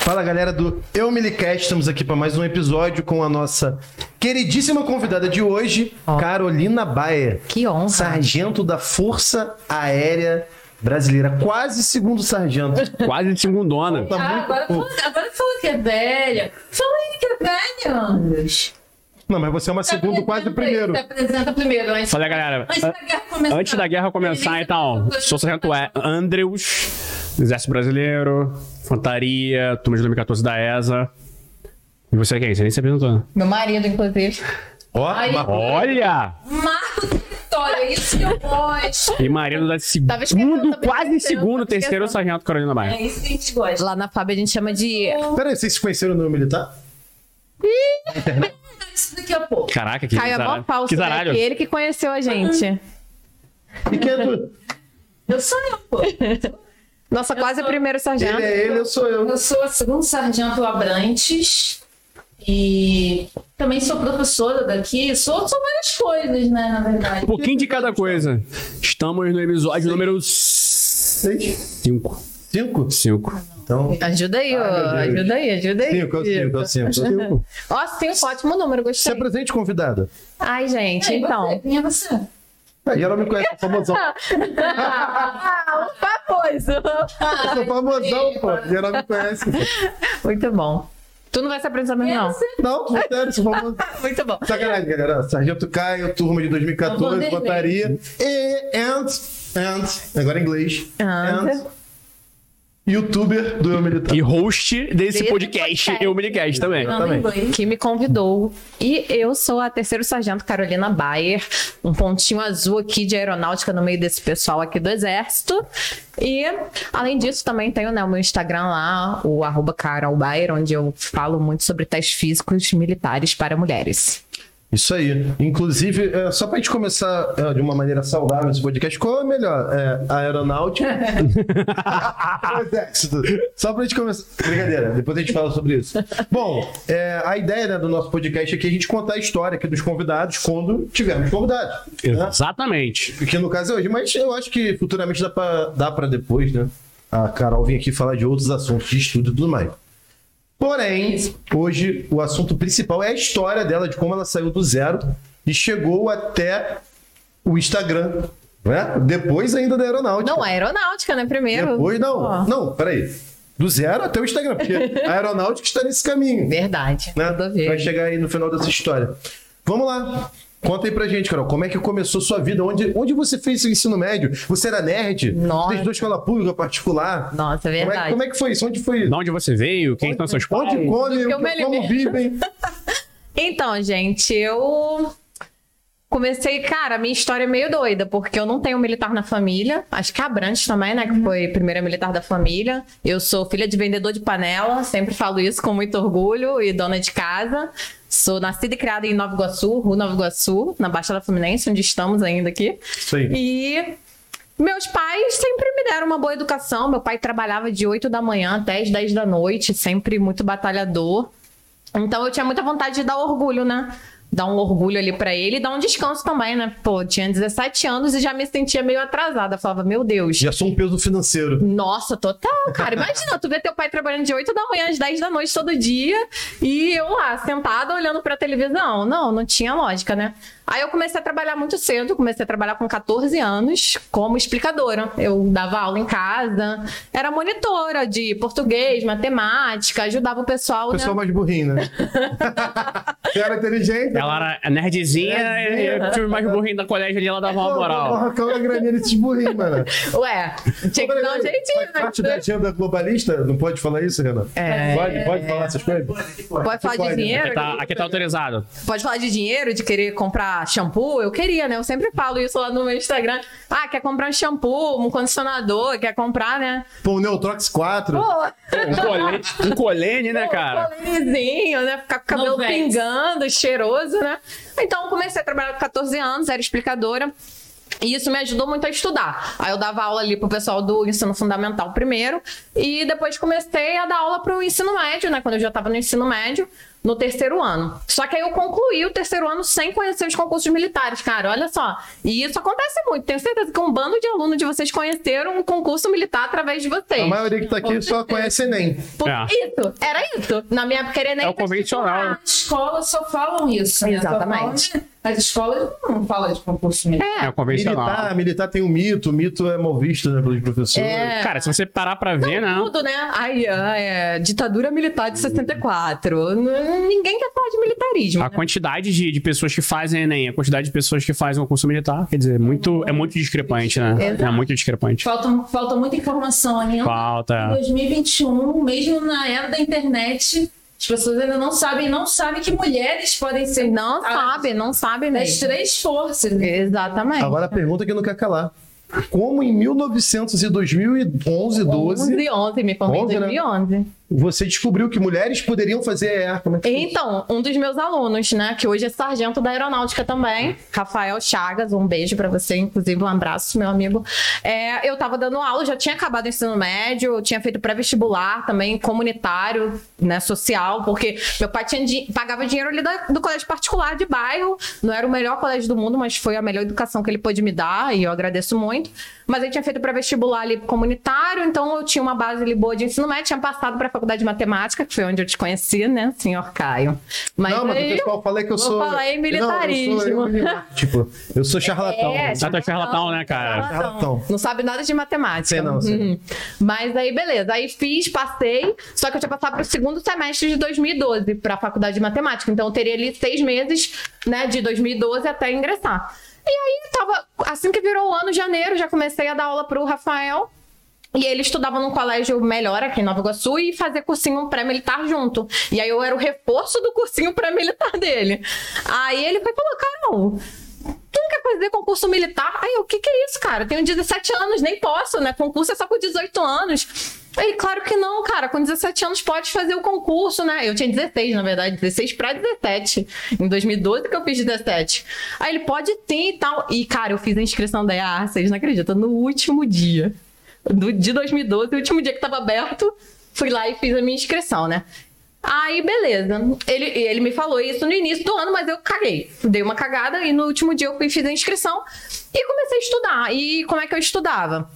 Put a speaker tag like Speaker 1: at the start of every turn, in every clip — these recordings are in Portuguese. Speaker 1: Fala galera do Eu Milicast, estamos aqui para mais um episódio com a nossa queridíssima convidada de hoje, Carolina Bayer.
Speaker 2: Que honra.
Speaker 1: Sargento da Força Aérea Brasileira, quase segundo sargento.
Speaker 3: Quase segundona.
Speaker 1: Tá
Speaker 2: Ah,
Speaker 1: muito
Speaker 2: agora,
Speaker 1: pouco.
Speaker 2: fala- agora fala que é velha. Fala aí que é velha, Andros.
Speaker 1: Não, mas você é
Speaker 2: Tá
Speaker 1: uma segundo, quase o primeiro.
Speaker 2: Se apresenta primeiro, antes.
Speaker 3: Fala aí, galera.
Speaker 2: Antes da guerra começar.
Speaker 3: Antes da guerra começar, então, sou sargento A- Andrews, do Exército Brasileiro, Infantaria, turma de 2014 da ESA. E você quem? Você nem se apresentou. né?
Speaker 4: Meu marido, inclusive.
Speaker 1: Ó,
Speaker 2: Aí.
Speaker 1: uma-
Speaker 3: Olha!
Speaker 2: Marco da Vitória, isso que eu gosto. é
Speaker 3: E marido da
Speaker 4: Tava esquecendo,
Speaker 3: segundo,
Speaker 4: tava
Speaker 3: quase
Speaker 4: esquecendo,
Speaker 3: segundo,
Speaker 4: tava
Speaker 3: terceiro
Speaker 4: esquecendo.
Speaker 3: sargento Carolina Maia.
Speaker 2: É isso que a gente gosta.
Speaker 4: Lá na FAB a gente chama de.
Speaker 1: Peraí, vocês se conheceram no militar?
Speaker 2: Isso daqui a pouco.
Speaker 3: Caraca, que
Speaker 4: Caio é mó
Speaker 3: zaralho.
Speaker 4: falso.
Speaker 3: Que
Speaker 4: né?
Speaker 3: zaralho.
Speaker 4: Que ele que conheceu a gente.
Speaker 1: E quem é tu?
Speaker 2: Eu sou eu, pô.
Speaker 4: Nossa, quase é primeiro sargento.
Speaker 1: Ele é ele, eu sou eu.
Speaker 2: Eu sou a segundo sargento Abrantes e também sou professora daqui. Sou, sou várias coisas, né, na verdade.
Speaker 3: Um pouquinho de cada coisa. Estamos no episódio número 5.
Speaker 1: Seis? Cinco?
Speaker 3: 5.
Speaker 1: Então.
Speaker 4: Ajuda aí, ó.
Speaker 1: Ai, meu Deus.
Speaker 4: ajuda aí, ajuda aí.
Speaker 1: Cinco, é o cinco, é o cinco. é o cinco.
Speaker 4: Ó, cinco, um ótimo número,
Speaker 1: Se
Speaker 4: gostei.
Speaker 1: apresente, convidada.
Speaker 4: Ai, gente,
Speaker 2: E você?
Speaker 4: então.
Speaker 2: Quem é você?
Speaker 1: Aí ela me conhece, famosão.
Speaker 4: Ah, um famoso.
Speaker 1: Eu sou famosão, pô. E ela me conhece.
Speaker 4: Muito bom. Tu não vai se apresentar mesmo,
Speaker 2: Quem é
Speaker 4: não.
Speaker 2: você?
Speaker 1: Não, sério, sou famoso.
Speaker 4: Muito bom.
Speaker 1: Sacanagem, galera. Sargento Caio, turma de 2014,
Speaker 2: Vanderlei.
Speaker 1: botaria. E, and, and, agora em inglês.
Speaker 4: And.
Speaker 1: Youtuber do Eu Militar.
Speaker 3: E host desse
Speaker 4: Desse
Speaker 3: podcast,
Speaker 4: podcast.
Speaker 3: eu minicast também.
Speaker 2: Não,
Speaker 1: também.
Speaker 2: inglês.
Speaker 4: que me convidou. E eu sou a terceiro sargento Carolina Bayer, um pontinho azul aqui de aeronáutica no meio desse pessoal aqui do Exército. E, além disso, também tenho né, o meu Instagram lá, o arroba Carol Bayer, onde eu falo muito sobre testes físicos militares para mulheres.
Speaker 1: Isso aí. Inclusive, é, só pra gente começar é, de uma maneira saudável esse podcast, qual é a melhor? É, a aeronáutica? O exército. Só pra gente começar. Brincadeira, depois a gente fala sobre isso. Bom, é, a ideia né, do nosso podcast aqui é a gente contar a história aqui dos convidados quando tivermos convidados. Né?
Speaker 3: Exatamente.
Speaker 1: Que no caso é hoje, mas eu acho que futuramente dá pra, dá pra depois, né? A Carol vir aqui falar de outros assuntos, de estudo e tudo mais. Porém, hoje o assunto principal é a história dela, de como ela saiu do zero e chegou até o Instagram, né? Depois ainda da aeronáutica.
Speaker 4: Não, aeronáutica, né? Primeiro.
Speaker 1: Depois não.
Speaker 4: Ó,
Speaker 1: Não, peraí. Do zero até o Instagram, porque a aeronáutica está nesse caminho.
Speaker 4: Verdade.
Speaker 1: Né?
Speaker 4: Tudo a
Speaker 1: Vai
Speaker 4: ver.
Speaker 1: chegar aí no final dessa história. Vamos lá. Conta aí pra gente, Carol, como é que começou sua vida? Onde, onde você fez seu ensino médio? Você era nerd?
Speaker 4: Nossa.
Speaker 1: Fez dois escola pública particular?
Speaker 4: Nossa, é
Speaker 1: Como é,
Speaker 4: verdade.
Speaker 1: como é que foi isso? Onde foi
Speaker 3: De
Speaker 1: isso?
Speaker 3: onde você veio? Quem são seus pais?
Speaker 1: Onde come?
Speaker 4: que eu
Speaker 1: Como
Speaker 4: me alimentei.
Speaker 1: vivem?
Speaker 4: Então, gente, eu comecei, cara, a minha história é meio doida, porque eu não tenho militar na família. Acho que a Brantes também, né, que foi a primeira militar da família. Eu sou filha de vendedor de panela, sempre falo isso com muito orgulho e dona de casa. Sou nascida e criada em Nova Iguaçu, Rua Nova Iguaçu, na Baixada Fluminense, onde estamos ainda aqui.
Speaker 1: Isso aí.
Speaker 4: E meus pais sempre me deram uma boa educação. Meu pai trabalhava de 8 da manhã até as 10 da noite, sempre muito batalhador. Então eu tinha muita vontade de dar orgulho, né? Dar um orgulho ali pra ele e dar um descanso também, né? Pô, eu tinha 17 anos e já me sentia meio atrasada. Falava, meu Deus.
Speaker 1: Já sou um peso financeiro.
Speaker 4: Nossa, total, cara. Imagina, tu vê teu pai trabalhando de 8 da manhã às 10 da noite todo dia e eu lá, sentada, olhando pra televisão. Não, não tinha lógica, né? Aí eu comecei a trabalhar muito cedo, comecei a trabalhar com 14 anos como explicadora. Eu dava aula em casa, era monitora de português, matemática, ajudava o pessoal,
Speaker 1: O
Speaker 4: né?
Speaker 1: pessoal mais burrinho, né? Você era inteligente.
Speaker 3: Ela era nerdzinha,
Speaker 1: Nerdzinha.
Speaker 3: e eu tive mais burrinho da colégio ali, ela dava é uma
Speaker 1: Pô,
Speaker 3: moral.
Speaker 1: Arrancava a graninha desses burrinhos, mano.
Speaker 4: Ué, tinha que dar um
Speaker 1: Faz parte
Speaker 4: jeitinho,
Speaker 1: da
Speaker 4: né?
Speaker 1: agenda globalista? Não pode falar isso, Renan?
Speaker 4: É.
Speaker 1: Pode, pode falar essas coisas?
Speaker 4: Pode falar de
Speaker 1: Pode. né?
Speaker 4: dinheiro? né?
Speaker 3: Aqui tá, aqui tá autorizado.
Speaker 4: Pode falar de dinheiro, de querer comprar shampoo? Eu queria, né? Eu sempre falo isso lá no meu Instagram. Ah, quer comprar um shampoo, um condicionador, quer comprar, né?
Speaker 1: Pô, o Neutrox 4.
Speaker 3: Um colene, um colene, né, cara?
Speaker 4: Um colezinho, né? Ficar com o cabelo
Speaker 2: Novex.
Speaker 4: pingando, cheiroso, né? Então, eu comecei a trabalhar com 14 anos, era explicadora. E isso me ajudou muito a estudar. Aí eu dava aula ali pro pessoal do ensino fundamental primeiro. E depois comecei a dar aula pro ensino médio, né? Quando eu já tava no ensino médio. no terceiro ano. Só que aí eu concluí o terceiro ano sem conhecer os concursos militares, cara. Olha só. E isso acontece muito. Tenho certeza que um bando de alunos de vocês conheceram um concurso militar através de vocês.
Speaker 1: A maioria que tá aqui
Speaker 4: Com
Speaker 1: só
Speaker 4: certeza.
Speaker 1: conhece Enem.
Speaker 4: Por
Speaker 3: É.
Speaker 4: isso, era isso. Na minha época era nem
Speaker 3: É o convencional, né?
Speaker 2: As escolas só falam isso. né? Só
Speaker 4: Exatamente.
Speaker 2: falam de- As escolas não falam de concurso militar.
Speaker 3: É, o convencional.
Speaker 1: Militar, militar tem um mito, o mito é mal visto, né, pelos professores.
Speaker 4: É.
Speaker 3: Cara, se você parar pra ver, né?
Speaker 4: Tudo, né? Ai, ai, é, ditadura militar de 64. N- Ninguém quer falar de militarismo.
Speaker 3: A quantidade de, de pessoas que fazem Enem, a quantidade de pessoas que fazem o curso militar, quer dizer, muito, é muito discrepante, né? É muito discrepante.
Speaker 2: Falta, falta muita informação ainda. Em
Speaker 3: Falta.
Speaker 2: 2021, mesmo na era da internet, as pessoas ainda não sabem, não sabem que mulheres podem ser
Speaker 4: Não
Speaker 2: a-
Speaker 4: sabe, não sabe
Speaker 2: das
Speaker 4: mesmo.
Speaker 2: três forças. né?
Speaker 4: Exatamente.
Speaker 1: Agora a pergunta é que não quer calar. Como em 1900 e 2011, 12,
Speaker 4: 11, 11, me formei em
Speaker 1: 11, né?
Speaker 4: 2011.
Speaker 1: você descobriu que mulheres poderiam fazer ER? Como é que foi?
Speaker 4: Então, um dos meus alunos, né, que hoje é sargento da aeronáutica também, Rafael Chagas, um beijo pra você, inclusive um abraço, meu amigo. É, eu tava dando aula, já tinha acabado o ensino médio, eu tinha feito pré-vestibular também, comunitário, né, social, porque meu pai tinha di- pagava dinheiro ali da- do colégio particular de bairro, não era o melhor colégio do mundo, mas foi a melhor educação que ele pôde me dar e eu agradeço muito. Mas eu tinha feito pré-vestibular ali comunitário, então eu tinha uma base ali boa de ensino médio, tinha passado pra faculdade de matemática, que foi onde eu te conheci, né, senhor Caio. Mas
Speaker 1: não, mas
Speaker 4: aí-
Speaker 1: o pessoal fala que eu
Speaker 4: vou
Speaker 1: sou.
Speaker 4: falar em
Speaker 1: Não, eu sou- eu- tipo, eu sou charlatão.
Speaker 4: É,
Speaker 1: né?
Speaker 3: Ah, tu é charlatão, né, cara?
Speaker 1: Charlatão.
Speaker 4: Não sabe nada de matemática. Uhum.
Speaker 1: Sei não, sei.
Speaker 4: Mas aí, beleza. Aí fiz, passei. Só que eu tinha passado pro segundo semestre de 2012 pra faculdade de matemática. Então eu teria ali seis meses, né, de 2012 até ingressar. E aí tava. Assim que virou o ano, janeiro, já comecei a dar aula pro Rafael. E ele estudava num colégio melhor aqui em Nova Iguaçu e fazia cursinho pré-militar junto. E aí eu era o reforço do cursinho pré-militar dele. Aí ele foi e falou: Carol, tu não quer fazer concurso militar? Aí eu, o que que é isso, cara? Eu tenho 17 anos, nem posso, né? Concurso é só com 18 anos. Aí, claro que não, cara. Com 17 anos pode fazer o concurso, né? Eu tinha 16, na verdade, 16 pra 17. Em 2012 que eu fiz 17. Aí ele pode sim e tal. E, cara, eu fiz a inscrição da EAR, vocês não acreditam, no último dia do, de 2012, o último dia que tava aberto, fui lá e fiz a minha inscrição, né? Aí, beleza. Ele, ele me falou isso no início do ano, mas eu caguei. Dei uma cagada e no último dia eu fui e fiz a inscrição e comecei a estudar. E como é que eu estudava?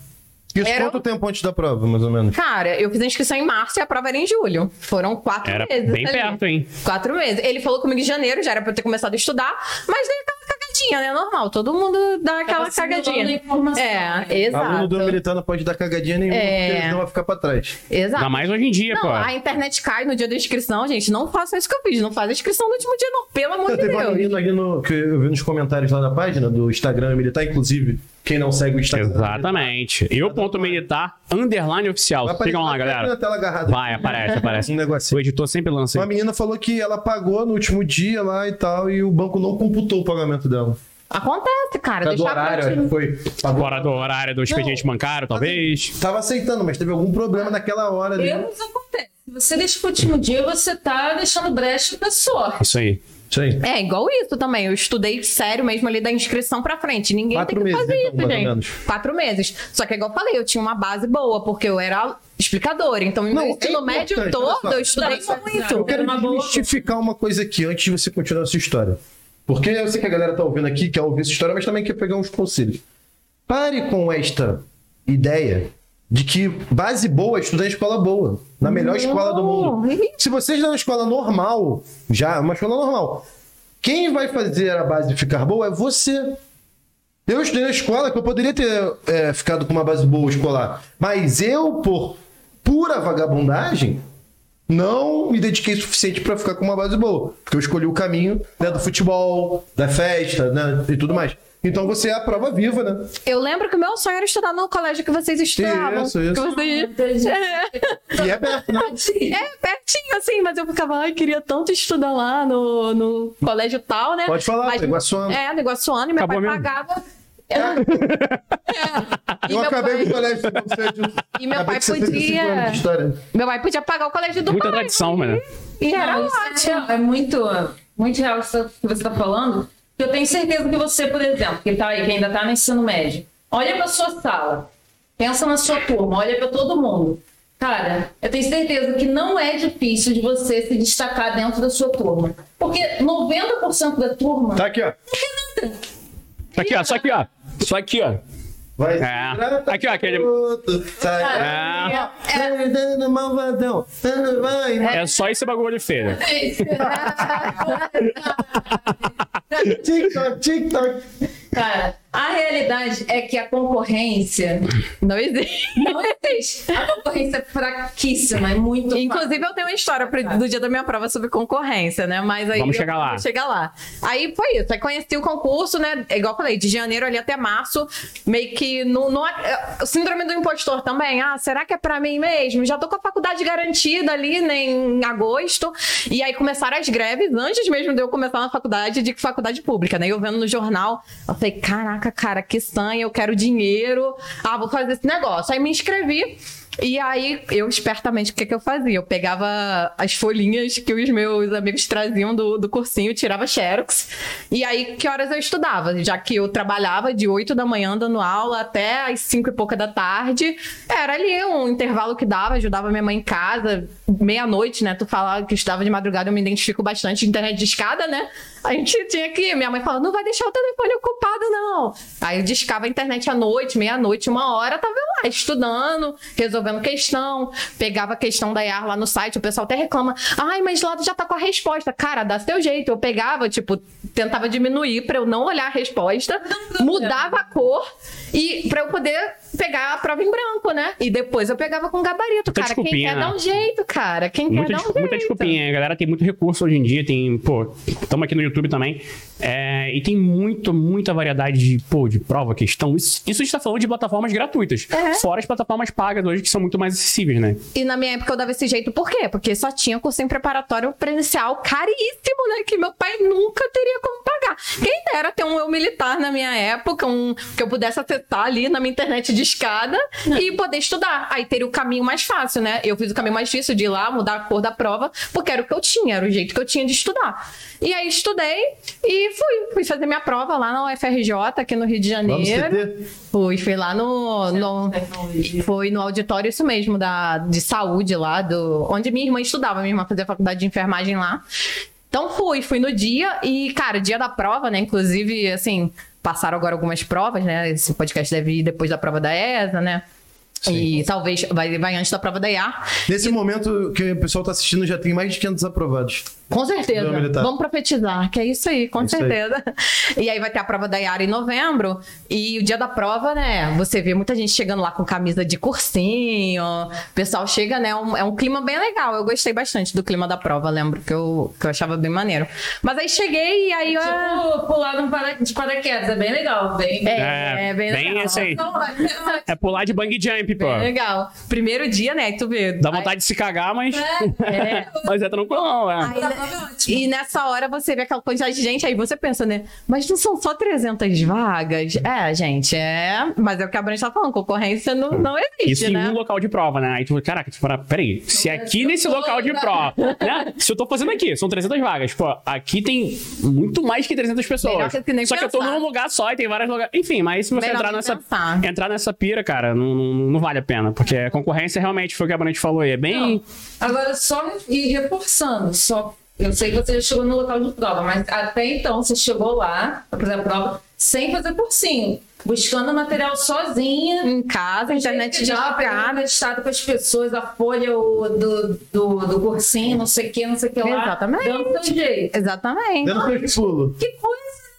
Speaker 1: Isso
Speaker 4: Era- um
Speaker 1: quanto tempo antes da prova, mais ou menos?
Speaker 4: Cara, eu fiz a inscrição em março e a prova era em julho. Foram quatro
Speaker 3: Era
Speaker 4: meses.
Speaker 3: bem perto, hein?
Speaker 4: Quatro meses. Ele falou comigo em janeiro, já era pra eu ter começado a estudar, mas dei aquela cagadinha, né? Normal, todo mundo dá aquela
Speaker 2: Tava se mudando Tá a
Speaker 4: cagadinha.
Speaker 2: informação, né?
Speaker 4: É, exato.
Speaker 1: Aluno do militar não pode dar cagadinha nenhuma,
Speaker 4: É.
Speaker 1: porque ele não vai ficar pra trás.
Speaker 4: Exato.
Speaker 3: Ainda mais hoje em dia,
Speaker 4: Não,
Speaker 3: pô.
Speaker 4: a internet cai no dia da inscrição, gente. Não façam isso que eu fiz. Não faz a inscrição no último dia, não. Pelo amor
Speaker 1: Eu
Speaker 4: de
Speaker 1: teve uma
Speaker 4: Deus.
Speaker 1: menina ali no, que eu vi nos comentários lá na página do Instagram militar, inclusive, quem não segue o Instagram.
Speaker 3: Exatamente. Eu ponto militar, underline oficial.
Speaker 1: Tá Vai aparecer
Speaker 3: Sigam lá,
Speaker 1: até Na
Speaker 3: galera.
Speaker 1: tela agarrada.
Speaker 3: Vai, aparece, aparece.
Speaker 1: Um negocinho.
Speaker 3: O editor sempre lança.
Speaker 1: Uma menina falou que ela pagou no último dia lá e tal, e o banco não computou o pagamento dela.
Speaker 4: Acontece,
Speaker 1: Era
Speaker 4: cara.
Speaker 1: Tá do
Speaker 4: Deixar né?
Speaker 1: horário, acho que foi. Pagou.
Speaker 3: Fora do horário do expediente bancário,
Speaker 1: tá
Speaker 3: talvez.
Speaker 1: Tava aceitando, mas teve algum problema naquela hora ali.
Speaker 2: Erros acontecem. Se Você deixa pro último dia, você tá deixando brecha pra sorte.
Speaker 3: Isso aí.
Speaker 1: Isso aí.
Speaker 4: É, igual isso também. Eu estudei sério mesmo ali da inscrição pra frente. Ninguém
Speaker 1: Quatro
Speaker 4: tem que
Speaker 1: meses,
Speaker 4: fazer
Speaker 1: então,
Speaker 4: isso,
Speaker 1: mais ou
Speaker 4: gente.
Speaker 1: menos.
Speaker 4: Quatro meses. Só que, igual eu falei, eu tinha uma base boa, porque eu era explicadora. Então, no
Speaker 1: Não,
Speaker 4: meu
Speaker 1: é
Speaker 4: ensino médio
Speaker 1: importante, olha
Speaker 4: todo,
Speaker 1: só.
Speaker 4: eu estudei
Speaker 2: Olha só,
Speaker 4: muito.
Speaker 1: Eu quero
Speaker 2: Era uma boa-
Speaker 1: justificar uma coisa aqui antes de você continuar a sua história. Porque eu sei que a galera tá ouvindo aqui, quer ouvir essa história, mas também quer pegar uns conselhos. Pare com esta ideia de que base boa é estudar em escola boa, na melhor escola do mundo. Se você está na escola normal, já, uma escola normal, quem vai fazer a base ficar boa é você. Eu estudei na escola que eu poderia ter é, ficado com uma base boa escolar, mas eu, por pura vagabundagem, não me dediquei o suficiente para ficar com uma base boa. Porque eu escolhi o caminho né, do futebol, da festa né, e tudo mais. Então você é a prova viva, né?
Speaker 4: Eu lembro que o meu sonho era estudar no colégio que vocês estudavam.
Speaker 1: Isso, isso.
Speaker 4: Que vocês...
Speaker 1: E é aberto, né?
Speaker 4: É, pertinho, assim, mas eu ficava, ai, queria tanto estudar lá no, no colégio tal, né?
Speaker 1: Pode falar,
Speaker 4: mas,
Speaker 1: pegou a sua-
Speaker 4: É, negócio ano, e meu
Speaker 3: Acabou
Speaker 4: pai
Speaker 3: mesmo.
Speaker 4: pagava. E
Speaker 1: Eu
Speaker 4: meu
Speaker 1: acabei
Speaker 4: pai-
Speaker 1: com o colégio de Conselho.
Speaker 4: E meu
Speaker 1: Acabei
Speaker 4: pai
Speaker 1: com 65
Speaker 4: podia-
Speaker 1: anos de história.
Speaker 4: Meu pai podia pagar o colégio do
Speaker 3: Muita
Speaker 4: pai.
Speaker 3: tradição, né? mano.
Speaker 4: E era
Speaker 2: Não, isso é
Speaker 4: ótimo.
Speaker 2: real, É, muito, muito real isso que você está falando. Eu tenho certeza que você, por exemplo, que tá aí, que ainda está no ensino médio, olha para sua sala, pensa na sua turma, olha para todo mundo. Cara, eu tenho certeza que não é difícil de você se destacar dentro da sua turma. Porque 90% da turma.
Speaker 1: Tá aqui, ó.
Speaker 3: Tá aqui, ó. Só aqui, ó. Só aqui, ó.
Speaker 1: Vai.
Speaker 3: É. Aqui, ó, aquele-
Speaker 1: Sai.
Speaker 3: É,
Speaker 1: Dando malvadão. Dando vai.
Speaker 3: é só esse bagulho
Speaker 4: É,
Speaker 3: feio.
Speaker 4: É.
Speaker 1: TikTok, TikTok.
Speaker 2: Cara, a realidade é que a concorrência
Speaker 4: Não existe.
Speaker 2: não existe. A concorrência é fraquíssima, é muito.
Speaker 4: Inclusive, eu tenho uma história pro- do dia da minha prova sobre concorrência, né? Mas aí.
Speaker 3: Vamos
Speaker 4: eu-
Speaker 3: chegar lá.
Speaker 4: vamos chegar lá. Aí foi isso. Aí conheci o concurso, né? É Igual eu falei, de janeiro ali até março, meio que no. no eh, síndrome do impostor também. Ah, será que é pra mim mesmo? Já tô com a faculdade garantida ali, né? Em agosto. E aí começaram as greves antes mesmo de eu começar na faculdade, de faculdade pública, né? Eu vendo no jornal, eu falei, caraca, cara, que sanha, eu quero dinheiro. Ah, vou fazer esse negócio. Aí me inscrevi. E aí, eu espertamente, o que, que eu fazia? Eu pegava as folhinhas que os meus amigos traziam do, do cursinho, tirava xerox. E aí, que horas eu estudava? Já que eu trabalhava de 8 da manhã dando aula até as 5 e pouca da tarde. Era ali um intervalo que dava, ajudava minha mãe em casa. Meia-noite, né? Tu falava que estudava de madrugada, eu me identifico bastante. Internet de escada, né? A gente tinha que... Minha mãe falava, não vai deixar o telefone ocupado, não. Aí eu discava a internet à noite, meia-noite, uma hora, tava lá estudando, resolvendo questão, pegava a questão da IAR lá no site, o pessoal até reclama, ai, mas lá já tá com a resposta. Cara, dá seu jeito. Eu pegava, tipo, tentava diminuir pra eu não olhar a resposta, mudava a cor e pra eu poder pegar a prova em branco, né? E depois eu pegava com gabarito,
Speaker 3: Muita
Speaker 4: cara. Quem
Speaker 3: desculpinha,
Speaker 4: quer
Speaker 3: né?
Speaker 4: dar um jeito, cara? Quem
Speaker 3: Muita,
Speaker 4: quer dar um
Speaker 3: desculpa,
Speaker 4: jeito?
Speaker 3: muita desculpinha, a galera tem muito recurso hoje em dia, tem, pô, estamos aqui no YouTube também, é, e tem muito, muita variedade de, pô, de prova, questão, isso, isso a gente tá falando de plataformas gratuitas, fora as plataformas pagas hoje que são muito mais acessíveis, né?
Speaker 4: E na minha época eu dava esse jeito, por quê? Porque só tinha cursinho preparatório presencial caríssimo, né? Que meu pai nunca teria como pagar. Quem dera ter um eu militar na minha época, um que eu pudesse acessar ali na minha internet de escada e poder estudar. Aí teria o caminho mais fácil, né? Eu fiz o caminho mais difícil de ir lá, mudar a cor da prova, porque era o que eu tinha, era o jeito que eu tinha de estudar. E aí estudei e fui. Fui fazer minha prova lá na UFRJ, aqui no Rio de
Speaker 1: Vamos
Speaker 4: Janeiro.
Speaker 1: CT.
Speaker 4: Fui, fui lá no. no-
Speaker 2: É. Tecnologia.
Speaker 4: foi no auditório, isso mesmo, da, de saúde lá, do, onde minha irmã estudava, minha irmã fazia faculdade de enfermagem lá. Então fui, fui no dia e, cara, dia da prova, né? Inclusive, assim, passaram agora algumas provas, né? Esse podcast deve ir depois da prova da ESA, né? E talvez vai, vai antes da prova da IAR.
Speaker 1: Nesse momento que o pessoal tá assistindo, já tem mais de 500 aprovados.
Speaker 4: Com
Speaker 1: Não,
Speaker 4: certeza.
Speaker 1: militar.
Speaker 4: Vamos profetizar, que é isso aí, com
Speaker 1: isso aí.
Speaker 4: certeza. E aí vai ter a prova da Yara em novembro. E o dia da prova, né? Você vê muita gente chegando lá com camisa de cursinho. O pessoal chega, né? um- é um clima bem legal. Eu gostei bastante do clima da prova, lembro que eu, que eu achava bem maneiro. Mas aí cheguei e aí. eu- ah,
Speaker 2: Tipo, pular num para... de paraquedas, é bem legal, bem.
Speaker 4: é, bem legal.
Speaker 3: esse aí.
Speaker 2: Não, não,
Speaker 3: É pular de bang jump, pô.
Speaker 4: Bem legal. Primeiro dia, né? Tu vê.
Speaker 3: Dá
Speaker 4: Aí-
Speaker 3: vontade de se cagar, mas.
Speaker 4: É.
Speaker 3: mas é tranquilão, é.
Speaker 4: Aí, né,
Speaker 2: Tava Tá ótimo.
Speaker 4: e nessa hora você vê aquela quantidade de gente, aí você pensa, né? Mas não são só 300 vagas? É, gente, é. Mas é o que a Brand tá falando, concorrência não, não existe,
Speaker 3: Isso em
Speaker 4: né?
Speaker 3: um local de prova, né? Aí tu fala, caraca, tu fala, peraí, se aqui nesse local de prova, né? Se eu tô fazendo aqui, são 300 vagas, pô, aqui tem muito mais que 300
Speaker 4: Melhor
Speaker 3: pessoas.
Speaker 4: que nem
Speaker 3: só que eu tô
Speaker 4: pensar.
Speaker 3: num lugar só e tem vários lugares. Enfim, mas se você
Speaker 4: Melhor
Speaker 3: entrar
Speaker 4: nem
Speaker 3: nessa,
Speaker 4: pensar.
Speaker 3: entrar nessa pira, cara, não, não, não vale a pena. Porque a concorrência realmente foi o que a Brand falou aí. É bem.
Speaker 2: Agora, só e reforçando, só. Eu sei que você já chegou no local de prova, mas até então você chegou lá, pra fazer a prova, sem fazer cursinho, buscando material sozinha.
Speaker 4: Em casa, internet de
Speaker 2: já pegando estado com as pessoas, a folha o- do, do, do cursinho, não sei o que, não sei o que lá.
Speaker 4: Exatamente.
Speaker 2: Dando seu jeito.
Speaker 4: Exatamente.
Speaker 1: Dando seus pulos.
Speaker 2: Que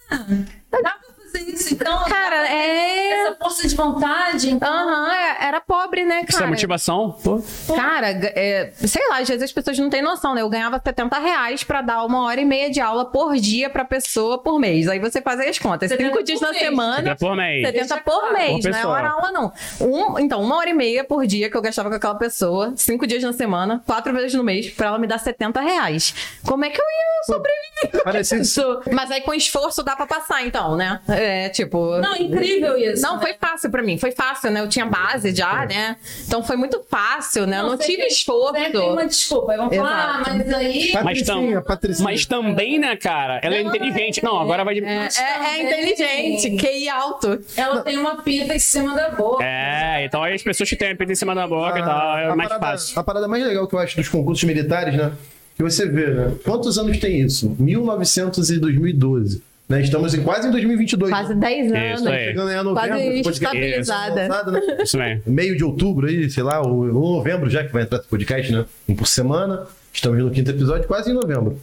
Speaker 2: coisa! Dá pra fazer isso então?
Speaker 4: Cara, é.
Speaker 2: Essa força de vontade, então.
Speaker 4: Aham, é- era pobre, né,
Speaker 3: Isso é
Speaker 4: cara?
Speaker 3: motivação. Pô.
Speaker 4: Cara, ga- é, sei lá, às vezes as pessoas não têm noção, né? Eu ganhava 70 reais pra dar uma hora e meia de aula por dia pra pessoa por mês. Aí você faz aí as contas.
Speaker 2: 70
Speaker 4: Cinco dias
Speaker 2: por
Speaker 4: na
Speaker 2: mês.
Speaker 4: semana.
Speaker 3: 70 por mês.
Speaker 4: 70 por mês,
Speaker 3: Por
Speaker 4: não é
Speaker 3: pessoa.
Speaker 4: hora aula, não. Um, então, uma hora e meia por dia que eu gastava com aquela pessoa, cinco dias na semana, quatro vezes no mês, pra ela me dar 70 reais. Como é que eu ia sobreviver?
Speaker 1: Parecia
Speaker 4: Isso. Mas aí com esforço dá pra passar, então, né? É, Tipo.
Speaker 2: Não, incrível isso.
Speaker 4: Não,
Speaker 2: né?
Speaker 4: foi fácil pra mim. Foi fácil, né? Eu tinha base já,
Speaker 3: É.
Speaker 4: né? Então foi muito fácil, né? Eu não
Speaker 2: sempre-
Speaker 4: tive esforço. É,
Speaker 2: Sempre tem uma desculpa. Aí vão falar,
Speaker 4: Exato.
Speaker 2: ah, mas aí.
Speaker 3: Mas, tam,
Speaker 1: Patricinha, Patricinha.
Speaker 3: mas também, né, cara? Ela é inteligente. Não, agora vai.
Speaker 4: É,
Speaker 3: É,
Speaker 4: é-
Speaker 2: né?
Speaker 4: é inteligente, QI alto.
Speaker 2: Ela tem uma pinta em cima da boca.
Speaker 4: é.
Speaker 3: então aí as pessoas que têm a pinta em cima da boca e tal, é
Speaker 1: Ah, a
Speaker 3: mais
Speaker 1: parada,
Speaker 3: fácil.
Speaker 1: A parada mais legal que eu acho dos concursos militares, né? Que você vê, né? Quantos anos tem isso? 1900 e 2012. Né? Estamos em quase em 2022.
Speaker 4: Quase 10 anos.
Speaker 3: Isso aí.
Speaker 1: né? Chegando aí a
Speaker 4: Quase
Speaker 1: novembro. podcast
Speaker 4: estabilizada.
Speaker 1: lançado, né?
Speaker 3: Isso mesmo.
Speaker 1: Meio de outubro aí, sei lá, ou ou novembro já que vai entrar esse podcast, né? Um por semana. Estamos no quinto episódio, quase em novembro.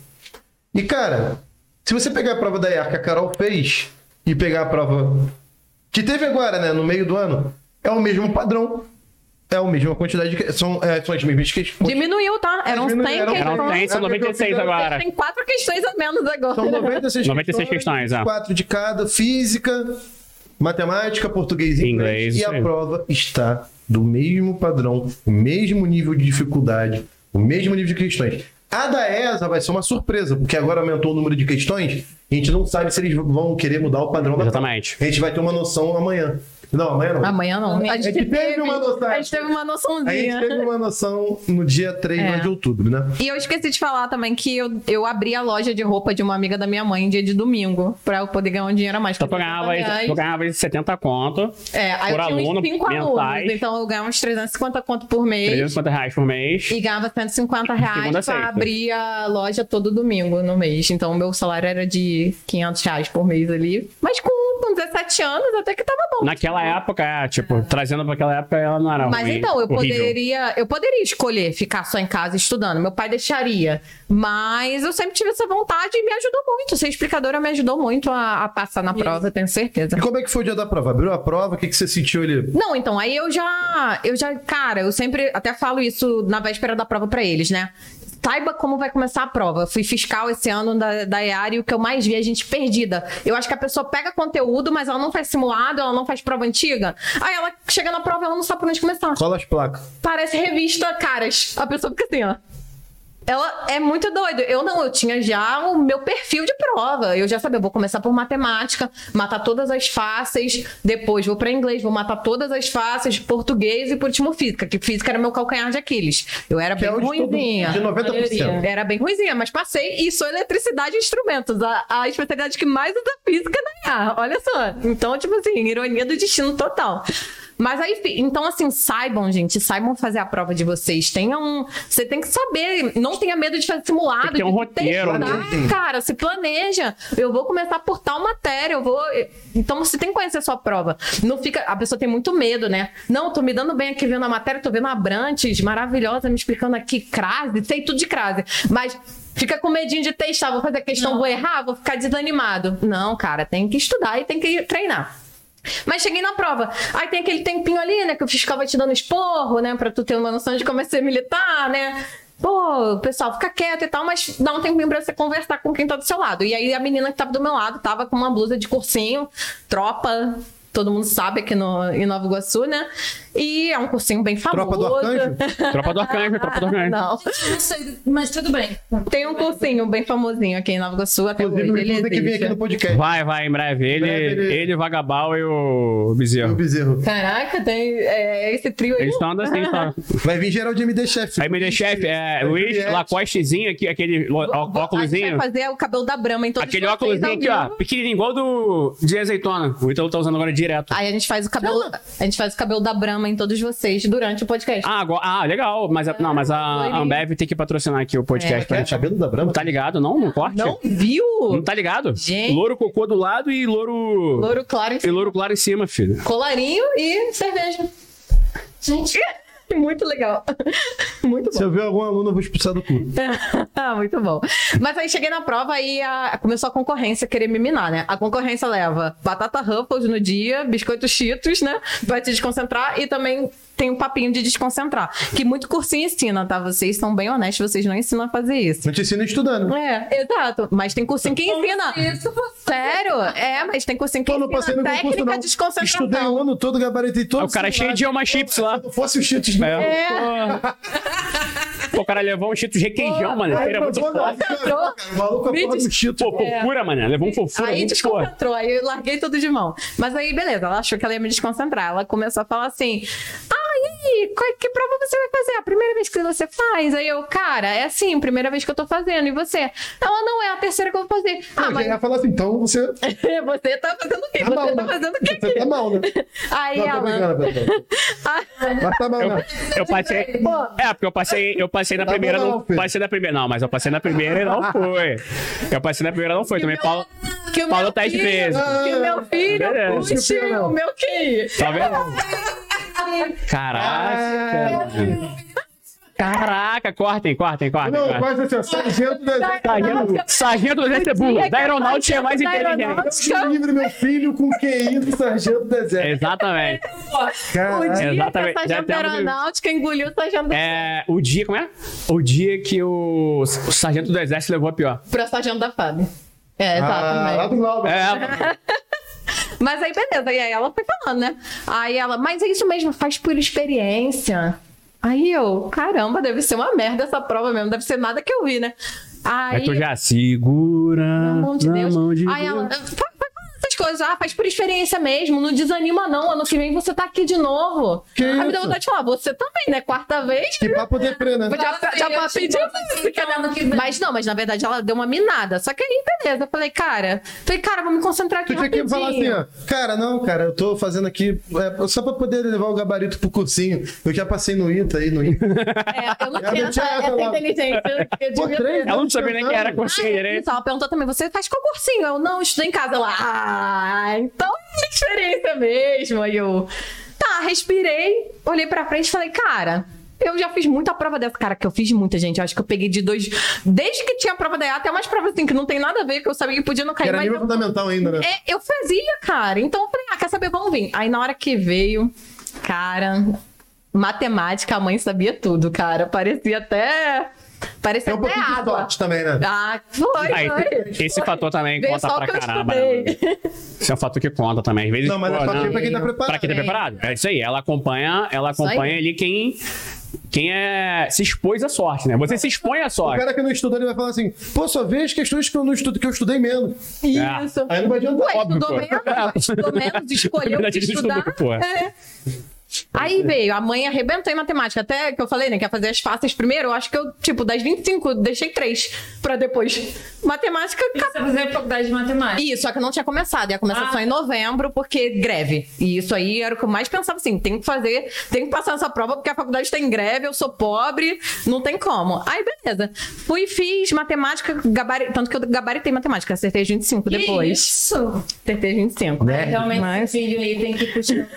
Speaker 1: E, cara, se você pegar a prova da IAR que a Carol fez e pegar a prova que teve agora, né, no meio do ano, é o mesmo padrão. É a mesma quantidade de. que- São, é, são as mesmas questões.
Speaker 4: Diminuiu, tá? Eram 100
Speaker 1: Diminuíram,
Speaker 4: questões.
Speaker 3: Eram 100, são
Speaker 1: Era
Speaker 3: 96
Speaker 1: porque eu
Speaker 3: agora.
Speaker 4: Tem quatro questões a menos agora.
Speaker 1: São 96,
Speaker 3: 96 questões, é.
Speaker 1: 4 de cada, física, matemática, português e inglês.
Speaker 3: Inglês,
Speaker 1: E
Speaker 3: isso
Speaker 1: a
Speaker 3: aí.
Speaker 1: prova está do mesmo padrão, o mesmo nível de dificuldade, o mesmo nível de questões. A da ESA vai ser uma surpresa, porque agora aumentou o número de questões e a gente não sabe se eles vão querer mudar o padrão da prova.
Speaker 3: Exatamente.
Speaker 1: A gente vai ter uma noção amanhã. Não, amanhã não.
Speaker 4: Amanhã não. A gente,
Speaker 1: É que teve uma noção.
Speaker 4: a gente teve uma
Speaker 1: A gente
Speaker 4: noçãozinha.
Speaker 1: teve uma noção no dia 3
Speaker 4: É.
Speaker 1: lá de outubro, né?
Speaker 4: E eu esqueci de falar também que eu, eu abri a loja de roupa de uma amiga da minha mãe dia de domingo, pra eu poder ganhar um dinheiro a mais.
Speaker 3: Então tu ganhava,
Speaker 4: Aliás,
Speaker 3: tu ganhava 70 conto,
Speaker 4: é, aí
Speaker 3: por
Speaker 4: eu tinha
Speaker 3: aluno,
Speaker 4: uns 5 alunos,
Speaker 3: mentais.
Speaker 4: então eu ganhava uns 350 conto por mês
Speaker 3: 350 reais por mês.
Speaker 4: e ganhava 150 reais
Speaker 3: Segunda
Speaker 4: pra
Speaker 3: a sexta.
Speaker 4: abrir a loja todo domingo no mês. Então o meu salário era de 500 reais por mês ali. Mas com, com 17 anos até que tava bom.
Speaker 3: Naquela época, é, tipo, trazendo pra aquela época, ela não era
Speaker 4: Ah. Mas
Speaker 3: ruim,
Speaker 4: então, eu
Speaker 3: horrível.
Speaker 4: poderia, eu poderia escolher ficar só em casa estudando. Meu pai deixaria. Mas eu sempre tive essa vontade e me ajudou muito. Ser explicadora me ajudou muito a, a passar na prova, eu tenho certeza.
Speaker 1: E como é que foi o dia da prova? Abriu a prova, o que, que você sentiu ali?
Speaker 4: Não, então, aí eu já, eu já, cara, eu sempre até falo isso na véspera da prova pra eles, né? Saiba como vai começar a prova. Eu Fui fiscal esse ano da, da EAR e o que eu mais vi é gente perdida. Eu acho que a pessoa pega conteúdo, mas ela não faz simulado, ela não faz prova antiga. Aí ela chega na prova e ela não sabe por onde começar.
Speaker 1: Cola as placas.
Speaker 4: Parece revista Caras. A pessoa fica assim, ó. Ela é muito doida. Eu não, eu tinha já o meu perfil de prova. Eu já sabia, eu vou começar por matemática, matar todas as fáceis, depois vou pra inglês, vou matar todas as fáceis, português e por último física, que física era meu calcanhar de Aquiles. Eu era
Speaker 1: Que é
Speaker 4: bem
Speaker 1: o de, todo,
Speaker 4: ruimzinha.
Speaker 1: de 90%.
Speaker 4: Era bem ruimzinha, mas passei e sou eletricidade e instrumentos, a, a especialidade que mais usa física é na IA. Olha só. Então, tipo assim, ironia do destino total. Mas aí, fi- então assim, saibam, gente, saibam fazer a prova de vocês. Tenham. Você tem que saber, não tenha medo de fazer simulado.
Speaker 3: Tem que ter um
Speaker 4: de
Speaker 3: roteiro, né?
Speaker 4: testar, Cara, se planeja. Eu vou começar por tal matéria, eu vou. Então você tem que conhecer a sua prova. Não fica. A pessoa tem muito medo, né? Não, tô me dando bem aqui vendo a matéria, tô vendo a Brantes, maravilhosa, me explicando aqui crase, sei tudo de crase. Mas fica com medinho de testar, vou fazer a questão, vou errar, vou ficar desanimado. Não, cara, tem que estudar e tem que treinar. Mas cheguei na prova. Aí tem aquele tempinho ali, né? Que o fiscal vai te dando esporro, né? Pra tu ter uma noção de como é ser militar, né? Pô, o pessoal fica quieto e tal, mas dá um tempinho pra você conversar com quem tá do seu lado. E aí a menina que tava do meu lado tava com uma blusa de cursinho, tropa. Todo mundo sabe aqui no, em Nova Iguaçu, né? E é um cursinho bem famoso.
Speaker 1: Tropa do Arcanjo?
Speaker 3: Tropa do Arcanjo, É, tropa do
Speaker 4: Ah,
Speaker 3: Arcanjo.
Speaker 4: Não.
Speaker 2: Não sei, mas tudo bem.
Speaker 4: Tem um cursinho bem famosinho aqui em Nova Iguaçu, até hoje.
Speaker 1: Inclusive, o
Speaker 4: Ele
Speaker 1: Bicudo tem que vir
Speaker 4: existe.
Speaker 1: aqui no podcast.
Speaker 3: Vai, vai, em breve. Ele,
Speaker 1: Em breve
Speaker 3: ele...
Speaker 1: ele-
Speaker 3: Vagabal e o Bezerro.
Speaker 1: O Bezerro.
Speaker 4: Caraca, tem é, esse trio aí.
Speaker 3: Eles estão andando assim, tá?
Speaker 1: Vai vir geral de MD Chef.
Speaker 3: Aí, meu chefe, é,
Speaker 1: Vai
Speaker 3: Luiz
Speaker 1: Juliette.
Speaker 3: Lacostezinho aqui, aquele ó- ó-
Speaker 4: A
Speaker 3: óculosinho.
Speaker 4: gente vai fazer o cabelo da Brahma em todos
Speaker 3: Aquele
Speaker 4: vocês
Speaker 3: óculosinho
Speaker 4: ao
Speaker 3: aqui, ó,
Speaker 4: vivo.
Speaker 3: pequenininho, igual do de azeitona. O Ítalo tá usando agora direto.
Speaker 4: Aí a gente faz o cabelo, a gente faz o cabelo da Brahma em todos vocês durante o podcast.
Speaker 3: Ah, agora, ah, legal. Mas, a- não, mas a
Speaker 4: loirinho.
Speaker 3: Ambev tem que patrocinar aqui o podcast pra
Speaker 1: É,
Speaker 3: gente.
Speaker 1: cabelo da Brama.
Speaker 3: Tá ligado? Não, não corte.
Speaker 4: Não viu?
Speaker 3: Não tá ligado?
Speaker 4: Gente.
Speaker 3: Louro cocô do lado e louro.
Speaker 4: Louro claro, em
Speaker 3: E
Speaker 4: cima.
Speaker 3: louro claro em cima, filho.
Speaker 4: colarinho e cerveja.
Speaker 2: Gente,
Speaker 4: Muito legal. Muito bom.
Speaker 1: Se eu ver algum aluno, eu vou expulsar do cu.
Speaker 4: Ah, Muito bom. Mas aí cheguei na prova e a- começou a concorrência querer me minar, né? A concorrência leva batata Ruffles no dia, biscoitos Cheetos, né? Vai te desconcentrar e também tem um papinho de desconcentrar. Que muito cursinho ensina, tá? Vocês são bem honestos, vocês não ensinam a fazer isso.
Speaker 1: Não te ensina estudando.
Speaker 4: É, exato. Mas tem cursinho que ensina.
Speaker 2: isso você.
Speaker 4: Sério? É, mas tem cursinho que
Speaker 1: Eu não passei
Speaker 4: ensina
Speaker 1: no concurso,
Speaker 4: técnica
Speaker 1: não.
Speaker 4: de desconcentração.
Speaker 1: Estudei o ano todo, gabaritei todo.
Speaker 3: o cara é
Speaker 1: simulado.
Speaker 3: cheio de alma chips lá.
Speaker 1: Se não fosse o cheats,
Speaker 3: É.
Speaker 4: É.
Speaker 3: Pô, Pô, o cara levou um cheetos requeijão, mano.
Speaker 1: Aí
Speaker 3: Ele era muito
Speaker 1: provou,
Speaker 3: foda.
Speaker 1: não, cara, O maluco
Speaker 4: Me
Speaker 1: aprovou
Speaker 4: diz-
Speaker 1: no Cheetos.
Speaker 3: Pô, fofura, mano. Levou um fofura
Speaker 4: um É. Aí
Speaker 1: é
Speaker 3: muito porra.
Speaker 4: desconcentrou, aí eu larguei tudo de mão. Mas aí, beleza, ela achou que ela ia me desconcentrar. Ela começou a falar assim: Ah, e aí, qual- que prova você vai fazer? A primeira vez que você faz? Aí eu, cara, é assim, primeira vez que eu tô fazendo. E você? Ela não é a terceira que eu vou fazer. Ah,
Speaker 1: Mas...
Speaker 4: mas
Speaker 1: Ela fala assim, então você tá
Speaker 4: você tá fazendo o quê? Você
Speaker 1: mal,
Speaker 4: tá
Speaker 1: né?
Speaker 4: fazendo o quê?
Speaker 1: Você tá mal, né?
Speaker 4: Aí
Speaker 1: Não, tô
Speaker 4: ela.
Speaker 1: brincando, Pedro.
Speaker 4: Ah,
Speaker 1: Mas tá mal,
Speaker 3: Eu,
Speaker 1: né?
Speaker 3: eu passei. É, porque eu passei, eu passei na
Speaker 1: Tá
Speaker 3: primeira.
Speaker 1: bom,
Speaker 3: Não,
Speaker 1: não, filho.
Speaker 3: passei na primeira. Não, mas eu passei na primeira e não foi. Eu passei na primeira e não foi. Também Paulo.
Speaker 4: que o
Speaker 3: Paulo
Speaker 4: meu
Speaker 3: tá às
Speaker 4: filho,
Speaker 3: vezes. Ah,
Speaker 4: Que o meu filho,
Speaker 3: Beleza.
Speaker 4: puxe
Speaker 1: é
Speaker 4: o meu QI.
Speaker 3: Tá vendo? Caraca.
Speaker 1: Ah,
Speaker 3: mano. Caraca, cortem, cortem, cortem.
Speaker 1: Não,
Speaker 3: cortem.
Speaker 1: quase assim,
Speaker 4: Tá
Speaker 1: ó, Tá 600 da...
Speaker 3: Sargento, sargento do exército é burro. Da aeronáutica é mais
Speaker 4: Da
Speaker 3: inteligente.
Speaker 4: aeronáutica.
Speaker 1: Eu livre meu filho com QI do sargento do
Speaker 3: É,
Speaker 1: exército.
Speaker 3: Exatamente.
Speaker 1: Ah,
Speaker 4: O dia
Speaker 3: Exatamente.
Speaker 4: que a
Speaker 3: Já
Speaker 4: sargento da
Speaker 3: temos-
Speaker 4: aeronáutica engoliu o sargento da
Speaker 3: É, o dia, como é? O dia que o, o sargento do exército levou a pior.
Speaker 4: Pra sargento da FAB. É,
Speaker 1: Ah,
Speaker 4: exatamente.
Speaker 1: lá do Glauber.
Speaker 3: É,
Speaker 4: Mas aí, beleza. E aí ela foi falando, né? Aí ela, mas é isso mesmo, faz por experiência. Aí eu, caramba, deve ser uma merda essa prova mesmo, deve ser nada que eu vi, né?
Speaker 3: é
Speaker 4: Aí,
Speaker 3: que eu já segura
Speaker 4: pelo amor de
Speaker 3: na
Speaker 4: Deus.
Speaker 3: mão de
Speaker 4: aí
Speaker 3: Deus.
Speaker 4: ela, "Fa- fa- faz essas coisas, ah, faz por experiência mesmo, não desanima não, ano que vem você tá aqui de novo.
Speaker 1: Que
Speaker 4: aí me deu
Speaker 1: isso?
Speaker 4: vontade de falar, você também, né? Quarta vez,
Speaker 1: Que papo deprê, né?
Speaker 4: já, tá- já, já pediu Mas não, mas na verdade ela deu uma minada. Só que aí, beleza. Eu falei, cara, falei, cara, vou me concentrar aqui
Speaker 1: Tu tinha
Speaker 4: rapidinho.
Speaker 1: que falar assim, ó. Cara, não, cara, eu tô fazendo aqui é, só pra poder levar o gabarito pro cursinho. Eu já passei no ITA aí, no ITA.
Speaker 4: É, eu não
Speaker 1: Já
Speaker 4: tinha essa,
Speaker 1: deixa ela
Speaker 4: essa
Speaker 1: lá.
Speaker 4: inteligência. Eu
Speaker 1: Pô,
Speaker 4: devia
Speaker 1: três
Speaker 4: ter.
Speaker 3: Ela não sabia nem que era
Speaker 1: tentando.
Speaker 3: conselho,
Speaker 4: Ah,
Speaker 3: né?
Speaker 4: isso, Ela perguntou também, você faz qual cursinho? Eu não estudei em casa. Ela, ah, então é experiência mesmo. Aí eu, tá, respirei, olhei pra frente e falei, cara. Eu já fiz muita prova dessa, cara, que eu fiz muita, gente. Eu acho que eu peguei de dois. Desde que tinha a prova da EA, até umas provas assim que não tem nada a ver, que eu sabia que podia não
Speaker 1: Que
Speaker 4: cair,
Speaker 1: era
Speaker 4: mas
Speaker 1: nível
Speaker 4: eu
Speaker 1: fundamental ainda, né?
Speaker 4: um é, eu fazia, cara. Então eu falei, ah, quer saber? Vamos vir. Aí na hora que veio, cara, matemática, a mãe sabia tudo, cara. Parecia até. Parecia
Speaker 1: É um
Speaker 4: até
Speaker 1: pouquinho de
Speaker 4: água.
Speaker 1: sorte também, né?
Speaker 4: Ah, foi,
Speaker 3: Aí,
Speaker 4: foi.
Speaker 3: esse
Speaker 4: foi.
Speaker 3: fator também
Speaker 4: Veio
Speaker 3: conta
Speaker 4: só
Speaker 3: pra
Speaker 4: que eu
Speaker 3: caramba.
Speaker 4: estudei.
Speaker 3: né? Isso é um fator que conta também. Às vezes,
Speaker 1: Não, mas é
Speaker 3: pô,
Speaker 1: só
Speaker 3: não-
Speaker 1: pra quem tá preparado.
Speaker 3: Pra quem tá
Speaker 4: Sim.
Speaker 3: preparado. É isso aí. Ela acompanha, ela
Speaker 4: aí.
Speaker 3: acompanha ali quem, quem é, se expôs à sorte, né? Você se expõe à
Speaker 1: O
Speaker 3: sorte.
Speaker 1: cara que não estudou, ele vai falar assim, pô, só vê as questões que eu não estudei, que eu estudei menos.
Speaker 3: É.
Speaker 4: Isso.
Speaker 1: Aí não vai adiantar.
Speaker 4: Ué,
Speaker 1: Óbvio,
Speaker 4: estudou
Speaker 1: pô. É.
Speaker 4: menos, estudou menos, escolheu o
Speaker 3: Verdade,
Speaker 4: que
Speaker 3: ele estudou,
Speaker 4: estudar.
Speaker 3: pô.
Speaker 4: É. Aí veio, a mãe arrebentou em matemática. Até que eu falei, né? Quer fazer as fáceis primeiro? Eu acho que eu, tipo, das 25, deixei três pra depois. Matemática,
Speaker 2: Você fazer faculdade de matemática.
Speaker 4: Isso, só que eu não tinha começado. Ia começar
Speaker 2: Ah,
Speaker 4: só em novembro, porque greve. E isso aí era o que eu mais pensava assim: tem que fazer, tem que passar essa prova, porque a faculdade tá em greve, eu sou pobre, não tem como. Aí, beleza. Fui e fiz matemática, gabari... tanto que eu gabaritei matemática, acertei 25
Speaker 2: Que
Speaker 4: depois.
Speaker 2: Isso.
Speaker 4: Acertei 25.
Speaker 1: Né?
Speaker 2: Realmente,
Speaker 4: Mas-
Speaker 2: esse filho aí tem que puxar.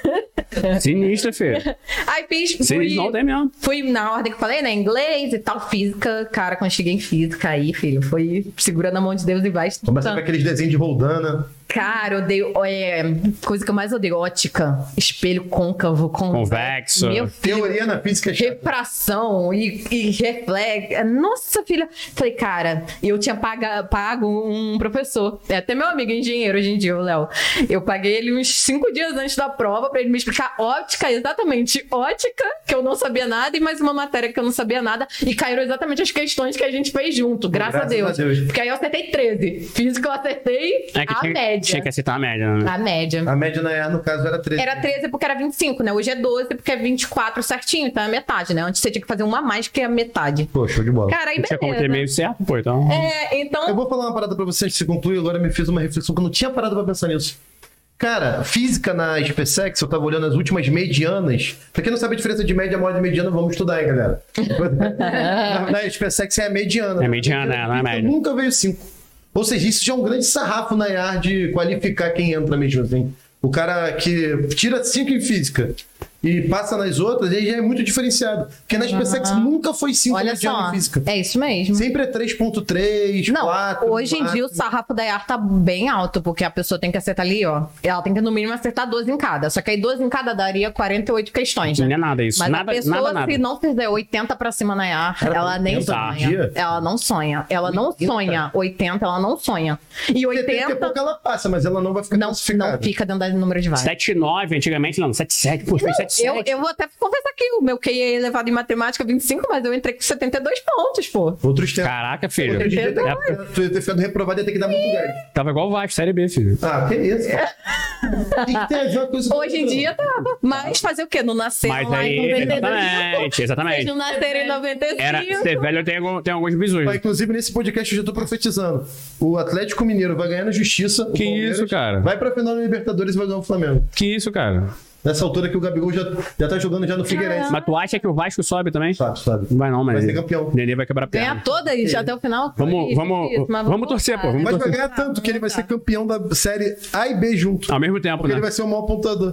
Speaker 3: Sinistro, filho.
Speaker 4: Aí fiz.
Speaker 3: Sinistro não tem mesmo.
Speaker 4: Fui na ordem que eu falei, né? Inglês e tal, física. Cara, quando cheguei em física aí, filho, foi segurando a mão de Deus e vai
Speaker 1: Começa
Speaker 4: estudando.
Speaker 1: com aqueles desenhos de Roldana.
Speaker 4: Cara, eu odeio. É, coisa que eu mais odeio: ótica. Espelho côncavo, convexo.
Speaker 3: Convexo.
Speaker 4: Meu filho.
Speaker 1: Teoria na física. é chata.
Speaker 4: Refração e, e reflexo. Nossa, filha. Falei, cara, eu tinha paga, pago um professor. É até meu amigo engenheiro hoje em dia, o Léo. Eu paguei ele uns cinco dias antes da prova pra ele me explicar ótica, exatamente ótica, que eu não sabia nada, e mais uma matéria que eu não sabia nada. E caíram exatamente as questões que a gente fez junto, graças,
Speaker 1: graças a Deus.
Speaker 4: Porque aí eu acertei 13. Física eu acertei
Speaker 3: É que
Speaker 4: a
Speaker 3: tinha,
Speaker 4: média.
Speaker 3: tinha que acertar a média, né?
Speaker 4: A média.
Speaker 1: A média na ER, no caso, era 13.
Speaker 4: Era 13 porque era 25, né? Hoje é 12 porque é 24 certinho, então é a metade, né? Antes você tinha que fazer uma a mais que a metade.
Speaker 1: Pô, show de bola.
Speaker 4: Cara, aí
Speaker 3: Não tinha como ter
Speaker 4: beleza.
Speaker 3: meio certo, pô, então.
Speaker 4: É, então.
Speaker 1: Eu vou falar uma parada pra vocês, se concluir, agora me fez uma reflexão que eu não tinha parado pra pensar nisso. Cara, física na SpaceX, eu tava olhando as últimas medianas. Pra quem não sabe a diferença de média, moda e mediana, vamos estudar, hein, galera. na, na SpaceX é a mediana.
Speaker 3: É mediana, é, não é
Speaker 1: Eu
Speaker 3: média.
Speaker 1: Nunca veio cinco. Ou seja, isso já é um grande sarrafo na IAR de qualificar quem entra mesmo, assim. O cara que tira cinco em física e passa nas outras, ele já é muito diferenciado. Porque na SpaceX nunca foi cinco
Speaker 4: Olha
Speaker 1: mediana
Speaker 4: só.
Speaker 1: em física.
Speaker 4: É isso mesmo.
Speaker 1: Sempre é 3.3,
Speaker 4: Não,
Speaker 1: 4.
Speaker 4: hoje em dia o sarrafo da IAR tá bem alto, porque a pessoa tem que acertar ali, ó. Ela tem que no mínimo acertar 12 em cada. Só que aí 12 em cada daria 48 questões, né?
Speaker 3: Não é nada isso.
Speaker 4: Mas
Speaker 3: nada,
Speaker 4: a pessoa,
Speaker 3: nada, nada.
Speaker 4: se não fizer 80 pra cima na IAR,
Speaker 1: Cara,
Speaker 4: ela nem
Speaker 1: 80
Speaker 4: sonha.
Speaker 1: por dia?
Speaker 4: Ela não sonha. Ela não
Speaker 1: 80?
Speaker 4: sonha. 80, ela não sonha. E
Speaker 1: 70 é
Speaker 4: 80
Speaker 1: pouco ela passa, mas ela não vai ficar
Speaker 4: não,
Speaker 1: classificada.
Speaker 4: não fica dentro do número de vagas.
Speaker 3: 7,9 antigamente, não, 7,7, pô, foi
Speaker 4: Não, Eu,
Speaker 3: 27.
Speaker 4: eu vou até confessar aqui, o meu QI é elevado em matemática 25, mas eu entrei com 72 pontos, pô.
Speaker 1: Outros tempos.
Speaker 3: Caraca,
Speaker 1: Outro
Speaker 3: filho.
Speaker 1: dia
Speaker 4: Entendeu?
Speaker 3: É,
Speaker 1: Tu ia ter ficado reprovado, ia ter que dar muito grande.
Speaker 3: tava igual o Vasco, Série B, filho.
Speaker 1: Ah, que isso? O que, que tem a ver uma coisa com
Speaker 4: É. Hoje em
Speaker 1: outra?
Speaker 4: dia tava. Mas fazer o quê? Não nascer
Speaker 3: Mas
Speaker 4: lá
Speaker 3: aí,
Speaker 4: em 92.
Speaker 3: exatamente,
Speaker 4: Vocês
Speaker 3: exatamente.
Speaker 4: não nasceram em 95.
Speaker 3: Era, ser velho tem, algum- tem alguns bisus.
Speaker 1: Mas, Inclusive, nesse podcast eu já tô profetizando. O Atlético Mineiro vai ganhar na justiça. o
Speaker 3: Que
Speaker 1: Palmeiras
Speaker 3: isso, cara?
Speaker 1: Vai pra final da Libertadores e vai ganhar o Flamengo.
Speaker 3: Que isso, cara.
Speaker 1: Nessa altura que o Gabigol já, já tá jogando já no Figueirense.
Speaker 3: Mas tu acha que o Vasco sobe também?
Speaker 1: Sabe, sabe?
Speaker 3: Não vai não, mas.
Speaker 1: Vai ser campeão.
Speaker 3: Nenê vai quebrar a perna.
Speaker 4: Ganhar todas já até o final?
Speaker 3: Vamos-
Speaker 4: Ih,
Speaker 3: vamos-
Speaker 4: difícil, mas
Speaker 3: vamos torcer, pô, vamos
Speaker 1: Mas vai
Speaker 3: torcer.
Speaker 1: ganhar tanto que ele vai ser
Speaker 4: Tá.
Speaker 1: campeão da série A e B junto.
Speaker 3: Ao mesmo tempo,
Speaker 1: Porque ele
Speaker 3: né?
Speaker 1: vai ser o maior apontador.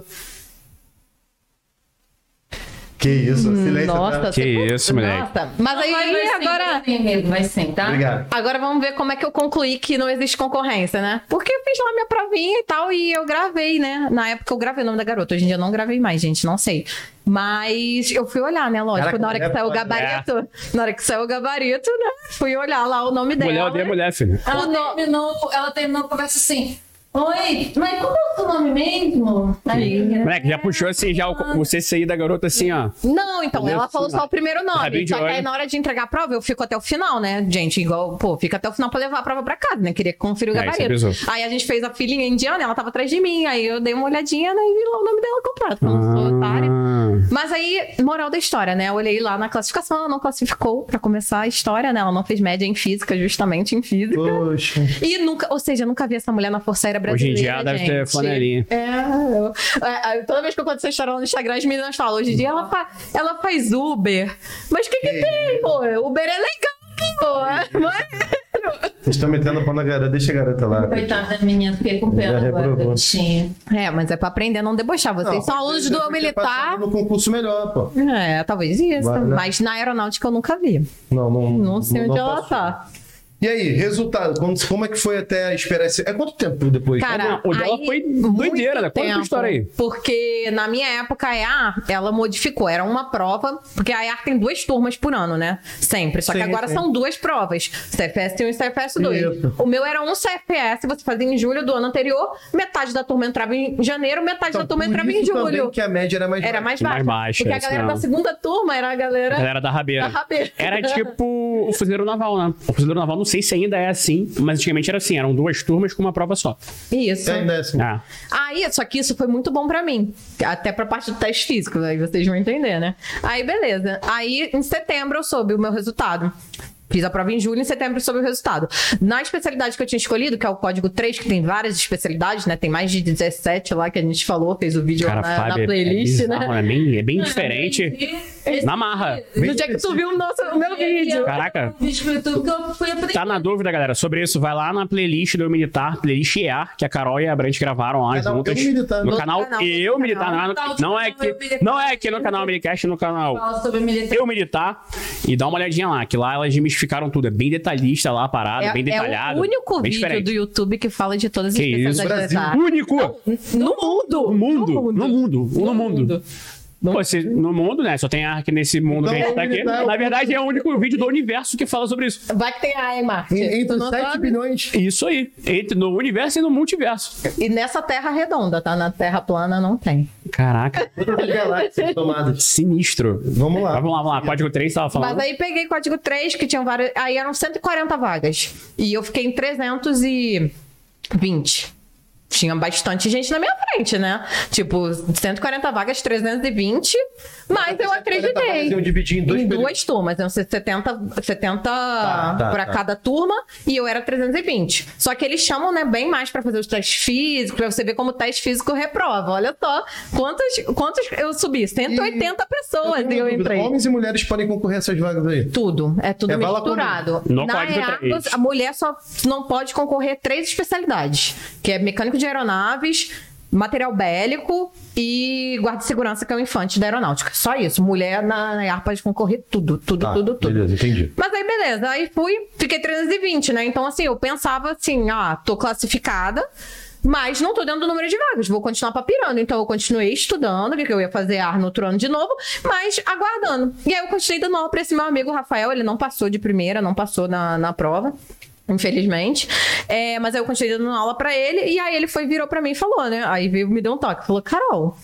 Speaker 1: Que isso, silêncio.
Speaker 4: Hum, Nossa,
Speaker 1: né?
Speaker 3: Que
Speaker 4: você-
Speaker 3: isso, moleque.
Speaker 4: Nossa. Mas aí
Speaker 2: Vai, vai sim,
Speaker 4: agora.
Speaker 2: vai sim, amigo, vai sim, tá?
Speaker 1: Obrigado.
Speaker 4: Agora vamos ver como é que eu concluí que não existe concorrência, né? Porque eu fiz lá minha provinha e tal, e eu gravei, né? Na época eu gravei o nome da garota. Hoje em dia eu não gravei mais, gente, não sei. Mas eu fui olhar, né? Lógico,
Speaker 1: Caraca,
Speaker 4: na hora que
Speaker 1: mulher
Speaker 4: saiu o
Speaker 1: pode-
Speaker 3: né?
Speaker 4: gabarito. Na hora que saiu o gabarito, né? Fui olhar lá o nome
Speaker 3: Mulher
Speaker 4: dela.
Speaker 3: odeia mulher, filho.
Speaker 2: Ela terminou, ela terminou a conversa assim. Oi, mas como é o teu nome mesmo? Aí,
Speaker 3: Moleque, já puxou assim, já o, o CCI da garota assim, ó.
Speaker 4: Não, então, ela falou só o primeiro
Speaker 3: Rabinho
Speaker 4: nome.
Speaker 3: de
Speaker 4: Só que aí
Speaker 3: olho.
Speaker 4: na hora de entregar a prova, eu fico até o final, né? Gente, igual, pô, fica até o final pra levar a prova pra casa, né? Queria conferir o
Speaker 3: É, isso é
Speaker 4: gabarito.
Speaker 3: bizarro.
Speaker 4: aí a gente fez a filhinha indiana, ela tava atrás de mim. Aí eu dei uma olhadinha né, e vi lá o nome dela comprado. Falando, sou otária.
Speaker 3: Ah,
Speaker 4: Mas aí, moral da história, né? Eu olhei lá na classificação, ela não classificou pra começar a história, né? Ela não fez média em física, justamente em física.
Speaker 1: Poxa.
Speaker 4: E nunca, ou seja, eu nunca vi essa mulher na Força Aérea
Speaker 3: hoje
Speaker 4: Brasileira.
Speaker 3: em dia ela deve ter
Speaker 4: gente.
Speaker 3: flanelinha.
Speaker 4: É, eu- é, é, toda vez que eu conto essa história lá no Instagram, as meninas falam: hoje em dia ela, fa- ela faz Uber. Mas o que, que tem, pô? Uber é legal, pô.
Speaker 1: Vocês estão metendo pau na garota, deixa a garota lá.
Speaker 2: coitada da menina, fiquei com
Speaker 1: Já
Speaker 2: pena agora,
Speaker 1: reprovou.
Speaker 2: bichinha.
Speaker 4: É, mas é pra aprender a não debochar. Vocês
Speaker 1: Não,
Speaker 4: são alunos do
Speaker 1: eu fiquei
Speaker 4: militar.
Speaker 1: passando No concurso melhor, pô.
Speaker 4: É, talvez isso.
Speaker 1: Vai, né?
Speaker 4: Mas na aeronáutica eu nunca vi.
Speaker 1: Não, não.
Speaker 4: Não sei onde ela
Speaker 1: passou.
Speaker 4: tá.
Speaker 1: E aí, resultado? Quando- como é que foi até esperar esse. É quanto tempo depois?
Speaker 4: Cara,
Speaker 3: O dela
Speaker 4: aí,
Speaker 3: foi
Speaker 4: muito
Speaker 3: doideira, né? Conta a tua
Speaker 4: tempo,
Speaker 3: história aí.
Speaker 4: Porque na minha época a EAR, ela modificou. Era uma prova, porque a EAR tem duas turmas por ano, né? Sempre. Só que
Speaker 1: Sim,
Speaker 4: agora
Speaker 1: sim.
Speaker 4: são duas provas. CFS 1 e CFS 2.
Speaker 1: Isso.
Speaker 4: O meu era um CFS, você fazia em julho do ano anterior. Metade da turma entrava em janeiro, metade
Speaker 3: Então,
Speaker 4: da turma
Speaker 1: por
Speaker 4: entrava em
Speaker 1: isso também
Speaker 4: julho.
Speaker 1: que a média era mais
Speaker 4: Era mais baixa.
Speaker 3: é Mais baixa,
Speaker 4: porque a
Speaker 3: isso
Speaker 4: galera
Speaker 3: mesmo.
Speaker 4: da segunda turma era a galera...
Speaker 3: A galera da rabeira.
Speaker 4: Da rabeira.
Speaker 3: Era tipo o fuzileiro naval, né? O fuzileiro naval, não sei se ainda é assim, mas antigamente era assim, eram duas turmas com uma prova só.
Speaker 4: Isso.
Speaker 1: É, ainda é assim.
Speaker 3: Ah,
Speaker 4: Aí, só que isso foi muito bom pra mim. Até pra parte do teste físico, aí vocês vão entender, né? Aí, beleza. Aí, em setembro, eu soube o meu resultado. Fiz a prova em julho, em setembro eu soube o resultado. Na especialidade que eu tinha escolhido, que é o código 3, que tem várias especialidades, né? Tem mais de 17 lá que a gente falou, fez o vídeo
Speaker 3: cara,
Speaker 4: lá na,
Speaker 3: Fábio,
Speaker 4: na
Speaker 3: é-
Speaker 4: playlist,
Speaker 3: é,
Speaker 4: né?
Speaker 3: bizarro, É bem, é bem diferente. Na marra.
Speaker 4: No dia que tu viu o, nosso, o meu vídeo.
Speaker 3: Caraca.
Speaker 2: Um vídeo no YouTube que eu fui aprender.
Speaker 3: Tá na dúvida, galera, sobre isso, vai lá na playlist do Eu Militar, playlist EAR, que a Carol e a Brand gravaram lá
Speaker 1: Canal
Speaker 3: juntas.
Speaker 1: Eu Militar.
Speaker 3: No
Speaker 1: Outro
Speaker 3: canal
Speaker 4: canal,
Speaker 3: Eu
Speaker 4: outro
Speaker 3: Militar,
Speaker 4: canal.
Speaker 3: não é-
Speaker 2: Tá, outro
Speaker 3: não é
Speaker 2: canal, Eu
Speaker 3: aqui,
Speaker 2: Militar.
Speaker 3: não é aqui no canal Minicast, é no canal
Speaker 2: Fala sobre militar.
Speaker 3: eu militar e dá uma olhadinha lá, que lá elas demistificaram tudo. É bem detalhista lá a parada,
Speaker 4: É,
Speaker 3: bem
Speaker 4: é
Speaker 3: detalhado.
Speaker 4: o único
Speaker 3: bem
Speaker 4: vídeo do É YouTube que fala de todas as
Speaker 3: Que isso,
Speaker 4: especialidades.
Speaker 1: Brasil.
Speaker 4: da área.
Speaker 3: Único!
Speaker 4: No mundo!
Speaker 3: No mundo! No mundo! No
Speaker 4: No
Speaker 3: mundo!
Speaker 4: mundo.
Speaker 3: Pô, você- no mundo, né? Só tem arque nesse mundo que a gente tá aqui.
Speaker 1: Então,
Speaker 3: Na verdade, é o único vídeo do universo que fala sobre isso.
Speaker 4: Vai que tem a Marte.
Speaker 1: Entre
Speaker 4: Tu não
Speaker 1: 7
Speaker 4: sabe?
Speaker 1: bilhões.
Speaker 3: Isso aí. Entre no universo e no multiverso.
Speaker 4: E nessa terra redonda, tá? Na terra plana não tem.
Speaker 3: Caraca,
Speaker 1: Todas as galáxias tomadas.
Speaker 3: sinistro.
Speaker 1: Vamos lá.
Speaker 3: Mas vamos lá, vamos lá. Código 3 tava falando.
Speaker 4: Mas aí peguei código 3, que tinham várias. Aí eram 140 vagas. E eu fiquei em 320. Tinha bastante gente na minha frente, né? Tipo, 140 vagas, 320. Mas
Speaker 1: tá
Speaker 4: eu acreditei.
Speaker 1: Eu dividi um em dois
Speaker 4: Em
Speaker 1: períodos.
Speaker 4: duas turmas, né? iam ser 70, 70
Speaker 1: tá,
Speaker 4: pra
Speaker 1: tá.
Speaker 4: cada turma e eu era 320. Só que eles chamam, né, bem mais pra fazer os testes físicos, pra você ver como o teste físico reprova. Olha só, quantos, quantos eu subi? 180 pessoas
Speaker 1: Eu
Speaker 4: e
Speaker 1: tenho
Speaker 4: eu
Speaker 1: uma dúvida.
Speaker 4: entrei.
Speaker 1: Homens e mulheres podem concorrer a essas vagas aí.
Speaker 4: Tudo, é tudo
Speaker 1: É bala
Speaker 4: misturado.
Speaker 3: comum. No
Speaker 4: Na
Speaker 3: código
Speaker 4: EAR,
Speaker 3: três.
Speaker 4: a mulher só não pode concorrer a três especialidades, que é mecânico de aeronaves, material bélico e guarda de segurança, que é o infante da aeronáutica. Só isso. Mulher na na EAR pode concorrer tudo, tudo,
Speaker 1: Tá,
Speaker 4: tudo, tudo.
Speaker 1: Beleza, entendi.
Speaker 4: Mas aí, beleza. Aí fui, fiquei 320, né? Então, assim, eu pensava assim, ah, tô classificada, mas não tô dentro do número de vagas, vou continuar papirando. Então, eu continuei estudando, que eu ia fazer ar no trono de novo, mas aguardando. E aí, eu continuei dando aula pra esse meu amigo Rafael, ele não passou de primeira, não passou na, na prova. Infelizmente. É, mas aí eu continuei dando aula pra ele, e aí ele foi, virou pra mim e falou, né? Aí veio, me deu um toque, falou, Carol,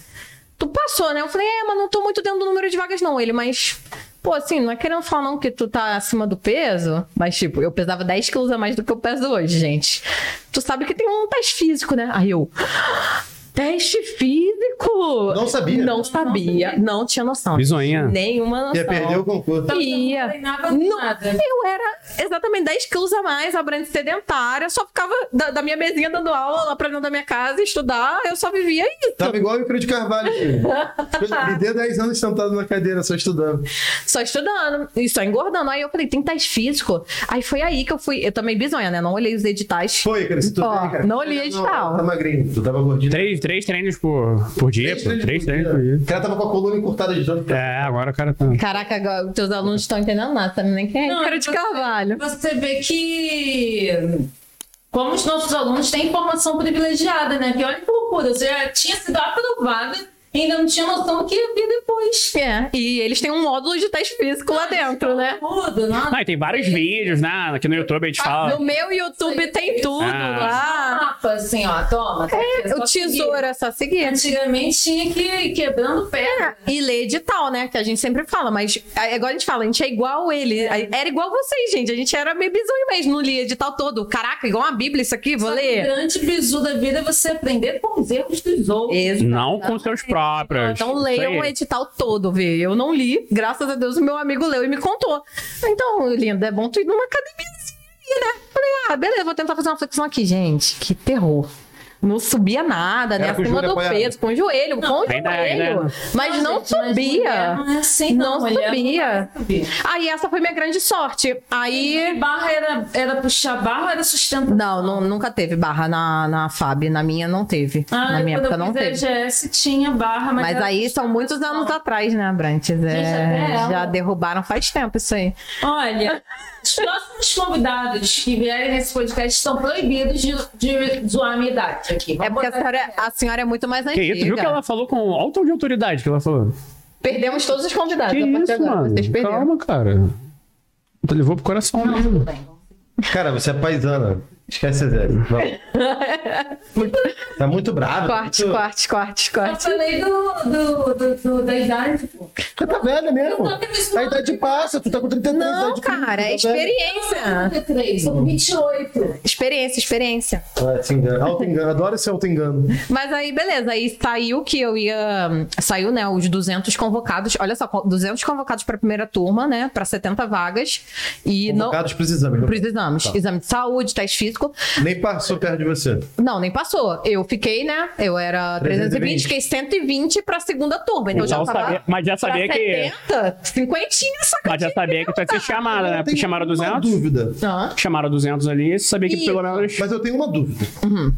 Speaker 4: tu passou, né? Eu falei, é, mas não tô muito dentro do número de vagas, não. Ele, mas. Pô, assim, não é querendo falar não que tu tá acima do peso, mas tipo, eu pesava 10 quilos a mais do que eu peso hoje, gente. Tu sabe que tem um teste físico, né? Aí eu. Teste físico!
Speaker 1: Não sabia.
Speaker 4: Não sabia. Não tinha noção.
Speaker 3: Bisonha.
Speaker 4: Nenhuma noção.
Speaker 1: Ia perder o concurso.
Speaker 2: Então, você
Speaker 4: Ia.
Speaker 2: Não treinava
Speaker 4: Não,
Speaker 2: nada.
Speaker 4: eu era exatamente 10 quilos a mais, abrante sedentária, só ficava da, da minha mesinha dando aula lá pra dentro da minha casa, estudar, eu só vivia isso.
Speaker 1: Tava igual o Icaro de Carvalho, filho. Me deu 10 anos sentado na cadeira, só estudando.
Speaker 4: Só estudando e só engordando. Aí eu falei, tem teste físico? Aí foi aí que eu fui, eu também bizonha, né? Não olhei os editais.
Speaker 1: Foi, Icaro, se tu
Speaker 4: Ó,
Speaker 1: tem, cara.
Speaker 4: não olhei edital.
Speaker 1: Tá magrinho, tu tava gordinho.
Speaker 3: Três, três treinos por, por dia, pô. Três treinos por dia.
Speaker 1: O cara tava com a coluna encurtada de tanto.
Speaker 3: É, agora o cara tá.
Speaker 4: Caraca, agora os teus alunos estão entendendo nada, sabe nem quem é
Speaker 2: Não,
Speaker 4: cara de
Speaker 2: você-
Speaker 4: Carvalho.
Speaker 2: Você vê que. Como os nossos alunos têm informação privilegiada, né? Que olha que loucura, você já tinha sido aprovada e ainda não tinha noção do que ia vir depois.
Speaker 4: É, e eles têm um módulo de teste físico lá dentro, né?
Speaker 2: Tudo, nossa.
Speaker 3: Ah, e tem vários vídeos, né? Aqui no YouTube a gente fala.
Speaker 4: No meu YouTube tem tudo
Speaker 3: Ah.
Speaker 4: lá.
Speaker 2: Mapa, assim, ó, toma. tá aqui,
Speaker 4: É,
Speaker 2: só
Speaker 4: o tesoura é só
Speaker 2: seguir.
Speaker 4: seguir.
Speaker 2: Antigamente tinha que ir quebrando pedra.
Speaker 4: E ler edital, né? Que a gente sempre fala, mas aí agora a gente fala, a gente é igual ele. Aí Era igual vocês, gente. A gente era meio bizonho mesmo, não lia edital todo. Caraca, igual uma bíblia isso aqui, vou
Speaker 2: Só que O
Speaker 4: ler.
Speaker 2: grande bizu da vida é você aprender com os erros dos outros.
Speaker 4: Ex-
Speaker 3: Não com seus próprios.
Speaker 4: Então
Speaker 3: Isso
Speaker 4: leiam o
Speaker 3: aí.
Speaker 4: edital todo, vê. Eu não li, graças a Deus o meu amigo leu e me contou. Então, linda, é bom tu ir numa academiazinha, né? Falei, ah, beleza, vou tentar fazer uma flexão aqui, gente. Que terror. Não subia nada, né?
Speaker 1: Era com o
Speaker 4: Acima
Speaker 1: joelho
Speaker 4: do
Speaker 1: apoiado.
Speaker 4: peso, com o joelho, com o joelho.
Speaker 3: Ainda é, né?
Speaker 4: Mas não
Speaker 2: gente, mas mulher
Speaker 4: subia.
Speaker 2: Não, é assim, não,
Speaker 4: Não
Speaker 2: mulher
Speaker 4: subia.
Speaker 2: Não subia.
Speaker 4: Aí essa foi minha grande sorte.
Speaker 2: E
Speaker 4: Aí.
Speaker 2: barra era, era puxar barra, era sustentar.
Speaker 4: Não, não- nunca teve barra na, na FAB. Na minha não teve.
Speaker 2: Ah,
Speaker 4: na minha
Speaker 2: quando
Speaker 4: época
Speaker 2: eu
Speaker 4: não
Speaker 2: fiz
Speaker 4: teve.
Speaker 2: EGS tinha barra, mas,
Speaker 4: Mas
Speaker 2: era-
Speaker 4: aí são muitos anos atrás, né, Brantes? É,
Speaker 2: Gente, até
Speaker 4: já
Speaker 2: ela.
Speaker 4: derrubaram faz tempo isso aí.
Speaker 2: Olha, os próximos convidados que vierem nesse podcast estão proibidos de, de zoar a minha idade aqui.
Speaker 4: É
Speaker 2: Vamos
Speaker 4: porque a
Speaker 2: botar-
Speaker 4: senhora, a senhora é muito mais
Speaker 3: Que
Speaker 4: antiga.
Speaker 3: isso, viu que ela falou com um alto tom de autoridade que ela falou.
Speaker 4: Perdemos todos os convidados.
Speaker 3: Que
Speaker 4: a partir de
Speaker 3: isso,
Speaker 4: agora,
Speaker 3: mano?
Speaker 4: Vocês perderam.
Speaker 3: Calma, cara. Tu levou pro coração mesmo.
Speaker 1: Cara, você é paisana. Esquece Zé. Tá muito bravo.
Speaker 4: Corte,
Speaker 1: muito...
Speaker 4: corte, corte,
Speaker 2: Eu
Speaker 4: corte.
Speaker 2: falei do, do, do- do- da idade, pô.
Speaker 1: Você tá velha mesmo.
Speaker 2: Eu tô pensando-
Speaker 1: A idade passa, tu tá com 33 a
Speaker 4: Não,
Speaker 1: idade passa,
Speaker 4: cara, é
Speaker 1: tu tá velha.
Speaker 4: experiência.
Speaker 2: 33, sou com 28.
Speaker 4: Experiência, experiência.
Speaker 1: Ah, se engano. Auto-engano, adoro esse auto-engano.
Speaker 4: Mas aí, beleza, aí saiu que eu ia. Saiu, né, os 200 convocados. Olha só, 200 convocados para primeira turma, né, para 70 vagas. E não.
Speaker 1: Convocados pros exames.
Speaker 4: Para os exames,
Speaker 1: Tá.
Speaker 4: exame de saúde, teste físico.
Speaker 1: Nem passou perto de
Speaker 3: É,
Speaker 1: você.
Speaker 4: Não, nem passou. Eu fiquei, né? Eu era
Speaker 1: 320.
Speaker 4: 320, fiquei 120 para segunda turma. Então eu já
Speaker 3: Então,
Speaker 4: tava.
Speaker 3: sabia- mas já
Speaker 4: pra
Speaker 3: sabia que-
Speaker 4: 70, 50, saca?
Speaker 3: Mas já sabia que tu ia ser chamada, né?
Speaker 1: Eu tenho
Speaker 3: Porque chamaram
Speaker 1: uma
Speaker 3: 200.
Speaker 1: dúvida.
Speaker 4: Ah,
Speaker 3: Chamaram 200 ali, sabia que
Speaker 4: Isso.
Speaker 3: pelo menos.
Speaker 1: Mas eu tenho uma dúvida.
Speaker 4: Uhum.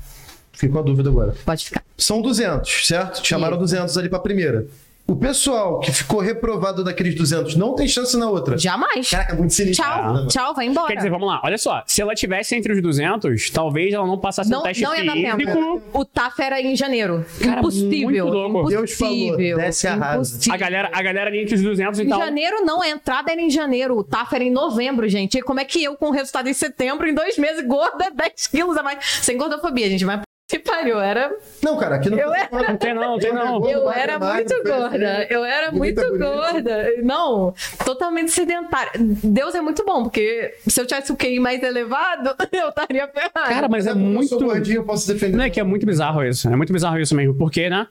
Speaker 1: Fiquei com a dúvida agora.
Speaker 4: pode ficar.
Speaker 1: São 200, certo? Chamaram 200 ali pra primeira. O pessoal que ficou reprovado daqueles 200 não tem chance na outra.
Speaker 4: Jamais.
Speaker 1: Caraca, é muito sinistro.
Speaker 4: Tchau,
Speaker 1: Caramba.
Speaker 4: tchau, vai embora.
Speaker 3: Quer dizer, vamos lá, olha só. Se ela tivesse entre os 200, talvez ela não passasse
Speaker 4: não,
Speaker 3: no tá teste
Speaker 4: não ia dar
Speaker 3: físico.
Speaker 4: tempo. O TAF era em janeiro.
Speaker 3: Cara, muito
Speaker 4: impossível.
Speaker 3: louco.
Speaker 1: Deus falou,
Speaker 4: Impossível.
Speaker 1: desce e arrasa.
Speaker 4: impossível.
Speaker 3: A galera, a galera ali entre os 200,
Speaker 4: Em
Speaker 3: então.
Speaker 4: janeiro não, a entrada era em janeiro, o TAF era em novembro, gente. E como é que eu, com o resultado em setembro, em dois meses, gorda 10 quilos a mais? Sem gordofobia, gente, mas se pariu, era.
Speaker 1: Não, cara, aqui não
Speaker 4: Eu
Speaker 1: tem
Speaker 4: era-
Speaker 1: problema.
Speaker 3: Não tem não, não tem não.
Speaker 4: Eu
Speaker 1: Magra,
Speaker 4: era
Speaker 1: magra,
Speaker 4: muito
Speaker 1: feia,
Speaker 4: gorda.
Speaker 1: feia.
Speaker 4: Eu era muito
Speaker 1: Bonita, bonita.
Speaker 4: gorda. Não, totalmente sedentária. Deus é muito bom, porque se eu tivesse o QI mais elevado, eu estaria ferrada.
Speaker 3: Cara, mas é
Speaker 1: Porque Eu
Speaker 3: muito.
Speaker 1: sou gordinho, eu posso defender.
Speaker 3: Não é que é muito bizarro isso. É muito bizarro isso mesmo. Porque, né?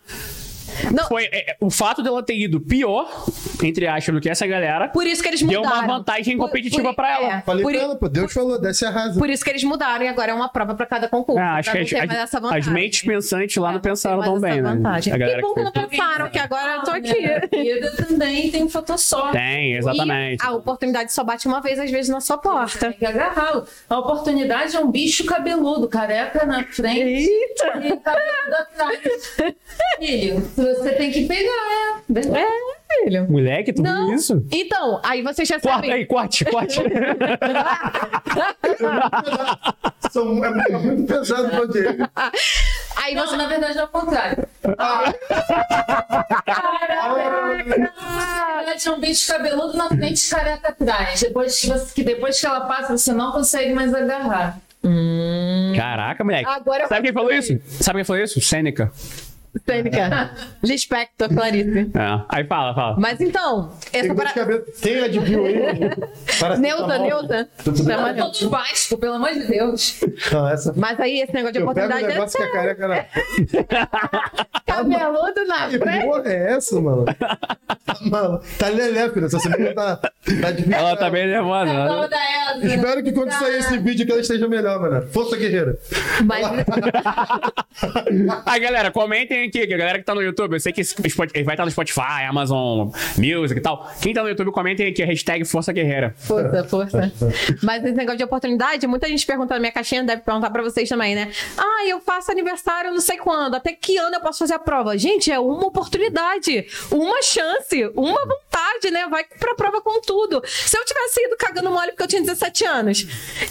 Speaker 4: Não,
Speaker 3: Foi é, é, o fato dela ter ido pior, entre aspas, do que essa galera.
Speaker 4: por isso que eles
Speaker 3: Deu
Speaker 4: mudaram.
Speaker 3: é uma vantagem
Speaker 4: Por-
Speaker 3: competitiva
Speaker 4: por-
Speaker 3: pra ela.
Speaker 4: é,
Speaker 1: Falei
Speaker 4: por,
Speaker 1: pra ela, pô, Deus falou, desce e arrasa.
Speaker 4: por isso que eles mudaram e agora é uma prova pra cada concurso.
Speaker 3: Ah, acho
Speaker 4: pra
Speaker 3: que
Speaker 4: não
Speaker 3: as,
Speaker 4: ter mais
Speaker 3: as,
Speaker 4: essa
Speaker 3: as
Speaker 4: vantagem.
Speaker 3: mentes pensantes lá
Speaker 4: Pra
Speaker 3: não
Speaker 4: ter
Speaker 3: pensaram
Speaker 4: mais
Speaker 3: tão
Speaker 4: essa
Speaker 3: bem,
Speaker 4: vantagem.
Speaker 3: né? A galera
Speaker 4: que bom que,
Speaker 3: que
Speaker 4: não
Speaker 3: foi.
Speaker 4: pensaram, que agora eu tô aqui.
Speaker 2: Minha vida também tem um fator sorte.
Speaker 3: Tem, exatamente.
Speaker 4: E a oportunidade só bate uma vez, às vezes, na sua porta.
Speaker 2: Tem que agarrá-lo. A oportunidade é um bicho cabeludo, careca na frente
Speaker 4: Eita!
Speaker 2: e cabeludo atrás. Filho, você tem que pegar, é.
Speaker 4: É, filho.
Speaker 3: Moleque, tu
Speaker 4: Não.
Speaker 3: viu isso?
Speaker 4: Então, aí vocês já
Speaker 3: Corta
Speaker 4: sabem.
Speaker 3: aí, corte, corte.
Speaker 1: São, é, muito- é muito pesado pra Diego.
Speaker 4: Aí
Speaker 2: Não,
Speaker 4: você...
Speaker 2: na verdade é o contrário. Na verdade, é um bicho cabeludo na frente e careca atrás. Depois que, você- que depois que ela passa, você não consegue mais agarrar.
Speaker 3: Caraca, moleque.
Speaker 4: Agora eu-
Speaker 3: Sabe quem falou isso? Sabe quem falou isso? Sêneca.
Speaker 4: Sêneca. Lispector, Clarice.
Speaker 3: É. Aí fala, fala.
Speaker 4: Mas então, essa
Speaker 1: Tem dor de
Speaker 4: parada.
Speaker 1: cabelo. Tem a de bio aí? Para-
Speaker 4: Neuza,
Speaker 1: tá mal.
Speaker 4: Neuza.
Speaker 1: Tudo bem.
Speaker 4: Chama
Speaker 2: Todos Vasco, pelo amor de Deus.
Speaker 1: Não, essa...
Speaker 4: Mas aí esse negócio de
Speaker 1: Eu pego o
Speaker 4: oportunidade é
Speaker 1: negócio que a careca era...
Speaker 4: cabeludo na
Speaker 1: Que
Speaker 4: frente.
Speaker 1: porra é essa, mano? Tá, mano, tá lelé, filha. Essa semana tá, tá difícil.
Speaker 3: Ela tá bem nervosa. né?
Speaker 2: Toda ela.
Speaker 1: Espero que quando sair esse vídeo que ela esteja melhor, mano. Força guerreira.
Speaker 4: Mas
Speaker 3: Aí, Ah, galera, comentem aqui, que a galera que tá no YouTube, eu sei que esse Spot- vai estar no Spotify, Amazon Music e tal. Quem tá no YouTube, comentem aqui, hashtag Força Guerreira.
Speaker 4: Força, força. Mas esse negócio de oportunidade, muita gente pergunta na minha caixinha, deve perguntar pra vocês também, né? Ah, eu faço aniversário não sei quando, até que ano eu posso fazer a prova? Gente, é uma oportunidade, uma chance, uma vontade, né? Vai pra prova com tudo. Se eu tivesse ido cagando mole porque eu tinha 17 anos,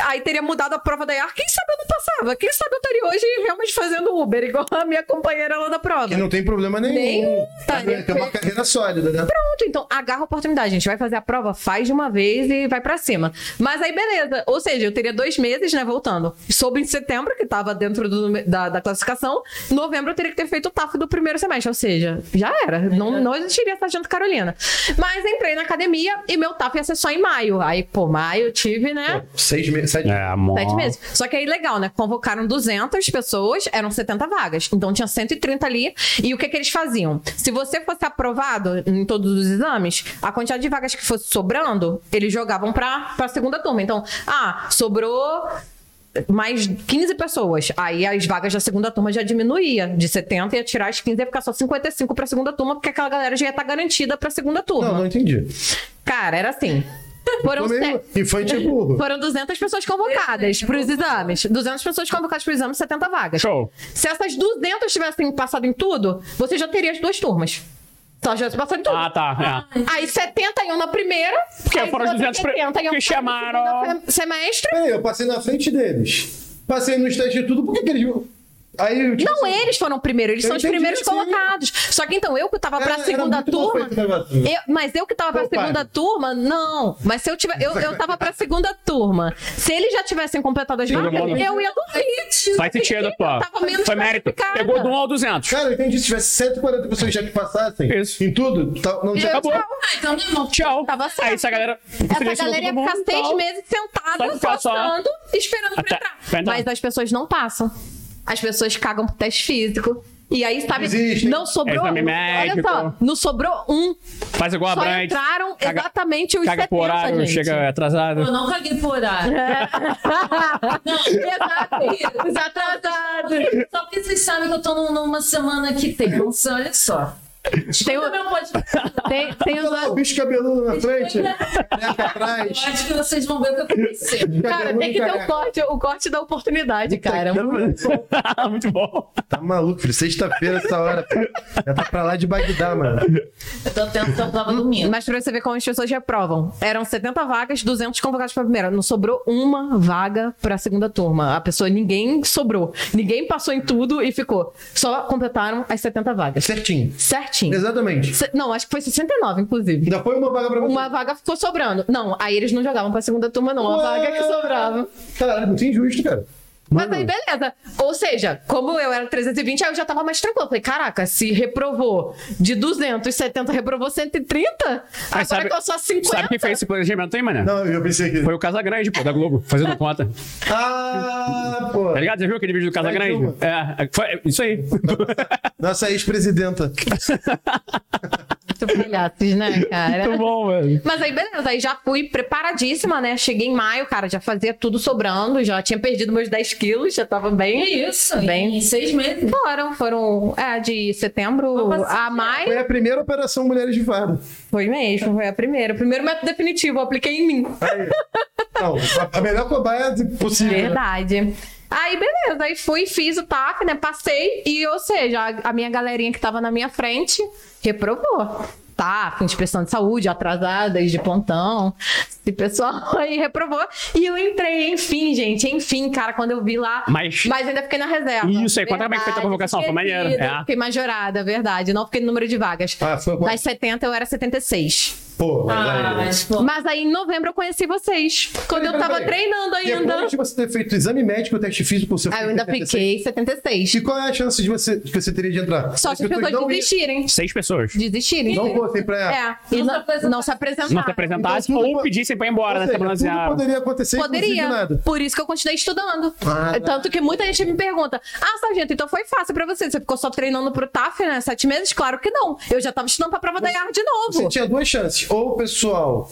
Speaker 4: aí teria mudado a prova da IAR, quem sabe eu não passava? Quem sabe eu estaria hoje realmente fazendo Uber, igual a minha companheira lá da prova.
Speaker 1: Que não tem problema nenhum.
Speaker 4: Nenhum, tá,
Speaker 1: Tem
Speaker 4: nem-
Speaker 1: uma carreira sólida, né?
Speaker 4: Pronto, então agarra a oportunidade, gente. Vai fazer a prova, faz de uma vez e vai pra cima. Mas aí, beleza. Ou seja, eu teria dois meses, né, voltando. Soube em setembro, que tava dentro do- da, da classificação. Novembro eu teria que ter feito o TAF do primeiro semestre. Ou seja, já era. Não, não existiria Sargento Carolina. Mas entrei na academia e meu TAF ia ser só em maio. Aí, pô, maio eu tive, né?
Speaker 1: Seis meses, sete
Speaker 3: É, amor.
Speaker 4: Sete meses. Só que aí, legal, né? Convocaram 200 pessoas, eram 70 vagas. Então tinha 130 ali. E o que, que eles faziam? Se você fosse aprovado em todos os exames, a quantidade de vagas que fosse sobrando, eles jogavam pra, pra segunda turma. Então, ah, sobrou. Mais 15 pessoas. Aí as vagas da segunda turma já diminuía. De 70 ia tirar as 15 e ficar só 55 pra segunda turma, porque aquela galera já ia estar garantida pra segunda turma.
Speaker 1: Não, não entendi.
Speaker 4: Cara, era assim. Foram
Speaker 1: Tô meio
Speaker 4: sete-
Speaker 1: Infante é burro.
Speaker 4: foram 200 pessoas convocadas para os exames. 200 pessoas convocadas para os exames, 70 vagas.
Speaker 3: Show.
Speaker 4: Se essas 200 tivessem passado em tudo, você já teria as duas turmas. Só já passou em tudo.
Speaker 3: Ah, tá. é.
Speaker 4: Aí 71 na primeira.
Speaker 3: Porque
Speaker 4: aí é um
Speaker 3: foram
Speaker 4: você
Speaker 3: 200 pre-
Speaker 4: 71
Speaker 3: que
Speaker 4: no
Speaker 3: chamaram.
Speaker 4: segundo sem- Semestre.
Speaker 1: Peraí, eu passei na frente deles. Passei no estágio de tudo, por que, que eles. Aí eu tipo,
Speaker 4: Não,
Speaker 1: assim,
Speaker 4: eles foram o primeiro, eles
Speaker 1: Eu
Speaker 4: são os
Speaker 1: entendi,
Speaker 4: primeiros
Speaker 1: sim.
Speaker 4: colocados. Só que então, eu que tava pra
Speaker 1: Era- era
Speaker 4: segunda
Speaker 1: muito mal
Speaker 4: turma.
Speaker 1: feito o negócio.
Speaker 4: eu- mas eu que tava pra
Speaker 1: Meu
Speaker 4: segunda
Speaker 1: pai.
Speaker 4: turma, não. Mas se eu tiver. Eu, eu tava pra segunda turma. Se eles já tivessem completado as
Speaker 1: Sim,
Speaker 4: vagas,
Speaker 3: demora.
Speaker 4: eu ia dormir.
Speaker 3: Faz sentido, pô.
Speaker 4: Eu tava menos
Speaker 3: Foi mérito.
Speaker 4: qualificada.
Speaker 3: Pegou do 1 ao 200.
Speaker 1: Cara, eu entendi. Se tivesse 140 pessoas já que passassem
Speaker 3: Isso.
Speaker 1: em tudo, tá- não tinha.
Speaker 3: Acabou.
Speaker 2: Ah, então
Speaker 1: tá
Speaker 2: não, não.
Speaker 3: Tchau.
Speaker 4: Tava certo.
Speaker 3: Aí essa galera.
Speaker 4: Essa galera ia ficar seis meses
Speaker 3: Só
Speaker 4: sentada,
Speaker 3: ficar só-
Speaker 4: passando, esperando
Speaker 3: Até- pra
Speaker 4: pra entrar.
Speaker 3: entrar.
Speaker 4: Mas as pessoas não passam. As pessoas cagam pro teste físico. E aí, sabe,
Speaker 1: Desistem.
Speaker 4: não sobrou. um?
Speaker 3: Exame
Speaker 4: Olha
Speaker 3: médico.
Speaker 4: só, não sobrou um.
Speaker 3: Faz igual a
Speaker 4: Só
Speaker 3: Brand.
Speaker 4: entraram
Speaker 3: Caga-
Speaker 4: exatamente os
Speaker 3: Caga
Speaker 4: 70,
Speaker 3: por horário,
Speaker 4: gente.
Speaker 3: chega atrasado.
Speaker 2: Eu não caguei por horário.
Speaker 4: Exato, exatamente.
Speaker 2: Só porque vocês sabem que eu tô num- numa semana que tensa, olha só.
Speaker 4: Tem,
Speaker 2: Escuta
Speaker 4: o-
Speaker 2: meu podcast.
Speaker 4: tem, tem os-
Speaker 1: O bicho cabeludo na frente, caneca
Speaker 2: Eu
Speaker 1: atrás.
Speaker 2: acho que vocês vão ver o que aconteceu.
Speaker 4: Cara, tem que ter o corte, o corte da oportunidade, cara. É
Speaker 3: Muito bom.
Speaker 1: Tá maluco, filho. Sexta-feira, essa hora. Já tá pra lá de Bagdá, mano.
Speaker 2: Eu tô tentando eu tava dormindo.
Speaker 4: Mas pra você ver como as pessoas reprovam. Eram 70 vagas, 200 convocados pra primeira. Não sobrou uma vaga pra segunda turma. A pessoa, ninguém sobrou. Ninguém passou em tudo e ficou. Só completaram as 70 vagas.
Speaker 1: Certinho.
Speaker 4: Certinho.
Speaker 1: Exatamente.
Speaker 4: Se- Não, acho que foi 69, inclusive.
Speaker 1: Ainda foi uma vaga pra você.
Speaker 4: Uma vaga ficou sobrando. Não, aí eles não jogavam pra segunda turma, não. A
Speaker 1: Ué.
Speaker 4: vaga que sobrava.
Speaker 1: Caralho, muito injusto, cara.
Speaker 4: Mas aí, beleza. Ou seja, como eu era 320, aí eu já tava mais tranquila. Falei, caraca, se reprovou de 270, reprovou 130? Agora
Speaker 3: sabe-
Speaker 4: que eu sou a 50.
Speaker 3: Sabe quem fez esse planejamento aí, mano?
Speaker 1: Não, eu pensei que.
Speaker 3: Foi o Casagrande, pô, da Globo, fazendo conta.
Speaker 1: Ah, pô.
Speaker 3: Tá ligado? Já viu aquele vídeo do Casagrande?
Speaker 1: Dilma.
Speaker 3: É, foi isso aí.
Speaker 1: Nossa ex-presidenta.
Speaker 4: Muito palhaços, né, cara?
Speaker 3: Muito bom, velho.
Speaker 4: Mas aí, beleza, aí já fui preparadíssima, né? Cheguei em maio, cara, já fazia tudo sobrando, já tinha perdido meus 10 quilos, já tava
Speaker 2: É
Speaker 4: bem.
Speaker 2: isso,
Speaker 4: Bem.
Speaker 2: em seis meses.
Speaker 4: Foram, foram, é, de setembro
Speaker 2: Vamos
Speaker 4: a maio.
Speaker 1: Foi a primeira operação Mulheres de Vara.
Speaker 4: Foi mesmo, foi a primeira. O primeiro método definitivo, eu apliquei em mim.
Speaker 1: Aí. Não, a- a melhor cobaia possível.
Speaker 4: Verdade. Aí, beleza, aí fui, fiz o TAF, né? Passei, e, ou seja, a, a minha galerinha que tava na minha frente reprovou. TAF, inspeção de saúde, atrasadas de plantão. Esse pessoal aí reprovou. E eu entrei, enfim, gente, enfim, cara, quando eu vi lá.
Speaker 3: Mas-
Speaker 4: ainda fiquei na reserva.
Speaker 3: Isso aí, conta como é que foi a tua convocação, foi maneiro,
Speaker 4: esquecida,
Speaker 3: é.
Speaker 4: Fiquei majorada, verdade. Não fiquei no número de vagas.
Speaker 1: Ah, foi quanto?
Speaker 4: Das 70, eu era 76.
Speaker 1: Pô,
Speaker 3: é
Speaker 1: mas
Speaker 2: Ah,
Speaker 1: aí-
Speaker 2: mas, pô,
Speaker 4: Mas aí em novembro eu conheci vocês. Quando eu
Speaker 1: Peraí,
Speaker 4: tava
Speaker 1: peraí.
Speaker 4: treinando ainda.
Speaker 1: Depois de você ter feito exame médico, teste físico, você
Speaker 4: Aí
Speaker 1: foi
Speaker 4: Ah, eu ainda
Speaker 1: 76.
Speaker 4: fiquei 76.
Speaker 1: E qual é a chance de você, que você teria de entrar?
Speaker 4: Só que
Speaker 1: pessoas
Speaker 4: as pessoas
Speaker 1: não iam-
Speaker 4: desistirem.
Speaker 3: Seis pessoas.
Speaker 4: Desistirem.
Speaker 1: Não fossem pra.
Speaker 4: É. E
Speaker 2: Não se
Speaker 4: não,
Speaker 2: apresentaram.
Speaker 4: não se apresentaram.
Speaker 3: Não se apresentasse
Speaker 1: Então, tudo
Speaker 3: ou
Speaker 1: po-
Speaker 3: pedissem pra ir
Speaker 1: Ou
Speaker 3: embora, né?
Speaker 1: seja,
Speaker 3: Semana
Speaker 1: tudo
Speaker 3: assim, ah,
Speaker 1: poderia acontecer, inclusive
Speaker 4: Poderia.
Speaker 1: nada.
Speaker 4: Por isso que eu continuei estudando.
Speaker 1: Ah, tá.
Speaker 4: Tanto que muita gente me pergunta: Ah, Sargento, então foi fácil pra você? Você ficou só treinando pro TAF, né? Sete meses? Claro que não. Eu já tava estudando pra prova da IAR de
Speaker 1: Você
Speaker 4: novo.
Speaker 1: tinha duas chances. Ou o pessoal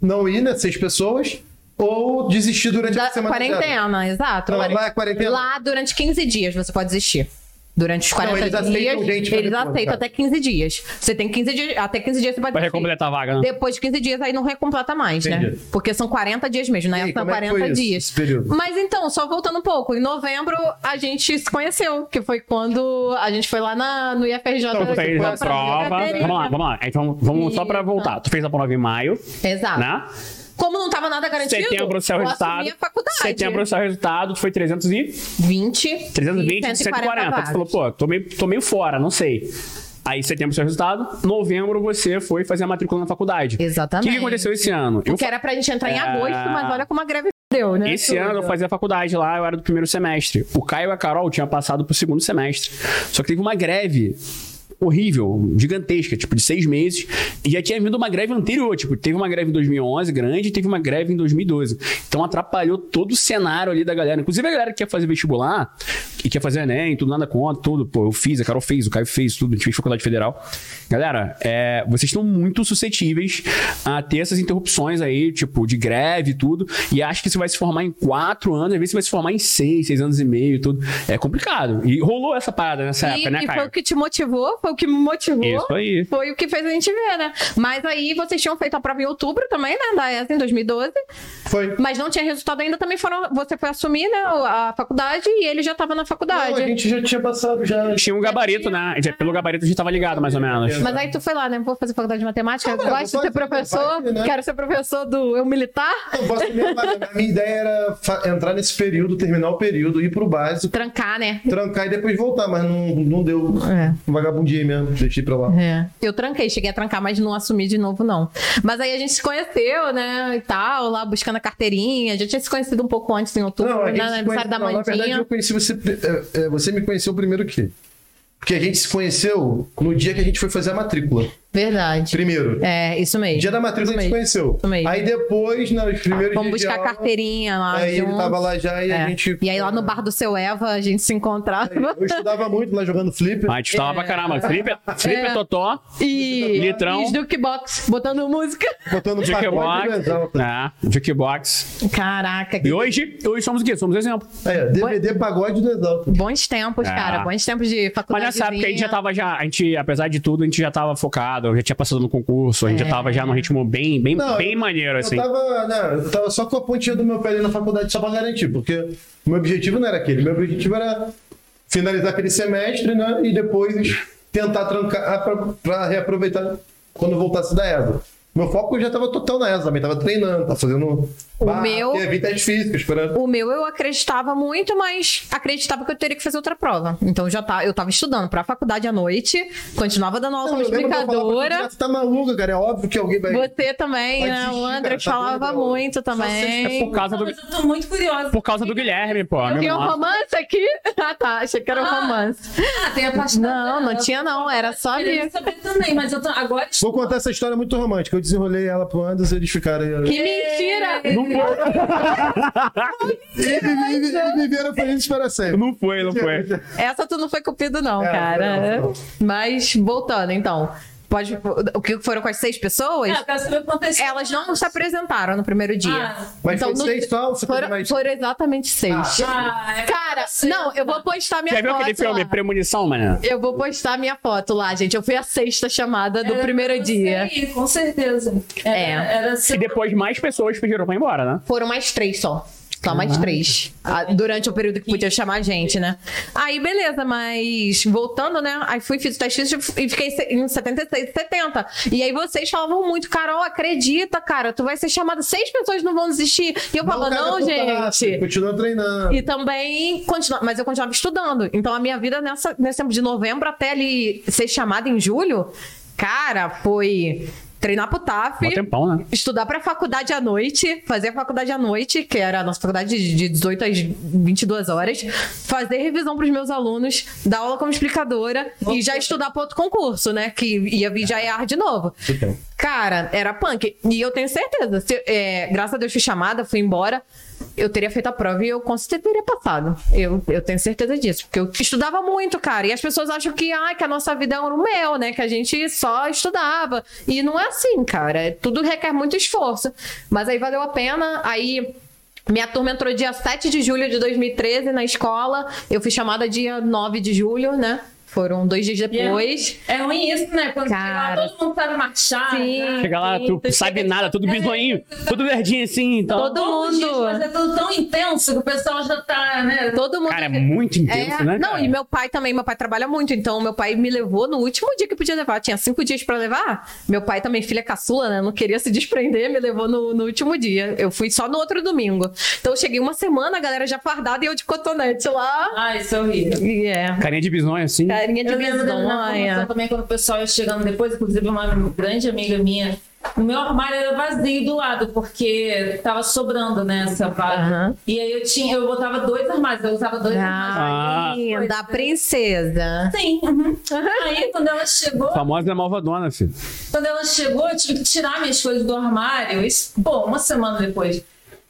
Speaker 1: não ir, né? Seis pessoas, ou desistir durante
Speaker 4: Da
Speaker 1: a semana. inteira.
Speaker 4: quarentena, exato.
Speaker 1: Não, lá é quarentena?
Speaker 4: Lá durante 15 dias você pode desistir. Durante os 40
Speaker 1: eles aceitam
Speaker 4: dias,
Speaker 1: gente pra
Speaker 4: eles
Speaker 1: depois, tá.
Speaker 4: aceitam
Speaker 1: cara.
Speaker 4: até 15 dias. Você tem 15 dias, até 15 dias você pode
Speaker 3: Vai
Speaker 4: desistir.
Speaker 3: recompletar a vaga, né?
Speaker 4: Depois de 15 dias aí não recompleta mais, né?
Speaker 1: Ah. Entendi.
Speaker 4: Porque são 40 dias mesmo,
Speaker 1: E
Speaker 4: né?
Speaker 1: aí,
Speaker 4: São
Speaker 1: como é que
Speaker 4: 40
Speaker 1: foi isso,
Speaker 4: dias.
Speaker 1: esse período?
Speaker 4: Mas então, só voltando um pouco, em novembro a gente se conheceu, que foi quando a gente foi lá na, no IFRJ.
Speaker 3: Então, tu
Speaker 4: pra
Speaker 3: fez a
Speaker 4: fazer a
Speaker 3: prova.
Speaker 4: carteirinha.
Speaker 3: Vamos lá, vamos lá. Então, vamos só pra voltar. Tu fez a prova em maio,
Speaker 4: Exato.
Speaker 3: né?
Speaker 4: Como não tava nada garantido,
Speaker 3: Setembro, seu
Speaker 4: Ah, eu
Speaker 3: resultado.
Speaker 4: assumi a faculdade.
Speaker 3: Setembro, seu resultado. Tu foi 300 e...
Speaker 4: 20
Speaker 3: 320
Speaker 4: e
Speaker 3: de 140.
Speaker 4: vagas.
Speaker 3: Tu falou, pô, tô meio, tô meio fora, não sei. Aí setembro seu resultado, novembro você foi fazer a matrícula na faculdade.
Speaker 4: Exatamente.
Speaker 3: O que que aconteceu esse ano? Eu
Speaker 4: Porque era pra gente entrar em
Speaker 3: É.
Speaker 4: agosto, mas olha como a greve deu, né?
Speaker 3: Esse
Speaker 4: Tudo.
Speaker 3: ano eu fazia faculdade lá, eu era do primeiro semestre. O Caio e a Carol tinham passado pro segundo semestre. Só que teve uma greve horrível, gigantesca, tipo, de seis meses. E já tinha vindo uma greve anterior, tipo, teve uma greve em 2011 grande e teve uma greve em 2012. Então atrapalhou todo o cenário ali da galera. Inclusive a galera que quer fazer vestibular e quer fazer Enem, tudo nada contra, tudo. Pô, eu fiz, a Carol fez, o Caio fez, tudo. A gente fez faculdade federal. Galera, é, vocês estão muito suscetíveis a ter essas interrupções aí, tipo, de greve e tudo. E acho que você vai se formar em quatro anos, às vezes você vai se formar em seis, seis anos e meio, tudo. É complicado. E rolou essa parada nessa
Speaker 4: E,
Speaker 3: época, né,
Speaker 4: e
Speaker 3: Caio?
Speaker 4: foi o que te motivou, foi o que me motivou.
Speaker 3: Isso aí.
Speaker 4: Foi o que fez a gente ver, né? Mas aí vocês tinham feito a prova em outubro também, né? Da ESA em 2012.
Speaker 1: Foi.
Speaker 4: Mas não tinha resultado ainda, também foram. Você foi assumir, né? A faculdade e ele já tava na
Speaker 1: Não,
Speaker 4: faculdade.
Speaker 1: a gente já tinha passado já.
Speaker 3: Tinha um gabarito, né? Já Pelo gabarito a gente tava ligado, mais ou menos.
Speaker 4: Mas aí tu foi lá, né? Vou fazer faculdade de matemática,
Speaker 1: Ah,
Speaker 4: gosto de
Speaker 1: vou
Speaker 4: ser
Speaker 1: fazer,
Speaker 4: professor,
Speaker 1: vai, né?
Speaker 4: quero ser professor do eu militar,
Speaker 1: Eu posso me lembrar, a minha ideia era fa- entrar nesse período, terminar o período, ir pro básico,
Speaker 4: trancar, né?
Speaker 1: trancar e depois voltar, mas não, não deu.
Speaker 4: É.
Speaker 1: Vagabundinho mesmo, deixei pra lá.
Speaker 4: É. Eu tranquei, cheguei a trancar, mas não assumi de novo, não. Mas aí a gente se conheceu, né? E tal, lá buscando a carteirinha. Já tinha se conhecido um pouco antes em outubro,
Speaker 1: Não, a
Speaker 4: né?
Speaker 1: gente
Speaker 4: No
Speaker 1: se conhece-
Speaker 4: aniversário da
Speaker 1: não, Na verdade,
Speaker 4: Mandinha.
Speaker 1: eu conheci você. é, é, Você me conheceu primeiro que. Porque a gente se conheceu no dia que a gente foi fazer a matrícula.
Speaker 4: Verdade.
Speaker 1: Primeiro.
Speaker 4: É, isso mesmo.
Speaker 1: Dia da matrícula a gente se conheceu.
Speaker 4: Isso mesmo.
Speaker 1: Aí depois, nos primeiros
Speaker 4: Vamos
Speaker 1: dias de
Speaker 4: buscar a
Speaker 1: aula,
Speaker 4: carteirinha lá.
Speaker 1: Aí ele
Speaker 4: junto.
Speaker 1: tava lá já e a
Speaker 4: É.
Speaker 1: gente.
Speaker 4: E aí lá no bar do seu Eva a gente se encontrava.
Speaker 1: Eu estudava muito lá jogando flip.
Speaker 3: A gente tava pra caramba. Felipe, Felipe
Speaker 4: É.
Speaker 3: Totó.
Speaker 4: E,
Speaker 3: Litrão.
Speaker 4: e jukebox, botando música.
Speaker 1: Botando pacote e
Speaker 3: Jukebox.
Speaker 1: ventral.
Speaker 3: É, Jukebox.
Speaker 4: Caraca, que
Speaker 3: E hoje, hoje somos o quê? Somos exemplo.
Speaker 1: Aí, ó, DVD pagode do exalto.
Speaker 4: bons tempos,
Speaker 3: É.
Speaker 4: cara. Bons tempos de
Speaker 3: Mas
Speaker 4: faculdade.
Speaker 3: nessa época a gente já tá- tava já, a gente, apesar de tudo, a gente já tava focado, já tinha passado no concurso, a
Speaker 4: É.
Speaker 3: gente já tava já num ritmo bem, bem,
Speaker 1: Não,
Speaker 3: bem
Speaker 1: eu-
Speaker 3: maneiro, assim.
Speaker 1: Eu tava, né, eu tava só com a pontinha do meu pé ali na faculdade só pra garantir, porque o meu objetivo não era aquele. Meu objetivo era finalizar aquele semestre, né? E depois tentar trancar ah, pra, pra reaproveitar quando voltasse da ESA. Meu foco já tava total na ESA, também tava treinando, tava fazendo.
Speaker 4: O meu-
Speaker 1: ia vir teste físico, esperando.
Speaker 4: O meu eu acreditava muito, mas acreditava que eu teria que fazer outra prova. Então já tá, eu tava estudando pra faculdade à noite, continuava dando aula como
Speaker 1: eu lembro que eu falava pra
Speaker 4: explicadora.
Speaker 1: você, Você tá maluca, cara. É óbvio que alguém vai.
Speaker 4: Você também,
Speaker 1: Vai
Speaker 4: né?
Speaker 1: desistir,
Speaker 4: O
Speaker 1: cara,
Speaker 4: André que
Speaker 1: tá
Speaker 4: falava
Speaker 1: doido, ó.
Speaker 4: muito
Speaker 3: É
Speaker 4: também.
Speaker 3: por causa
Speaker 2: não,
Speaker 3: do,
Speaker 2: mas eu tô muito curiosa.
Speaker 3: por causa do Guilherme, pô. meu
Speaker 4: Tem um
Speaker 3: irmão.
Speaker 4: romance aqui? Ah, tá. Achei que era um
Speaker 2: Ah.
Speaker 4: romance.
Speaker 2: Ah, tem a parte
Speaker 4: Não, não tinha não. Era só
Speaker 2: Queria
Speaker 4: ali.
Speaker 2: saber também, mas eu tô agora.
Speaker 1: Vou contar essa história muito romântica. Eu desenrolei ela pro Anderson e eles ficaram.
Speaker 4: Que mentira!
Speaker 3: Não foi,
Speaker 1: Eles vive- eles viveram felizes para sempre.
Speaker 3: não foi, não foi.
Speaker 4: Essa tu não foi cupido não,
Speaker 1: É,
Speaker 4: cara.
Speaker 1: não, não.
Speaker 4: Mas voltando, então. Pode, o que foram com as seis pessoas?
Speaker 2: Ah, eu quero saber o que aconteceu.
Speaker 4: Elas não se apresentaram no primeiro dia.
Speaker 2: Ah.
Speaker 1: Mas
Speaker 4: Então,
Speaker 1: foi
Speaker 4: no-
Speaker 1: seis só? Você
Speaker 4: Foram,
Speaker 1: teve mais...
Speaker 4: foram exatamente seis.
Speaker 2: Ah, é
Speaker 4: Cara,
Speaker 2: você.
Speaker 4: não, eu vou postar minha
Speaker 3: Já viu
Speaker 4: foto.
Speaker 3: aquele filme,
Speaker 4: lá.
Speaker 3: Premonição, mano?
Speaker 4: Eu vou postar minha foto lá, gente. Eu fui a sexta chamada do
Speaker 2: Era
Speaker 4: primeiro
Speaker 2: pra você
Speaker 4: dia.
Speaker 2: ir, com certeza. Era,
Speaker 4: É.
Speaker 2: Era assim.
Speaker 3: E
Speaker 2: seu...
Speaker 3: depois mais pessoas pediram pra ir embora, né?
Speaker 4: Foram mais três só. Só mais três. Ah, Durante o período que podia chamar a gente, né? Aí, beleza, mas voltando, né? Aí fui, fiz o teste físico e fiquei se- em 76, 70. E aí vocês falavam muito, Carol, acredita, cara, tu vai ser chamada, seis pessoas não vão desistir. E eu falava,
Speaker 1: cara,
Speaker 4: não,
Speaker 1: tu tá,
Speaker 4: gente.
Speaker 1: Continua treinando.
Speaker 4: E também continua, mas eu continuava estudando. Então a minha vida nessa, nesse tempo de novembro até ali ser chamada em julho, cara, foi treinar pro TAF.
Speaker 3: Mó tempão, né?
Speaker 4: Estudar pra faculdade à noite, fazer a faculdade à noite, que era a nossa faculdade de 18 às 22 horas, fazer revisão pros meus alunos, dar aula como explicadora e já estudar pra outro concurso, né? Que ia vir já EAR de novo.
Speaker 1: Então.
Speaker 4: Cara, era punk. E eu tenho certeza. se- é, graças a Deus fui chamada, fui embora. Eu teria feito a prova e eu com certeza teria passado. Eu, eu tenho certeza disso. Porque eu estudava muito, cara. E as pessoas acham que, ai, que a nossa vida era o mel, né? Que a gente só estudava. E não é assim, cara. É- Tudo requer muito esforço. Mas aí valeu a pena. Aí minha turma entrou dia 7 de julho de 2013 na escola. Eu fui chamada dia 9 de julho, né? Foram dois dias
Speaker 2: E é-
Speaker 4: depois.
Speaker 2: É ruim isso, né? Quando chega
Speaker 4: Cara.
Speaker 2: lá, todo mundo tá sabe marchar.
Speaker 4: Sim. então
Speaker 2: né?
Speaker 3: Chega lá, tu
Speaker 2: Chega-
Speaker 3: sabe nada, tudo
Speaker 2: É,
Speaker 3: bizonhinho,
Speaker 2: tu sabe
Speaker 3: tudo verdinho assim. Então...
Speaker 4: Todo
Speaker 2: todos os dias,
Speaker 4: mundo.
Speaker 2: Mas é tudo tão intenso que o pessoal já tá, né?
Speaker 4: Todo mundo.
Speaker 3: Cara, é muito intenso,
Speaker 4: É,
Speaker 3: né?
Speaker 4: Não,
Speaker 3: cara?
Speaker 4: e meu pai também, meu pai trabalha muito, então meu pai me levou no último dia que podia levar, tinha cinco dias pra levar. Meu pai também, filha caçula, né? Não queria se desprender, me levou no, no último dia. Eu fui só no outro domingo. Então eu cheguei uma semana, a galera já fardada e eu de cotonete lá.
Speaker 2: Ai, isso é horrível.
Speaker 4: E é.
Speaker 3: Carinha de bisonho assim.
Speaker 4: Carinha de
Speaker 2: Eu lembro da na formação
Speaker 4: bisonha.
Speaker 2: também, quando o pessoal ia chegando depois, inclusive uma grande amiga minha, o meu armário era vazio do lado, porque tava sobrando, né, essa vaga.
Speaker 4: Aham.
Speaker 2: E aí eu tinha, eu botava dois armários, eu usava dois armários.
Speaker 4: Ah,
Speaker 3: Ah.
Speaker 4: linda, princesa.
Speaker 2: Sim. uhum. Aí quando ela chegou,
Speaker 3: Famosa é malvadona, filho.
Speaker 2: Quando ela chegou, eu tive que tirar minhas coisas do armário. Isso, bom, uma semana depois.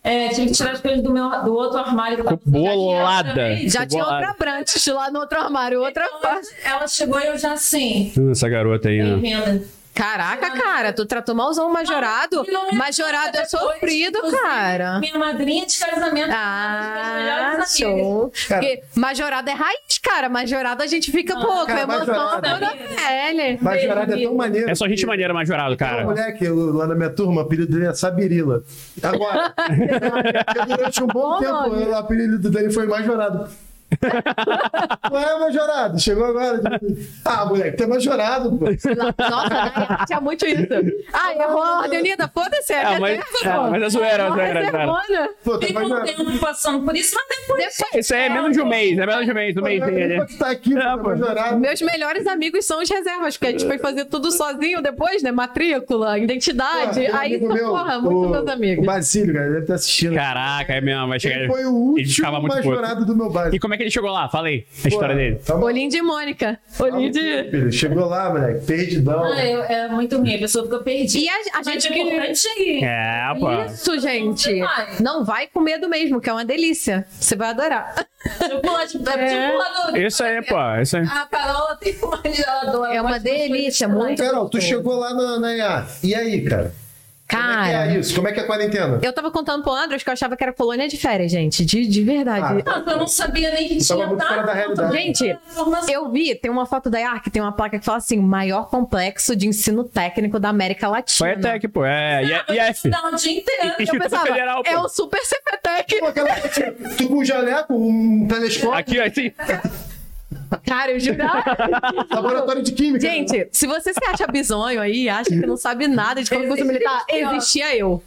Speaker 2: É, tive que tirar as coisas do, meu, do outro armário. que eu tava-
Speaker 3: Ficou bolada.
Speaker 2: Já tinha outra vez.
Speaker 4: Já tinha
Speaker 3: Boa-
Speaker 4: outra brantes lá no outro armário, outra
Speaker 2: Então,
Speaker 4: faixa.
Speaker 2: Ela chegou e eu já assim.
Speaker 3: Essa garota aí, né?
Speaker 2: Bem-vinda.
Speaker 4: Caraca, cara, tu tratou malzão o majorado. Majorado é
Speaker 2: Depois,
Speaker 4: sofrido,
Speaker 2: inclusive,
Speaker 4: cara.
Speaker 2: Minha madrinha de casamento. uma
Speaker 4: Ah,
Speaker 2: das minhas melhores amigas.
Speaker 4: show.
Speaker 1: Cara-
Speaker 4: Porque majorada é raiz, cara. Majorada a gente fica, pô, com
Speaker 1: cara,
Speaker 4: emoção
Speaker 1: majorada.
Speaker 4: toda na pele.
Speaker 1: Majorada é tão maneiro.
Speaker 3: É só gente maneira, majorado,
Speaker 1: Tem um
Speaker 3: cara.
Speaker 1: moleque lá na minha turma, o apelido dele é Sabirila. Agora, durante um bom
Speaker 4: Bom
Speaker 1: tempo,
Speaker 4: nome.
Speaker 1: o apelido dele foi Majorado. Não é Majorado, chegou agora. Ah, moleque, tu é Majorado, pô.
Speaker 4: Nossa, né? tinha muito isso. Ah, errou a ordem, linda. Foda-se.
Speaker 3: É, mas, é, mas é zoeira, é zoeira, é zoeira.
Speaker 1: Pô, tu é
Speaker 2: Fica um
Speaker 1: Majorado.
Speaker 2: tempo passando por isso, mas depois.
Speaker 3: Isso aí é menos de um mês, é menos de um mês, um mês.
Speaker 1: Pô, tu tá aqui, pô, tu é
Speaker 3: Ah, pô.
Speaker 1: Majorado.
Speaker 4: Meus melhores amigos são os reservas, porque a gente foi fazer tudo sozinho depois, né? Matrícula, identidade.
Speaker 1: Pô, um
Speaker 4: Aí, tá,
Speaker 1: amigo meu,
Speaker 4: porra, muito
Speaker 1: o-
Speaker 4: meus
Speaker 1: O
Speaker 4: amigos.
Speaker 1: Basílio, cara, deve estar assistindo.
Speaker 3: Caraca, é mesmo, vai chegar.
Speaker 1: Ele foi o
Speaker 3: ele ficava
Speaker 1: último
Speaker 3: muito puto.
Speaker 1: Majorado do meu bairro.
Speaker 3: E como é que ele chegou lá? Falei a história dele.
Speaker 1: Tá bom.
Speaker 4: Olhinho de Mônica. Olhinho de.
Speaker 1: Filho, chegou lá, moleque, perdidão.
Speaker 2: Ah, eu- é muito ruim, a pessoa fica perdida.
Speaker 4: E a, a
Speaker 2: Mas
Speaker 4: gente
Speaker 2: é
Speaker 4: que.
Speaker 2: importante ir.
Speaker 3: É, pô.
Speaker 4: Isso, gente.
Speaker 2: vai.
Speaker 4: Não vai com medo mesmo, que é uma delícia. Você vai adorar.
Speaker 2: Tipo lá, tipo, é
Speaker 4: É.
Speaker 2: tipo lá no-
Speaker 3: Isso aí, pô. Isso aí.
Speaker 2: A Carol tem uma geladora.
Speaker 4: É
Speaker 2: ela
Speaker 4: uma
Speaker 2: gosta de
Speaker 4: delícia,
Speaker 2: coisas
Speaker 4: muito.
Speaker 1: Carol, tu chegou lá na, na EA. E aí, cara? Como é que
Speaker 4: Cara.
Speaker 1: é isso? Como é que é a quarentena?
Speaker 4: Eu tava contando pro Andras que eu achava que era colônia de férias, gente. De, de verdade.
Speaker 1: Ah,
Speaker 2: Não, eu não sabia nem que
Speaker 1: Isso é
Speaker 2: tinha
Speaker 1: uma muito fora da realidade.
Speaker 4: Gente, eu vi, tem uma foto da IARC, tem uma placa que fala assim: maior complexo de ensino técnico da América Latina.
Speaker 3: Foi até que, pô. É, I- IF.
Speaker 2: Não, o dia inteiro.
Speaker 4: Eu
Speaker 3: Instituto
Speaker 4: pensava,
Speaker 3: Federal, pô.
Speaker 4: é o Super CPTEC.
Speaker 1: Pô, aquela- tu com um jaleco, um telescópio,
Speaker 3: Aqui, assim.
Speaker 4: Cara, eu jurava.
Speaker 1: laboratório de química.
Speaker 4: Gente, se você se acha bizonho aí, e acha que não sabe nada de concurso militar, existia eu.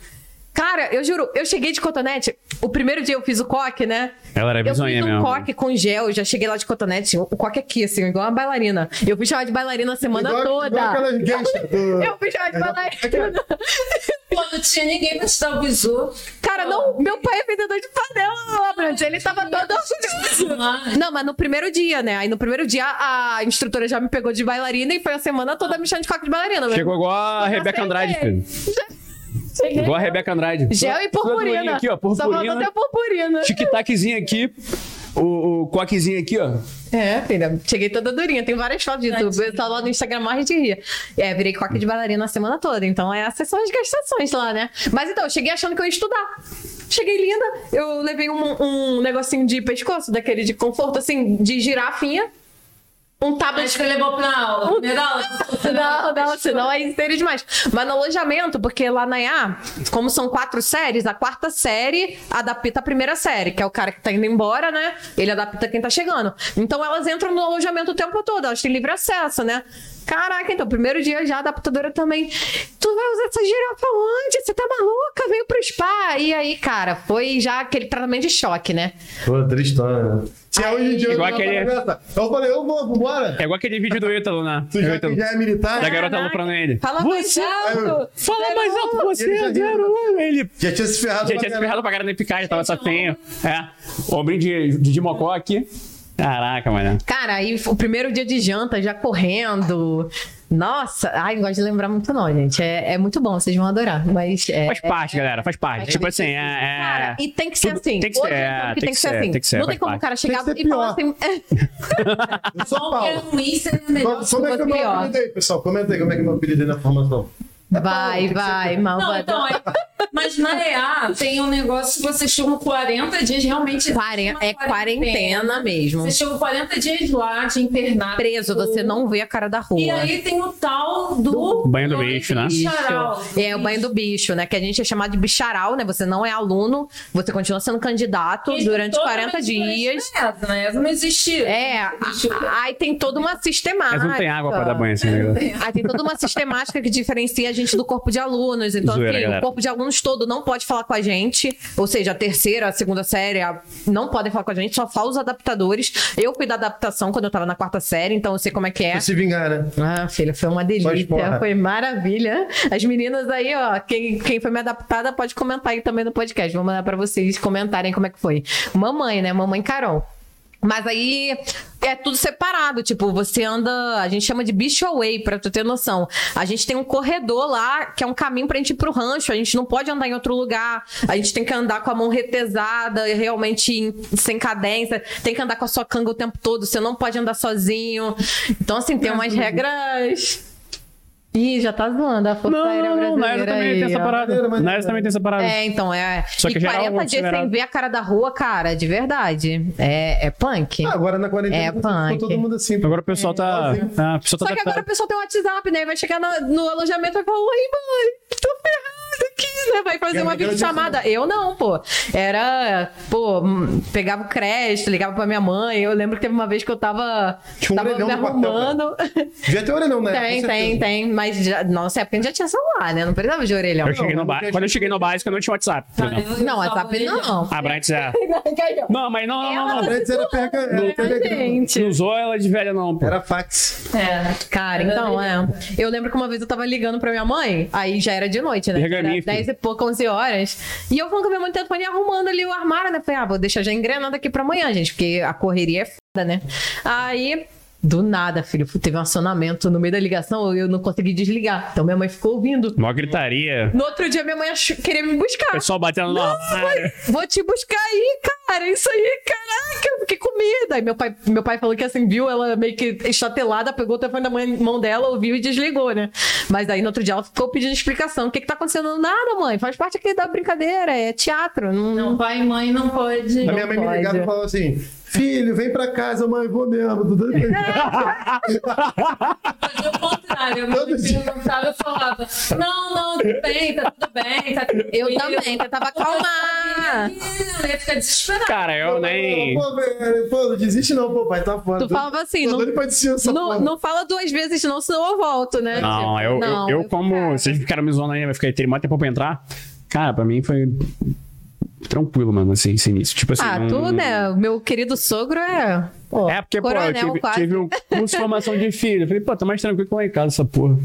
Speaker 4: Cara, eu juro, eu cheguei de cotonete. O primeiro dia eu fiz o coque, né?
Speaker 3: Ela era
Speaker 4: Eu fiz um
Speaker 3: É bizonha mesmo.
Speaker 4: coque com gel, eu já cheguei lá de cotonete, o coque aqui, assim, igual uma bailarina. Eu fui chamar de bailarina a semana
Speaker 1: Igual- igual
Speaker 4: toda.
Speaker 1: aquelas gays do-
Speaker 4: Eu fui chamar de bailarina.
Speaker 2: Quando tinha ninguém pra te dar o bisu.
Speaker 4: Cara, não, meu pai é vendedor de panela, Brand. Ele tava todo orgulhoso.
Speaker 2: Ah,
Speaker 4: Não, mas no primeiro dia, né? Aí no primeiro dia a instrutora já me pegou de bailarina e foi a semana toda me chamando de coque de bailarina. né?
Speaker 3: Chegou igual a
Speaker 4: Eu
Speaker 3: Rebeca Andrade,
Speaker 4: aceitei.
Speaker 3: filho. Igual a Rebeca Andrade.
Speaker 4: Gel e purpurina.
Speaker 3: Aqui, ó.
Speaker 4: Só faltou
Speaker 3: Purpurina.
Speaker 4: até purpurina.
Speaker 3: Tic-taczinho aqui. O, o coquezinho aqui, ó.
Speaker 4: É, filha, cheguei toda durinha. Tem várias fotos de YouTube. Eu tava lá no Instagram, morre de rir. É, virei coque de bailarina a semana toda. Então, é, essas são as gastações lá, né? Mas então, eu cheguei achando que eu ia estudar. Cheguei linda. Eu levei um, um negocinho de pescoço, daquele de conforto, assim, de girafinha. Um tablet
Speaker 2: mas que levou pra aula. Primeira aula.
Speaker 4: não, não, senão é inteiro demais. Mas no alojamento, porque lá na IA, como são quatro séries, a quarta série adapta a primeira série, que é o cara que tá indo embora, né? Ele adapta quem tá chegando. Então elas entram no alojamento o tempo todo, elas têm livre acesso, né? Caraca, então, primeiro dia já a adaptadora também. Tu vai usar essa girafa onde? Você tá maluca? Veio pro spa. E aí, cara, foi já aquele tratamento de choque, né?
Speaker 1: Pô, tristona. Se é hoje em dia eu
Speaker 3: Igual
Speaker 1: não
Speaker 3: aquele-
Speaker 1: apareço, Eu falei, eu vou, vambora.
Speaker 3: É igual aquele vídeo do Ítalo, né?
Speaker 1: Tu já,
Speaker 3: Do Ítalo.
Speaker 1: já é militar?
Speaker 3: Da garota
Speaker 4: Caraca.
Speaker 3: aloprando ele.
Speaker 4: Fala
Speaker 3: Você-
Speaker 4: mais alto!
Speaker 3: Fala mais alto que
Speaker 1: Ele já né?
Speaker 3: você,
Speaker 1: riu.
Speaker 3: 01. Ele
Speaker 1: Já tinha se ferrado.
Speaker 3: já
Speaker 1: pra
Speaker 3: tinha se
Speaker 1: caralho.
Speaker 3: ferrado pra cara nem picar, já tava só feio. É. Ombrinho de, de, de mocó aqui. Caraca, mano.
Speaker 4: Cara, aí o primeiro dia de janta, já correndo. Nossa, ai, não gosto de lembrar muito, não, gente. É, é muito bom, vocês vão adorar. Mas é,
Speaker 3: Faz parte, galera, faz parte.
Speaker 4: Mas
Speaker 3: tipo
Speaker 4: tem
Speaker 3: assim,
Speaker 4: que-
Speaker 3: é.
Speaker 4: Cara,
Speaker 3: é-
Speaker 4: e tem que ser
Speaker 3: tudo-
Speaker 4: assim.
Speaker 3: Tem que ser,
Speaker 4: Hoje eu
Speaker 3: é,
Speaker 4: entendo que tem que ser assim.
Speaker 3: Tem que ser,
Speaker 4: não
Speaker 3: faz
Speaker 4: tem como o
Speaker 3: parte.
Speaker 4: cara chegar
Speaker 1: Tem que ser
Speaker 4: e falar assim.
Speaker 1: Eu sou
Speaker 4: um
Speaker 2: Bom é
Speaker 1: Paulo.
Speaker 4: né?
Speaker 2: ruim, seria melhor.
Speaker 1: Como é que é o meu
Speaker 4: pior.
Speaker 1: apelido aí, pessoal? Comenta aí como é que é o meu apelido aí na formação.
Speaker 4: Vai, vai,
Speaker 2: Não,
Speaker 4: malvado.
Speaker 2: então, é- mas na EA tem um negócio que vocês ficam 40 dias realmente.
Speaker 4: Quarenta-
Speaker 2: uma
Speaker 4: é quarentena mesmo.
Speaker 2: Vocês ficam 40 um dias lá de internado.
Speaker 4: Preso, você não vê a cara da rua.
Speaker 2: E aí tem o tal do.
Speaker 3: Banho do bicho, né?
Speaker 2: Charal.
Speaker 4: É o banho do bicho, né? Que a gente é chamado de bicharal, né? Você não é aluno, você continua sendo candidato
Speaker 2: Isso
Speaker 4: durante
Speaker 2: totalmente
Speaker 4: 40 dias.
Speaker 2: desconhecado, Né? Não existia.
Speaker 4: É, a- a- aí tem toda uma sistemática.
Speaker 3: Mas não tem água pra dar banho assim, né?
Speaker 4: Aí tem toda uma sistemática que diferencia a gente do corpo de alunos. Então,
Speaker 3: Zoeira,
Speaker 4: assim,
Speaker 3: galera.
Speaker 4: o corpo de alunos todo não pode falar com a gente. Ou seja, a terceira, a segunda série a- não podem falar com a gente, só fala os adaptadores. Eu fui da adaptação quando eu tava na quarta série, então eu sei como é que é.
Speaker 1: Se vingar, né?
Speaker 4: Ah, filha, foi uma delícia,
Speaker 1: esporra.
Speaker 4: foi maravilha. As meninas aí, ó, quem, quem foi me adaptada pode comentar aí também no podcast. Vou mandar pra vocês comentarem como é que foi. Mamãe, né? Mamãe Carol. Mas aí é tudo separado, tipo, você anda, a gente chama de bicho away, pra tu ter noção. A gente tem um corredor lá, que é um caminho pra gente ir pro rancho, a gente não pode andar em outro lugar, a gente tem que andar com a mão retesada, realmente em- sem cadência, tem que andar com a sua canga o tempo todo, você não pode andar sozinho. Então, assim, tem umas regras. Ih, já tá zoando a Força
Speaker 3: Não,
Speaker 4: Aérea
Speaker 3: não, não. Na ESA
Speaker 4: Brasileira.
Speaker 3: também tem
Speaker 4: aí,
Speaker 3: essa
Speaker 4: ó.
Speaker 3: parada.
Speaker 1: Maneiro,
Speaker 3: Na
Speaker 1: maneiro.
Speaker 3: ESA também tem essa parada.
Speaker 4: É, então, é.
Speaker 3: Só que
Speaker 4: e
Speaker 3: geral, um
Speaker 4: 40 dias sem
Speaker 3: acelerado.
Speaker 4: ver a cara da rua, cara, de verdade. É, é punk.
Speaker 1: Ah, agora na quarentena
Speaker 4: É,
Speaker 1: ficou
Speaker 4: punk.
Speaker 1: todo mundo assim.
Speaker 3: Agora o pessoal tá.
Speaker 1: Sozinho.
Speaker 3: ah, O pessoal tá
Speaker 4: Só que agora a
Speaker 3: adaptado.
Speaker 4: pessoa tem WhatsApp, né? Vai chegar na- no, alojamento e vai falar: Oi, mãe, tô ferrado aqui, né? Vai
Speaker 3: É,
Speaker 4: fazer
Speaker 1: Eu
Speaker 4: uma
Speaker 1: não quero
Speaker 4: videochamada. Eu não, pô. Era, pô, hum, pegava o crédito, ligava pra minha mãe. Eu lembro que teve uma vez que eu tava,
Speaker 1: Tinha um
Speaker 4: tava me
Speaker 1: orelhão no quartel,
Speaker 4: arrumando.
Speaker 1: Devia ter orelhão, né?
Speaker 4: tem,
Speaker 1: Com
Speaker 4: tem,
Speaker 1: certeza.
Speaker 4: tem. Mas já, nossa época a gente já tinha celular, né? Não precisava de orelhão.
Speaker 3: Eu cheguei
Speaker 1: Não,
Speaker 3: no
Speaker 1: mas
Speaker 3: ba...
Speaker 1: porque
Speaker 3: Quando
Speaker 1: a
Speaker 3: eu cheguei no básico, eu não tinha WhatsApp. por
Speaker 2: Tipo, tá,
Speaker 3: exemplo.
Speaker 4: Não, WhatsApp não.
Speaker 3: A Bright é. Não, mas não, não,
Speaker 4: tá
Speaker 3: não, não.
Speaker 1: Antes era pega. Era, telegrama.
Speaker 4: Gente.
Speaker 3: Não usou ela de velha, não, pô.
Speaker 1: era fax.
Speaker 2: É.
Speaker 4: Cara, então, é. Eu lembro que uma vez eu tava ligando pra minha mãe, aí já era de noite, né?
Speaker 3: Pergaminho,
Speaker 4: Era
Speaker 3: filho.
Speaker 4: 10 e pouco, 11 horas. E eu falando com a minha mãe no telefone arrumando ali o armário, né? Falei, ah, vou deixar já engrenado aqui pra amanhã, gente, porque a correria é foda, né? Aí. Do nada, filho, teve um acionamento no meio da ligação, eu não consegui desligar. Então minha mãe ficou ouvindo.
Speaker 3: Mó gritaria.
Speaker 4: No outro dia, minha mãe ach- queria me
Speaker 3: O
Speaker 4: buscar.
Speaker 3: pessoal batendo no
Speaker 4: Não,
Speaker 3: armário.
Speaker 4: mãe, vou te buscar aí, cara. Isso aí, caraca, eu fiquei com medo. Aí meu pai, meu pai falou que assim, viu ela meio que estatelada, pegou o telefone da mãe- mão dela, ouviu e desligou, né? Mas aí no outro dia ela ficou pedindo explicação. O que que tá acontecendo? Nada, mãe. Faz parte aqui da brincadeira, é teatro. Não,
Speaker 2: Não, pai e mãe não pode.
Speaker 1: A minha mãe me
Speaker 4: pode.
Speaker 1: ligava e falava assim: Filho, vem pra casa, mãe, vou mesmo. Tudo bem.
Speaker 2: Fazia o contrário. Meu
Speaker 1: Todo dia.
Speaker 2: filho não sabe, eu falava: Não, não, tudo bem, tá tudo bem. Tá tudo
Speaker 4: Eu
Speaker 2: bem." Ah!
Speaker 4: também, tentava acalmar.
Speaker 2: Eu ia ficar desesperada.
Speaker 3: Cara, eu nem.
Speaker 1: Pô, velho, pô, não desiste não, pô, pai, tá fora.
Speaker 4: Tu falava assim,
Speaker 1: Tô
Speaker 4: não,
Speaker 1: doido pra desistir dessa
Speaker 4: não,
Speaker 1: porra.
Speaker 4: não fala duas vezes, não, senão eu volto, né?
Speaker 3: Não,
Speaker 4: Tipo,
Speaker 3: eu, eu,
Speaker 4: não,
Speaker 3: eu como.
Speaker 4: cara,
Speaker 3: Vocês ficaram me zoando aí, vai ficar teria mó tempo pra entrar. Cara, pra mim foi. Tranquilo, mano, assim, esse início. Tipo assim.
Speaker 4: Ah,
Speaker 3: não-
Speaker 4: tu, né? O Meu querido sogro é. pô,
Speaker 3: É, porque, pô, eu
Speaker 4: coronel
Speaker 3: tive,
Speaker 4: quase.
Speaker 3: tive um curso de formação de filho. Eu falei, pô, tá mais tranquilo que lá em casa essa porra.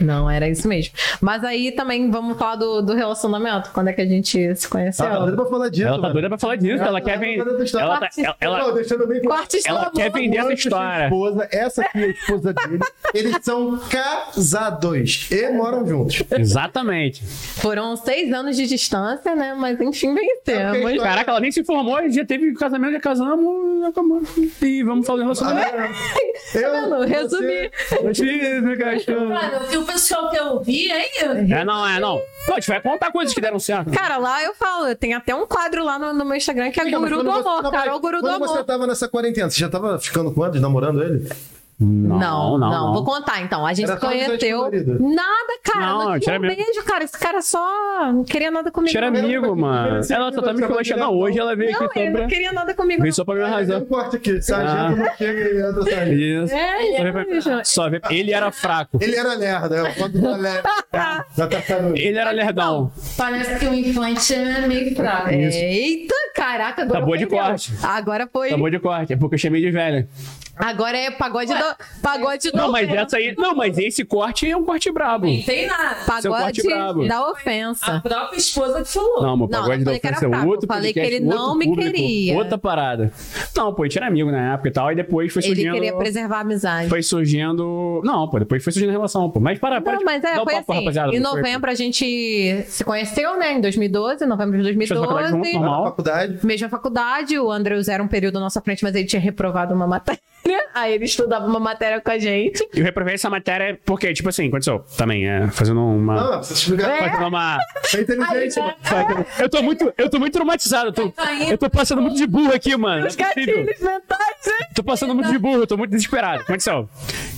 Speaker 4: Não, era isso mesmo. Mas aí também vamos falar do, do relacionamento. Quando é que a gente se conheceu?
Speaker 1: Ela tá doida pra falar disso.
Speaker 3: Ela tá
Speaker 1: mano.
Speaker 3: doida pra falar disso, ela quer vender.
Speaker 1: tá doida pra
Speaker 3: Ela, tá,
Speaker 1: falar.
Speaker 3: ela, ela-
Speaker 1: Não, deixando bem claro.
Speaker 4: Cortes
Speaker 3: ela
Speaker 4: do
Speaker 3: quer
Speaker 4: amor.
Speaker 3: vender essa
Speaker 1: Antes de
Speaker 3: história.
Speaker 1: Esposa, essa aqui é a esposa dele. Eles são casados e moram juntos.
Speaker 3: Exatamente.
Speaker 4: Foram seis anos de distância, né? Mas enfim, vencemos.
Speaker 1: É,
Speaker 3: Caraca, ela nem se informou, já teve casamento, já casamos, já acabou. E vamos falar de relacionamento.
Speaker 4: Tá vendo?
Speaker 1: você,
Speaker 4: Resumi.
Speaker 1: Ah,
Speaker 3: Eu tive cachorro.
Speaker 2: Cara, e o pessoal que eu vi aí.
Speaker 3: É, não, é, não. Pô, a gente vai contar coisas que deram certo.
Speaker 4: Cara, lá eu falo, tem até um quadro lá no, no meu Instagram que é
Speaker 1: Não, mas
Speaker 4: Guru
Speaker 1: quando
Speaker 4: do
Speaker 1: você-
Speaker 4: Amor,
Speaker 1: não,
Speaker 4: cara.
Speaker 1: peraí,
Speaker 4: É o Guru do
Speaker 1: Quando você tá-
Speaker 4: Amor.
Speaker 1: tava nessa quarentena, você já tava ficando com anos, namorando ele?
Speaker 3: Não,
Speaker 4: Não, não, Vou contar então. A gente
Speaker 1: Era
Speaker 4: se
Speaker 1: só amizade
Speaker 4: conheceu.
Speaker 1: com o marido.
Speaker 4: Nada, cara.
Speaker 3: Não,
Speaker 4: Não, tinha
Speaker 3: tira
Speaker 4: um
Speaker 3: mesmo.
Speaker 4: beijo, cara. Esse cara só não queria nada comigo.
Speaker 3: Cheira
Speaker 4: não.
Speaker 3: amigo, mano.
Speaker 1: Ele sempre
Speaker 3: Ela só tá
Speaker 1: vai
Speaker 3: me
Speaker 1: chamar
Speaker 3: esculachando
Speaker 1: direto.
Speaker 3: hoje, ela veio
Speaker 4: Não, é,
Speaker 3: aqui só
Speaker 4: ele não
Speaker 3: pra...
Speaker 4: queria nada comigo.
Speaker 3: Veio
Speaker 4: Não.
Speaker 3: só pra me
Speaker 1: Tem um
Speaker 3: arrasar.
Speaker 1: corte aqui.
Speaker 3: Ah.
Speaker 1: Sargento não chega e entra sargento.
Speaker 3: Isso.
Speaker 4: É, ele
Speaker 3: Só
Speaker 4: era
Speaker 3: veio pra-
Speaker 4: mesmo.
Speaker 3: Só veio- Ele era fraco.
Speaker 1: Ele era lerda, é o ponto da lerda. Da
Speaker 3: tá
Speaker 1: tartaruga.
Speaker 3: Ele era lerdão.
Speaker 2: Parece que o infante é meio fraco.
Speaker 4: Eita, caraca, agora.
Speaker 3: Tá boa de
Speaker 4: ofendeu.
Speaker 3: corte.
Speaker 4: Agora foi.
Speaker 3: Tá bom de corte, é porque eu chamei de velha.
Speaker 4: Agora é pagode do. Pagode do.
Speaker 3: Não, mas é essa aí. Não, mas esse corte é um corte brabo.
Speaker 2: Não tem nada. Ah,
Speaker 3: Seu corte
Speaker 4: Pagode
Speaker 3: brabo.
Speaker 4: da
Speaker 2: A
Speaker 4: ofensa.
Speaker 2: própria esposa que falou.
Speaker 3: Não, meu
Speaker 4: Tá. Não,
Speaker 3: pagode
Speaker 4: eu
Speaker 3: da
Speaker 4: falei que era
Speaker 3: ofensa é
Speaker 4: fraco,
Speaker 3: outro.
Speaker 4: eu falei que
Speaker 3: podcast,
Speaker 4: ele
Speaker 3: outro
Speaker 4: não me
Speaker 3: público,
Speaker 4: queria.
Speaker 3: Outra parada. Não, pô, a gente era amigo na época e tal, e depois foi
Speaker 4: Ele
Speaker 3: surgindo.
Speaker 4: queria preservar a amizade.
Speaker 3: Foi surgindo. Não, pô, depois foi surgindo a relação, pô. Mas para, para.
Speaker 4: Não,
Speaker 3: de-
Speaker 4: mas é,
Speaker 3: dá o
Speaker 4: foi
Speaker 3: papo,
Speaker 4: assim.
Speaker 3: rapaziada.
Speaker 4: em
Speaker 3: Foi, pô.
Speaker 4: novembro a gente se conheceu, né? Em 2012, novembro de
Speaker 3: fez faculdade
Speaker 4: 2012.
Speaker 3: junto, normal.
Speaker 1: Na faculdade.
Speaker 4: Mesma faculdade, o Andrews era um período na nossa frente, mas ele tinha reprovado uma matéria. Aí ele estudava uma matéria com a gente.
Speaker 3: Eu reprovei essa matéria porque, tipo assim, aconteceu. Também, é, fazendo uma.
Speaker 1: Não, precisa explicar.
Speaker 3: Fazendo uma.
Speaker 1: É inteligente.
Speaker 3: fazendo- Eu tô muito, eu tô muito traumatizado. Eu tô,
Speaker 2: Tá indo.
Speaker 3: eu tô passando muito de burro aqui, mano.
Speaker 4: Os
Speaker 3: Não é possível.
Speaker 4: gatilhos mentais, né?
Speaker 3: Tô passando muito de burro, tô muito desesperado. Como é que são?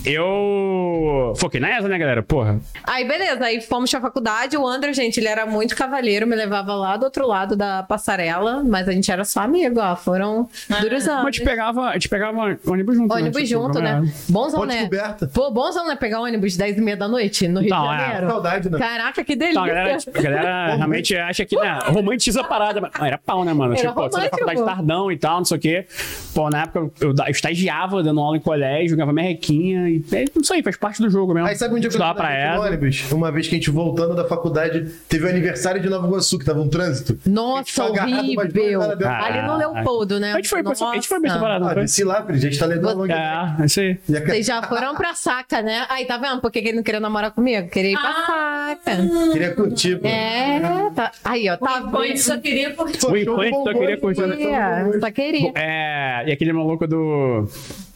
Speaker 3: Eu. Foquei na ESA, né, galera? Porra.
Speaker 4: Aí, beleza, aí fomos pra faculdade. O André, gente, ele era muito cavalheiro, me levava lá do outro lado da passarela, mas a gente era só amigo, ó. Foram
Speaker 3: Ah.
Speaker 4: duros anos.
Speaker 3: Mas a gente pegava, a gente pegava ônibus junto. né?
Speaker 4: Ah, ônibus
Speaker 3: Tipo,
Speaker 4: junto, né?
Speaker 3: programa-
Speaker 4: Bonzão,
Speaker 1: Ponte
Speaker 4: né?
Speaker 1: coberta.
Speaker 4: Pô, bonzão, né? Pegar ônibus 10 e meia da noite no Rio
Speaker 3: Então,
Speaker 4: de
Speaker 3: é.
Speaker 4: Janeiro.
Speaker 1: Saudade, né?
Speaker 4: Caraca, que delícia.
Speaker 3: Então, a galera, tipo, a galera realmente acha que, né, romantiza a parada. Mas Era pau, né, mano?
Speaker 4: Era
Speaker 3: tipo, pô, você da
Speaker 4: romântico.
Speaker 3: faculdade tardão e tal, não sei o quê. Pô, na época eu, eu da- eu estagiava dando aula em colégio, ganhava merrequinha e é, não sei, faz parte do jogo mesmo.
Speaker 1: Aí sabe um dia que eu
Speaker 3: Estudava
Speaker 1: tava
Speaker 3: pra
Speaker 1: no
Speaker 3: ela.
Speaker 1: ônibus? Uma vez que a gente voltando da faculdade, teve o aniversário de Nova Iguaçu, que tava um trânsito. A gente
Speaker 4: Nossa,
Speaker 1: foi agarrado, mas
Speaker 4: horrível.
Speaker 1: não era dentro.
Speaker 4: Ali no Leopoldo, né?
Speaker 3: A gente foi, pra- a gente foi pra essa
Speaker 4: Nossa.
Speaker 3: parada, não
Speaker 1: Ah,
Speaker 3: foi?
Speaker 1: desse lá, Pri, já está levando longe.
Speaker 3: É, é isso aí.
Speaker 1: E a-
Speaker 4: Vocês já foram pra saca, né? Aí, tá vendo? Por que que ele não queria namorar comigo? Queria ir pra
Speaker 2: Ah.
Speaker 4: saca.
Speaker 1: Queria curtir, pô.
Speaker 4: É, tá. Aí, ó, tá
Speaker 2: Tá bom,
Speaker 4: vendo?
Speaker 2: eu só queria curtir.
Speaker 1: Pô, show
Speaker 3: O
Speaker 1: do
Speaker 3: infante só
Speaker 1: Bombom,
Speaker 3: queria curtir.
Speaker 1: show do Bombom.
Speaker 4: Queria, Só queria.
Speaker 3: É, e aquele maluco do.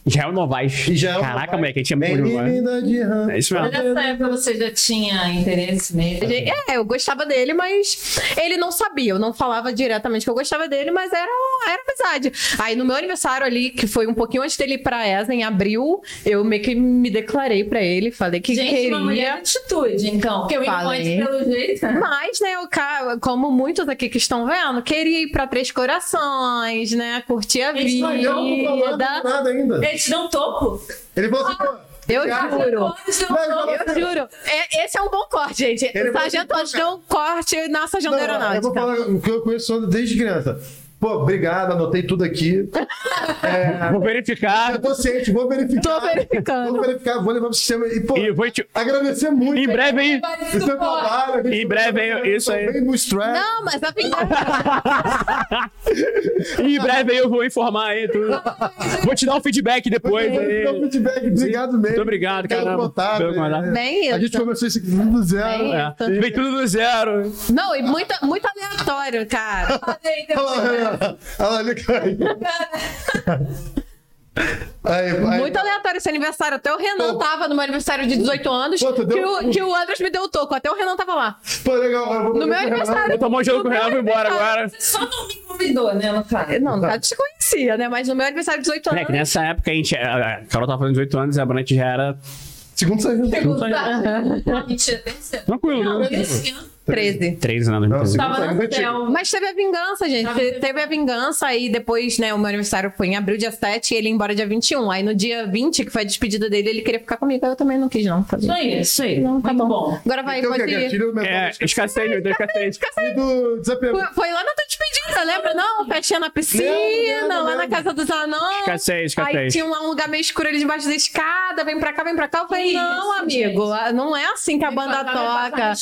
Speaker 3: Israel Novaes.
Speaker 1: E já é um
Speaker 3: Caraca,
Speaker 1: rapaz.
Speaker 3: moleque, a gente é muito Novaes.
Speaker 1: Menina de rã.
Speaker 3: É isso
Speaker 4: Tá.
Speaker 3: mesmo.
Speaker 2: Nessa época você já tinha interesse nele.
Speaker 4: É, eu gostava dele, mas ele não sabia. Eu não falava diretamente que eu gostava dele, mas era, era amizade. Aí no meu aniversário ali, que foi um pouquinho antes dele ir pra ESA, em abril, eu meio que me declarei pra ele, falei que
Speaker 2: Gente,
Speaker 4: queria.
Speaker 2: uma mulher de atitude, então. Porque o infante,
Speaker 4: Falei.
Speaker 2: pelo jeito.
Speaker 4: Mas, né, o cara, como muitos aqui que estão vendo, queria ir pra Três Corações, né? Curtir a
Speaker 2: Gente, mas
Speaker 1: Eu não tô falando
Speaker 4: vida.
Speaker 1: nada ainda.
Speaker 2: Eles não topo.
Speaker 1: Ele falou assim, pô.
Speaker 4: Eu
Speaker 1: Obrigado.
Speaker 4: juro.
Speaker 2: Eles não
Speaker 1: Mas
Speaker 2: topo.
Speaker 1: eu-
Speaker 4: Eu juro. É, esse é um bom corte, gente.
Speaker 1: Ele
Speaker 4: O Sargento
Speaker 1: vai-
Speaker 4: Anjos deu um corte na Sargento
Speaker 1: Não, eu vou
Speaker 4: Aeronáutica.
Speaker 1: falar o que eu conheço o Sandro desde criança. Pô, obrigado, anotei tudo aqui. É,
Speaker 3: Vou verificar.
Speaker 1: Eu tô ciente, vou verificar.
Speaker 4: Tô verificando.
Speaker 1: Vou verificar, vou levar pro sistema. E, pô,
Speaker 3: E vou te.
Speaker 1: agradecer muito.
Speaker 3: Em breve, hein?
Speaker 1: Isso é trabalho.
Speaker 3: Em breve, hein? Isso aí.
Speaker 1: tá Bem stress.
Speaker 4: Não, mas a vida.
Speaker 3: Em breve aí eu vou informar aí tudo. Vou te dar um feedback depois. aí.
Speaker 1: Então, feedback, obrigado mesmo.
Speaker 3: Muito obrigado, caramba. Pelo contato.
Speaker 1: é.
Speaker 4: Bem isso.
Speaker 1: A gente começou isso aqui do zero.
Speaker 4: Bem
Speaker 3: É. Vem tudo do zero.
Speaker 4: Não, e muita, muito aleatório, cara.
Speaker 2: Falei,
Speaker 1: Olha
Speaker 2: depois.
Speaker 1: lá,
Speaker 4: né?
Speaker 1: olha lá, olha lá, aí. aí, aí.
Speaker 4: Muito aleatório esse aniversário. Até o Renan
Speaker 1: Pô.
Speaker 4: tava no meu aniversário de 18 anos,
Speaker 1: Pô, tu deu- um-
Speaker 4: que, o, que o Andros me deu o toco. Até o Renan tava lá.
Speaker 1: Pô, legal. eu vou
Speaker 4: No meu
Speaker 1: ver com o Renato.
Speaker 4: aniversário.
Speaker 3: Vou tomar um gelo com o Real e vou embora agora.
Speaker 2: Você só não me convidou, né, no caso?
Speaker 4: Não,
Speaker 1: Tá.
Speaker 4: no caso, te conhecia, né? Mas no meu aniversário de 18 anos.
Speaker 3: Moleque, né? nessa época a gente. A a Carol tava fazendo 18 anos e a Brant já era.
Speaker 1: Segundo sargento.
Speaker 2: Não, mentira, tem que ser.
Speaker 3: Tranquilo,
Speaker 2: Não,
Speaker 3: né?
Speaker 2: esse ano
Speaker 4: 13.
Speaker 3: 13 anos.
Speaker 1: Não,
Speaker 3: 13.
Speaker 1: segundo
Speaker 2: Tava
Speaker 1: sargento
Speaker 2: no
Speaker 1: antigo.
Speaker 2: céu.
Speaker 4: Mas teve a vingança, gente. Te- Teve a vingança aí depois, né? O meu aniversário foi em abril, dia 7, e ele ia embora dia 21. Aí no dia 20, que foi a despedida dele, ele queria ficar comigo. Aí eu também não quis, não. Falei,
Speaker 2: Isso aí, isso aí.
Speaker 4: não, tá
Speaker 2: Muito
Speaker 4: bom.
Speaker 2: bom.
Speaker 4: Agora vai,
Speaker 1: Então, o que é
Speaker 4: pode ir.
Speaker 1: gatilho mental?
Speaker 3: É, escassez, meu Deus, escassez.
Speaker 1: E do desapego.
Speaker 4: Foi- Foi lá na tua despedida, lembra? Não, festinha na piscina,
Speaker 1: Lembro, lembro,
Speaker 4: lá na
Speaker 1: lembro.
Speaker 4: casa dos anões.
Speaker 3: Escassez, escassez.
Speaker 4: Aí tinha um lugar meio escuro ali debaixo da escada, vem pra cá, vem pra cá. Eu falei,
Speaker 2: Isso,
Speaker 4: não, amigo, não é assim que a banda tá.
Speaker 2: Vai
Speaker 4: É.
Speaker 2: passar no
Speaker 4: toca.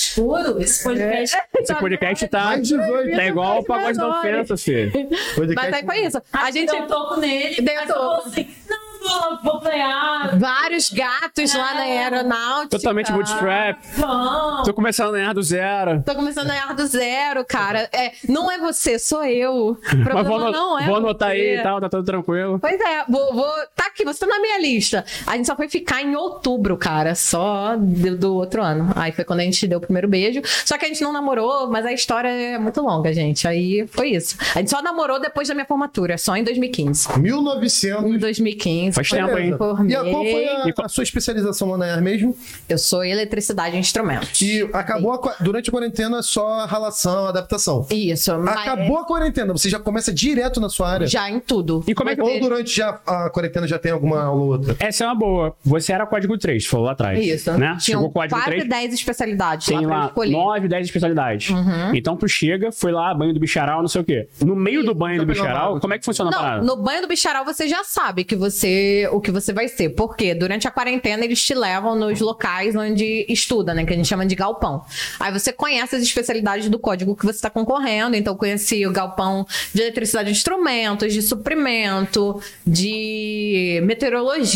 Speaker 2: escuro, esse podcast.
Speaker 3: Esse podcast tá.
Speaker 1: Mais 18.
Speaker 3: Tá igual o
Speaker 4: Mais
Speaker 3: pagode da
Speaker 4: menores.
Speaker 3: ofensa, filho.
Speaker 4: Mas tá aí foi isso. A gente
Speaker 2: deu um toco nele.
Speaker 4: Deu
Speaker 2: aí
Speaker 4: toco.
Speaker 2: falou assim, não, vou, vou ganhar.
Speaker 4: vários gatos lá na aeronáutica.
Speaker 3: Totalmente bootstrap.
Speaker 2: Vão.
Speaker 3: Tô começando a ganhar do zero.
Speaker 4: Tô começando a errar do zero, cara. É, não é você, sou eu. O
Speaker 3: Mas
Speaker 4: problema
Speaker 3: vou, ano-
Speaker 4: não é
Speaker 3: vou anotar
Speaker 4: você.
Speaker 3: aí e tal, tá tudo tranquilo.
Speaker 4: Pois é, vou, vou- Tá aqui, você tá na minha lista. A gente só foi ficar em outubro, cara, só do, do outro ano. Aí foi quando a gente deu o primeiro beijo. Só que a gente não namorou, mas a história é muito longa, gente. Aí foi isso. A gente só namorou depois da minha formatura, só em 2015. Em
Speaker 1: 1900.
Speaker 4: 2015. 15
Speaker 3: Faz tempo, hein?
Speaker 4: por mês.
Speaker 1: E a- qual foi a,
Speaker 3: E qual-
Speaker 1: a sua especialização lá na ER mesmo?
Speaker 4: Eu sou eletricidade e instrumentos.
Speaker 1: E acabou a qua- durante a quarentena só ralação, adaptação.
Speaker 4: Isso. mas
Speaker 1: Acabou a quarentena, você já começa direto na sua área.
Speaker 4: Já em tudo.
Speaker 3: E como é que
Speaker 1: Ou durante já, a quarentena já tem alguma aula ou outra?
Speaker 3: Essa é uma boa. Você era código 3, falou lá atrás.
Speaker 4: Isso.
Speaker 3: Né?
Speaker 4: Tinham
Speaker 3: Chegou código
Speaker 4: quase
Speaker 3: 3.
Speaker 4: 10 especialidades
Speaker 3: Tem
Speaker 4: lá pra
Speaker 3: lá
Speaker 4: escolher. Uhum.
Speaker 3: 9, 10 especialidades. Então tu chega, foi lá, banho do bicharal, não sei o quê. No meio do banho do
Speaker 1: Deixa eu pegar uma
Speaker 3: bicharal,
Speaker 1: água.
Speaker 3: como é que funciona a
Speaker 4: Não,
Speaker 3: parada?
Speaker 4: no banho do bicharal você já sabe que você, o que você vai ser. Porque durante a quarentena eles te levam nos locais onde estuda, né? Que a gente chama de galpão. Aí você conhece as especialidades do código que você está concorrendo. Então eu conheci o galpão de eletricidade de instrumentos, de suprimento, de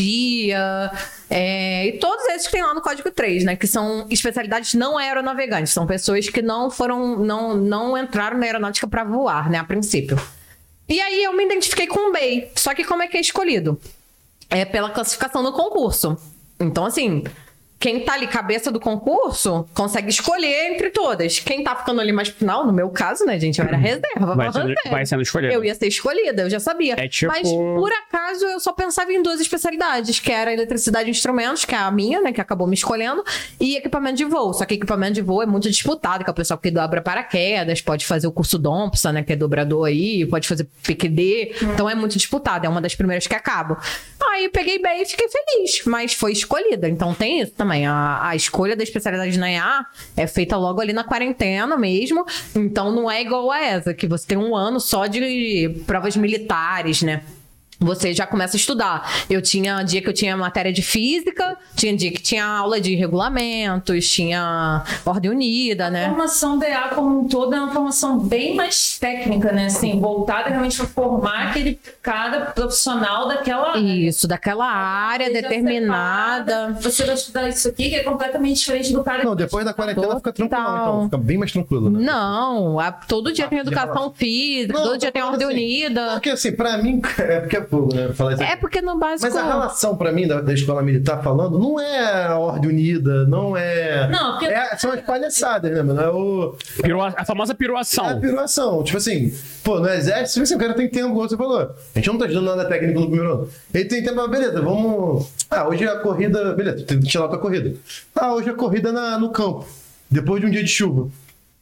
Speaker 4: meteorologia. é, e todos esses que tem lá no Código 3, né? Que são especialidades não aeronavegantes. São pessoas que não foram, não, não entraram na aeronáutica para voar, né? A princípio. E aí eu me identifiquei com o MEI. Só que como é que é escolhido? É pela classificação do concurso. Então, assim, quem tá ali cabeça do concurso consegue escolher entre todas. Quem tá ficando ali mais pro final, no meu caso, né, gente? Eu era reserva.
Speaker 3: Vai
Speaker 4: pra
Speaker 3: sendo-
Speaker 4: fazer.
Speaker 3: vai sendo escolhida.
Speaker 4: Eu ia ser escolhida, eu já sabia.
Speaker 3: É tipo-
Speaker 4: Mas por acaso eu só pensava em duas especialidades, que era eletricidade e instrumentos, que é a minha, né, que acabou me escolhendo, e equipamento de voo. Só que equipamento de voo é muito disputado, que é o pessoal que dobra paraquedas, pode fazer o curso DOMPSA, né, que é dobrador aí, pode fazer PQD. Então é muito disputado, é uma das primeiras que acabo. Aí eu peguei bem e fiquei feliz, mas foi escolhida. Então tem isso também, a, a escolha da especialidade na EA é feita logo ali na quarentena mesmo, então não é igual a ESA, que você tem um ano só de provas militares, né? você já começa a estudar. Eu tinha dia que eu tinha matéria de física, tinha dia que tinha aula de regulamentos, tinha ordem unida,
Speaker 2: A
Speaker 4: né?
Speaker 2: formação DA como um todo é uma formação bem mais técnica, né? Assim, voltada realmente para formar aquele cada profissional daquela área.
Speaker 4: Isso, daquela área
Speaker 2: Seja
Speaker 4: determinada.
Speaker 2: separada, Você vai estudar isso aqui que é completamente diferente do cara.
Speaker 1: Não, depois da quarentena fica tranquilo,
Speaker 4: Total.
Speaker 1: então. Fica bem mais tranquilo, né?
Speaker 4: tá. Não, a- todo dia tem educação física,
Speaker 1: Ah, Não,
Speaker 4: todo dia
Speaker 1: tô
Speaker 4: tem
Speaker 1: falando
Speaker 4: ordem
Speaker 1: assim,
Speaker 4: unida.
Speaker 1: Porque assim, pra mim, é porque é fogo, né? Falar isso aqui.
Speaker 4: É porque no básico.
Speaker 1: Mas a relação pra mim da, da escola militar falando não é a ordem unida, não é.
Speaker 2: Não, porque-
Speaker 1: É- são as palhaçadas, né, mano? É o.
Speaker 3: Pirua- a famosa
Speaker 1: É a
Speaker 3: piruação.
Speaker 1: piruação. Tipo assim, pô, no exército, assim, o cara tem tempo, como você falou. A gente não tá ajudando nada técnico no primeiro ano. Ele tem tempo, mas beleza, vamos. Ah, hoje é a corrida. Beleza, tem que tirar pra corrida. Ah, hoje é a corrida na, no campo. Depois de um dia de chuva.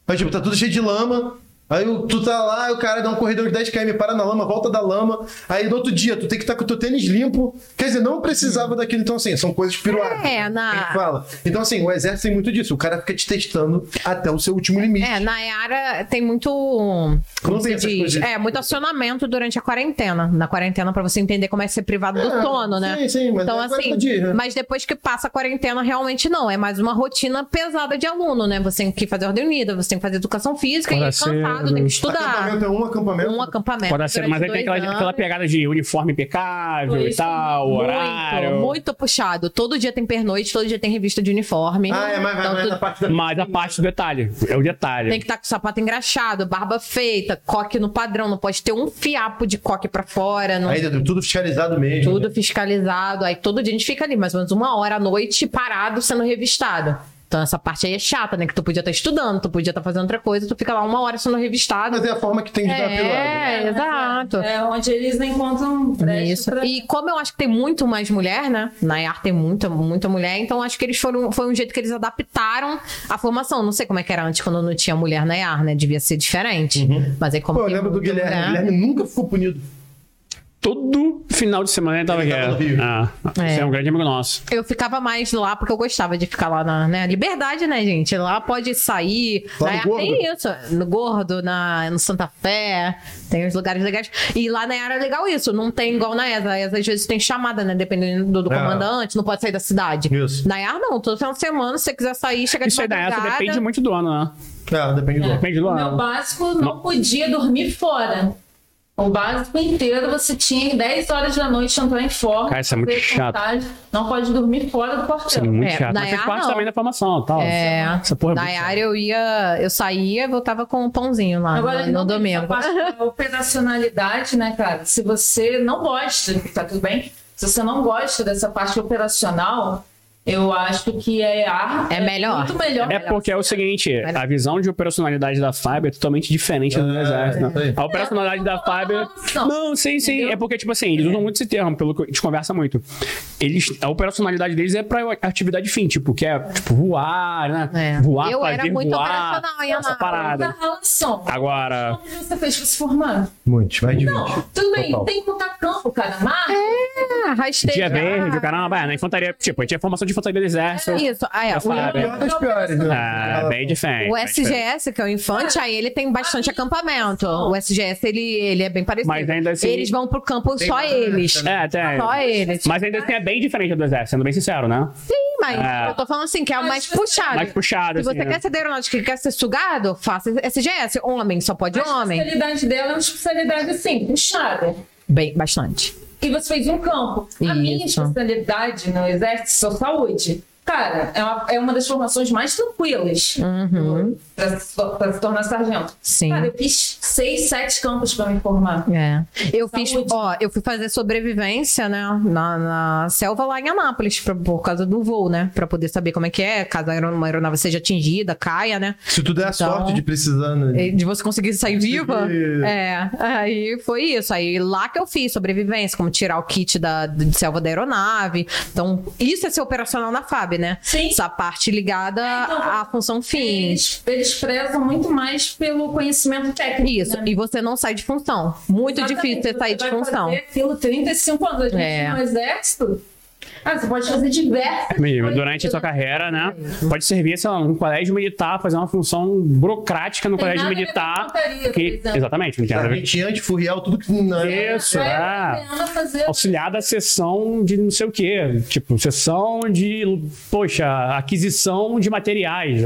Speaker 1: Aí, tipo, tá tudo cheio de lama. Aí o- tu tá lá, aí o cara dá um corredor de 10km, para na lama, volta da lama. Aí no outro dia, tu tem que estar com o teu tênis limpo. Quer dizer, não precisava daquilo. Então, assim, são coisas piruadas.
Speaker 4: É, na-
Speaker 1: que a gente fala. Então, assim, o exército tem muito disso. O cara fica te testando até o seu último limite.
Speaker 4: É, na área tem muito. Como
Speaker 1: tem
Speaker 4: se
Speaker 1: essas
Speaker 4: diz?
Speaker 1: coisas de-
Speaker 4: É, muito acionamento durante a quarentena. Na quarentena, pra você entender como é ser privado do
Speaker 1: É,
Speaker 4: sono, né?
Speaker 1: sim, sim, mas
Speaker 4: então,
Speaker 1: é
Speaker 4: assim,
Speaker 1: 40 dias, né?
Speaker 4: mas depois que passa a quarentena, realmente não. É mais uma rotina pesada de aluno, né? Você tem que fazer ordem unida, você tem que fazer educação física, e é
Speaker 3: Acordar cedo.
Speaker 4: cansado, tem que
Speaker 1: Acampamento
Speaker 4: estudar.
Speaker 1: é um acampamento.
Speaker 4: Um acampamento.
Speaker 3: Pode ser,
Speaker 4: durante
Speaker 3: mas aí tem
Speaker 4: dois
Speaker 3: aquela,
Speaker 4: anos.
Speaker 3: aquela pegada de uniforme impecável
Speaker 2: Por
Speaker 3: e
Speaker 2: isso,
Speaker 3: tal, horário.
Speaker 4: Muito, muito puxado. Todo dia tem pernoite, todo dia tem revista de uniforme.
Speaker 1: Ah, é, mas vai
Speaker 4: Então,
Speaker 1: mais
Speaker 4: tu-
Speaker 1: na parte da.
Speaker 3: Mas a parte do detalhe. É o detalhe.
Speaker 4: Tem que estar com o sapato engraxado, barba feita, coque no padrão, não pode ter um fiapo de coque pra fora, não
Speaker 1: Aí tudo fiscalizado mesmo. né?
Speaker 4: tudo fiscalizado. Aí todo dia a gente fica ali, mais ou menos uma hora à noite, parado, sendo revistado. Então essa parte aí é chata, né? Que tu podia estar estudando, tu podia estar fazendo outra coisa, tu fica lá uma hora sendo revistado.
Speaker 1: Mas é a forma que tem de dar né? a pilada.
Speaker 4: É, exato.
Speaker 2: É onde eles encontram brecha
Speaker 4: Isso.
Speaker 2: pra-
Speaker 4: E como eu acho que tem muito mais mulher, né? Na IAR tem muita, muita mulher, então acho que eles foram. Foi um jeito que eles adaptaram a formação. Não sei como é que era antes quando não tinha mulher na IAR, né? Devia ser diferente. Mas aí como.
Speaker 1: Uhum. Pô, eu
Speaker 4: tem
Speaker 1: lembro do
Speaker 4: muita
Speaker 1: Guilherme.
Speaker 4: mulher-
Speaker 1: O Guilherme nunca ficou punido.
Speaker 3: Todo final de semana ele tava aqui.
Speaker 1: Ele tava no Rio.
Speaker 3: Ah,
Speaker 4: É.
Speaker 3: Você é um grande amigo nosso.
Speaker 4: Eu ficava mais lá porque eu gostava de ficar lá na né? liberdade, né, gente? Lá pode sair.
Speaker 1: Lá
Speaker 4: na
Speaker 1: no
Speaker 4: Iar
Speaker 1: Gordo?
Speaker 4: tem isso. No Gordo, na, no Santa Fé, tem uns lugares legais. E lá na era é legal isso. Não tem igual na ESA. A ESA às vezes tem chamada, né? Dependendo do, do
Speaker 1: É.
Speaker 4: comandante, não pode sair da cidade.
Speaker 1: Isso.
Speaker 4: Na IAR não. Todo final de semana, se você quiser sair, chega de
Speaker 3: Isso aí da essa
Speaker 4: madrugada.
Speaker 3: depende muito do ano, né?
Speaker 1: Ah, depende
Speaker 4: É.
Speaker 1: do
Speaker 3: Depende do
Speaker 2: O meu
Speaker 3: ano.
Speaker 2: básico não podia dormir fora. O básico inteiro você tinha que 10 horas da noite entrar em forma.
Speaker 3: Cara, isso é muito
Speaker 2: fazer
Speaker 3: chato.
Speaker 2: contagem, Não pode dormir fora do quartel.
Speaker 3: Muito
Speaker 4: É,
Speaker 3: chato.
Speaker 4: da
Speaker 3: Mas faz
Speaker 4: Yara,
Speaker 3: parte
Speaker 4: não.
Speaker 3: também da formação tal.
Speaker 4: É.
Speaker 3: Essa porra é
Speaker 4: na
Speaker 3: muito
Speaker 4: área eu ia, eu saía e voltava com um pãozinho lá
Speaker 2: Agora,
Speaker 4: no, no
Speaker 2: não tem
Speaker 4: domingo. Ah,
Speaker 2: essa parte da operacionalidade, né, cara? Se você não gosta, tá tudo bem? Se você não gosta dessa parte operacional, Eu acho que é a
Speaker 4: É melhor.
Speaker 2: Muito melhor.
Speaker 3: É porque é o seguinte, a visão de operacionalidade da Fiber é totalmente diferente da do
Speaker 1: É,
Speaker 3: Exército. né?
Speaker 1: é isso aí.
Speaker 3: A operacionalidade da Fiber.
Speaker 2: Não.
Speaker 3: Não, sim, sim.
Speaker 2: Entendeu?
Speaker 3: É porque, tipo assim, eles usam muito esse termo, pelo que a gente conversa muito. Eles, a operacionalidade deles é pra atividade fim, tipo, que é tipo, voar, né?
Speaker 4: É.
Speaker 3: Voar,
Speaker 4: Eu
Speaker 3: fazer
Speaker 4: era muito
Speaker 3: voar,
Speaker 4: operacional em
Speaker 3: essa
Speaker 4: Anápolis.
Speaker 3: parada.
Speaker 2: Da relação.
Speaker 3: Agora,
Speaker 2: Como você fez pra se formar?
Speaker 1: Muito, mais de 20.
Speaker 2: Não, tudo bem,
Speaker 1: Total.
Speaker 2: tem que contar campo, cara. Marca.
Speaker 4: É, rastejar.
Speaker 3: dia verde, caramba, é, na infantaria, tipo, a gente tinha formação de infantaria do Exército.
Speaker 4: Ah, É Isso, aí,
Speaker 3: Eu
Speaker 4: ó, o-
Speaker 1: É a pior das piores, né?
Speaker 3: É, bem diferente.
Speaker 4: O
Speaker 3: bem diferente.
Speaker 4: SGS, que é o infante,
Speaker 2: Ah,
Speaker 4: aí ele tem bastante acampamento. O SGS, ele, ele é bem parecido.
Speaker 3: Mas ainda assim-
Speaker 4: Eles vão pro campo só eles.
Speaker 2: né?
Speaker 3: É, até.
Speaker 4: Só eles.
Speaker 3: Mas ainda assim é bem diferente do Exército, sendo bem sincero, né?
Speaker 4: Sim, mas
Speaker 3: É.
Speaker 4: eu tô falando assim, que é o mais puxado.
Speaker 3: Mais puxado,
Speaker 4: Se
Speaker 3: assim,
Speaker 4: você
Speaker 3: né?
Speaker 4: quer ser da aeronáutica e quer ser sugado, faça SGS. Homem, só pode
Speaker 2: A
Speaker 4: homem.
Speaker 2: especialidade dela é uma especialidade assim, puxada.
Speaker 4: Bem, bastante.
Speaker 2: E você fez um campo. A
Speaker 4: Isso.
Speaker 2: minha especialidade no exército sou saúde. Cara, é uma, é uma das formações mais tranquilas para se tornar sargento.
Speaker 4: Uhum. Sim.
Speaker 2: Cara, eu fiz seis, sete campos para me formar.
Speaker 4: É. Eu
Speaker 2: Saúde.
Speaker 4: fiz, ó, eu fui fazer sobrevivência, né? Na, na selva lá em Anápolis, pra- por causa do voo, né? Pra poder saber como é que é, caso a aero- uma aeronave seja atingida, caia, né?
Speaker 1: Se tu der a
Speaker 4: Então-
Speaker 1: sorte de né? precisando.
Speaker 4: E É, De você conseguir sair viva.
Speaker 1: Conseguir.
Speaker 4: É. Aí foi isso. Aí lá que eu fiz sobrevivência, como tirar o kit da, de selva da aeronave. Então, isso é ser operacional na FAB, né?
Speaker 2: Sim.
Speaker 4: Essa parte ligada
Speaker 2: então,
Speaker 4: à função
Speaker 2: Eles,
Speaker 4: fins.
Speaker 2: eles prezam muito mais pelo conhecimento técnico.
Speaker 4: Isso.
Speaker 2: né?
Speaker 4: E você não sai de função. Muito difícil você sair de
Speaker 2: vai
Speaker 4: função.
Speaker 2: Fazer aquilo 35 anos. A gente
Speaker 4: É.
Speaker 2: no exército. Ah, você pode fazer diversas.
Speaker 3: Mínimo,
Speaker 2: coisas.
Speaker 3: durante a sua carreira, né? Pode servir, sei lá, num colégio militar, fazer uma função burocrática no
Speaker 2: Tem
Speaker 3: colégio
Speaker 2: nada a ver com
Speaker 3: militar.
Speaker 2: infantaria, por
Speaker 3: Que,
Speaker 2: exemplo.
Speaker 3: exatamente, não tem nada a
Speaker 1: Cara,
Speaker 3: ver.
Speaker 1: retinha, antifurrial, é tudo que. Não,
Speaker 3: Isso,
Speaker 2: Aí eu
Speaker 3: é.
Speaker 2: aprendo a fazer
Speaker 3: Auxiliar da sessão de não sei o quê. Tipo, sessão de, poxa, aquisição de materiais,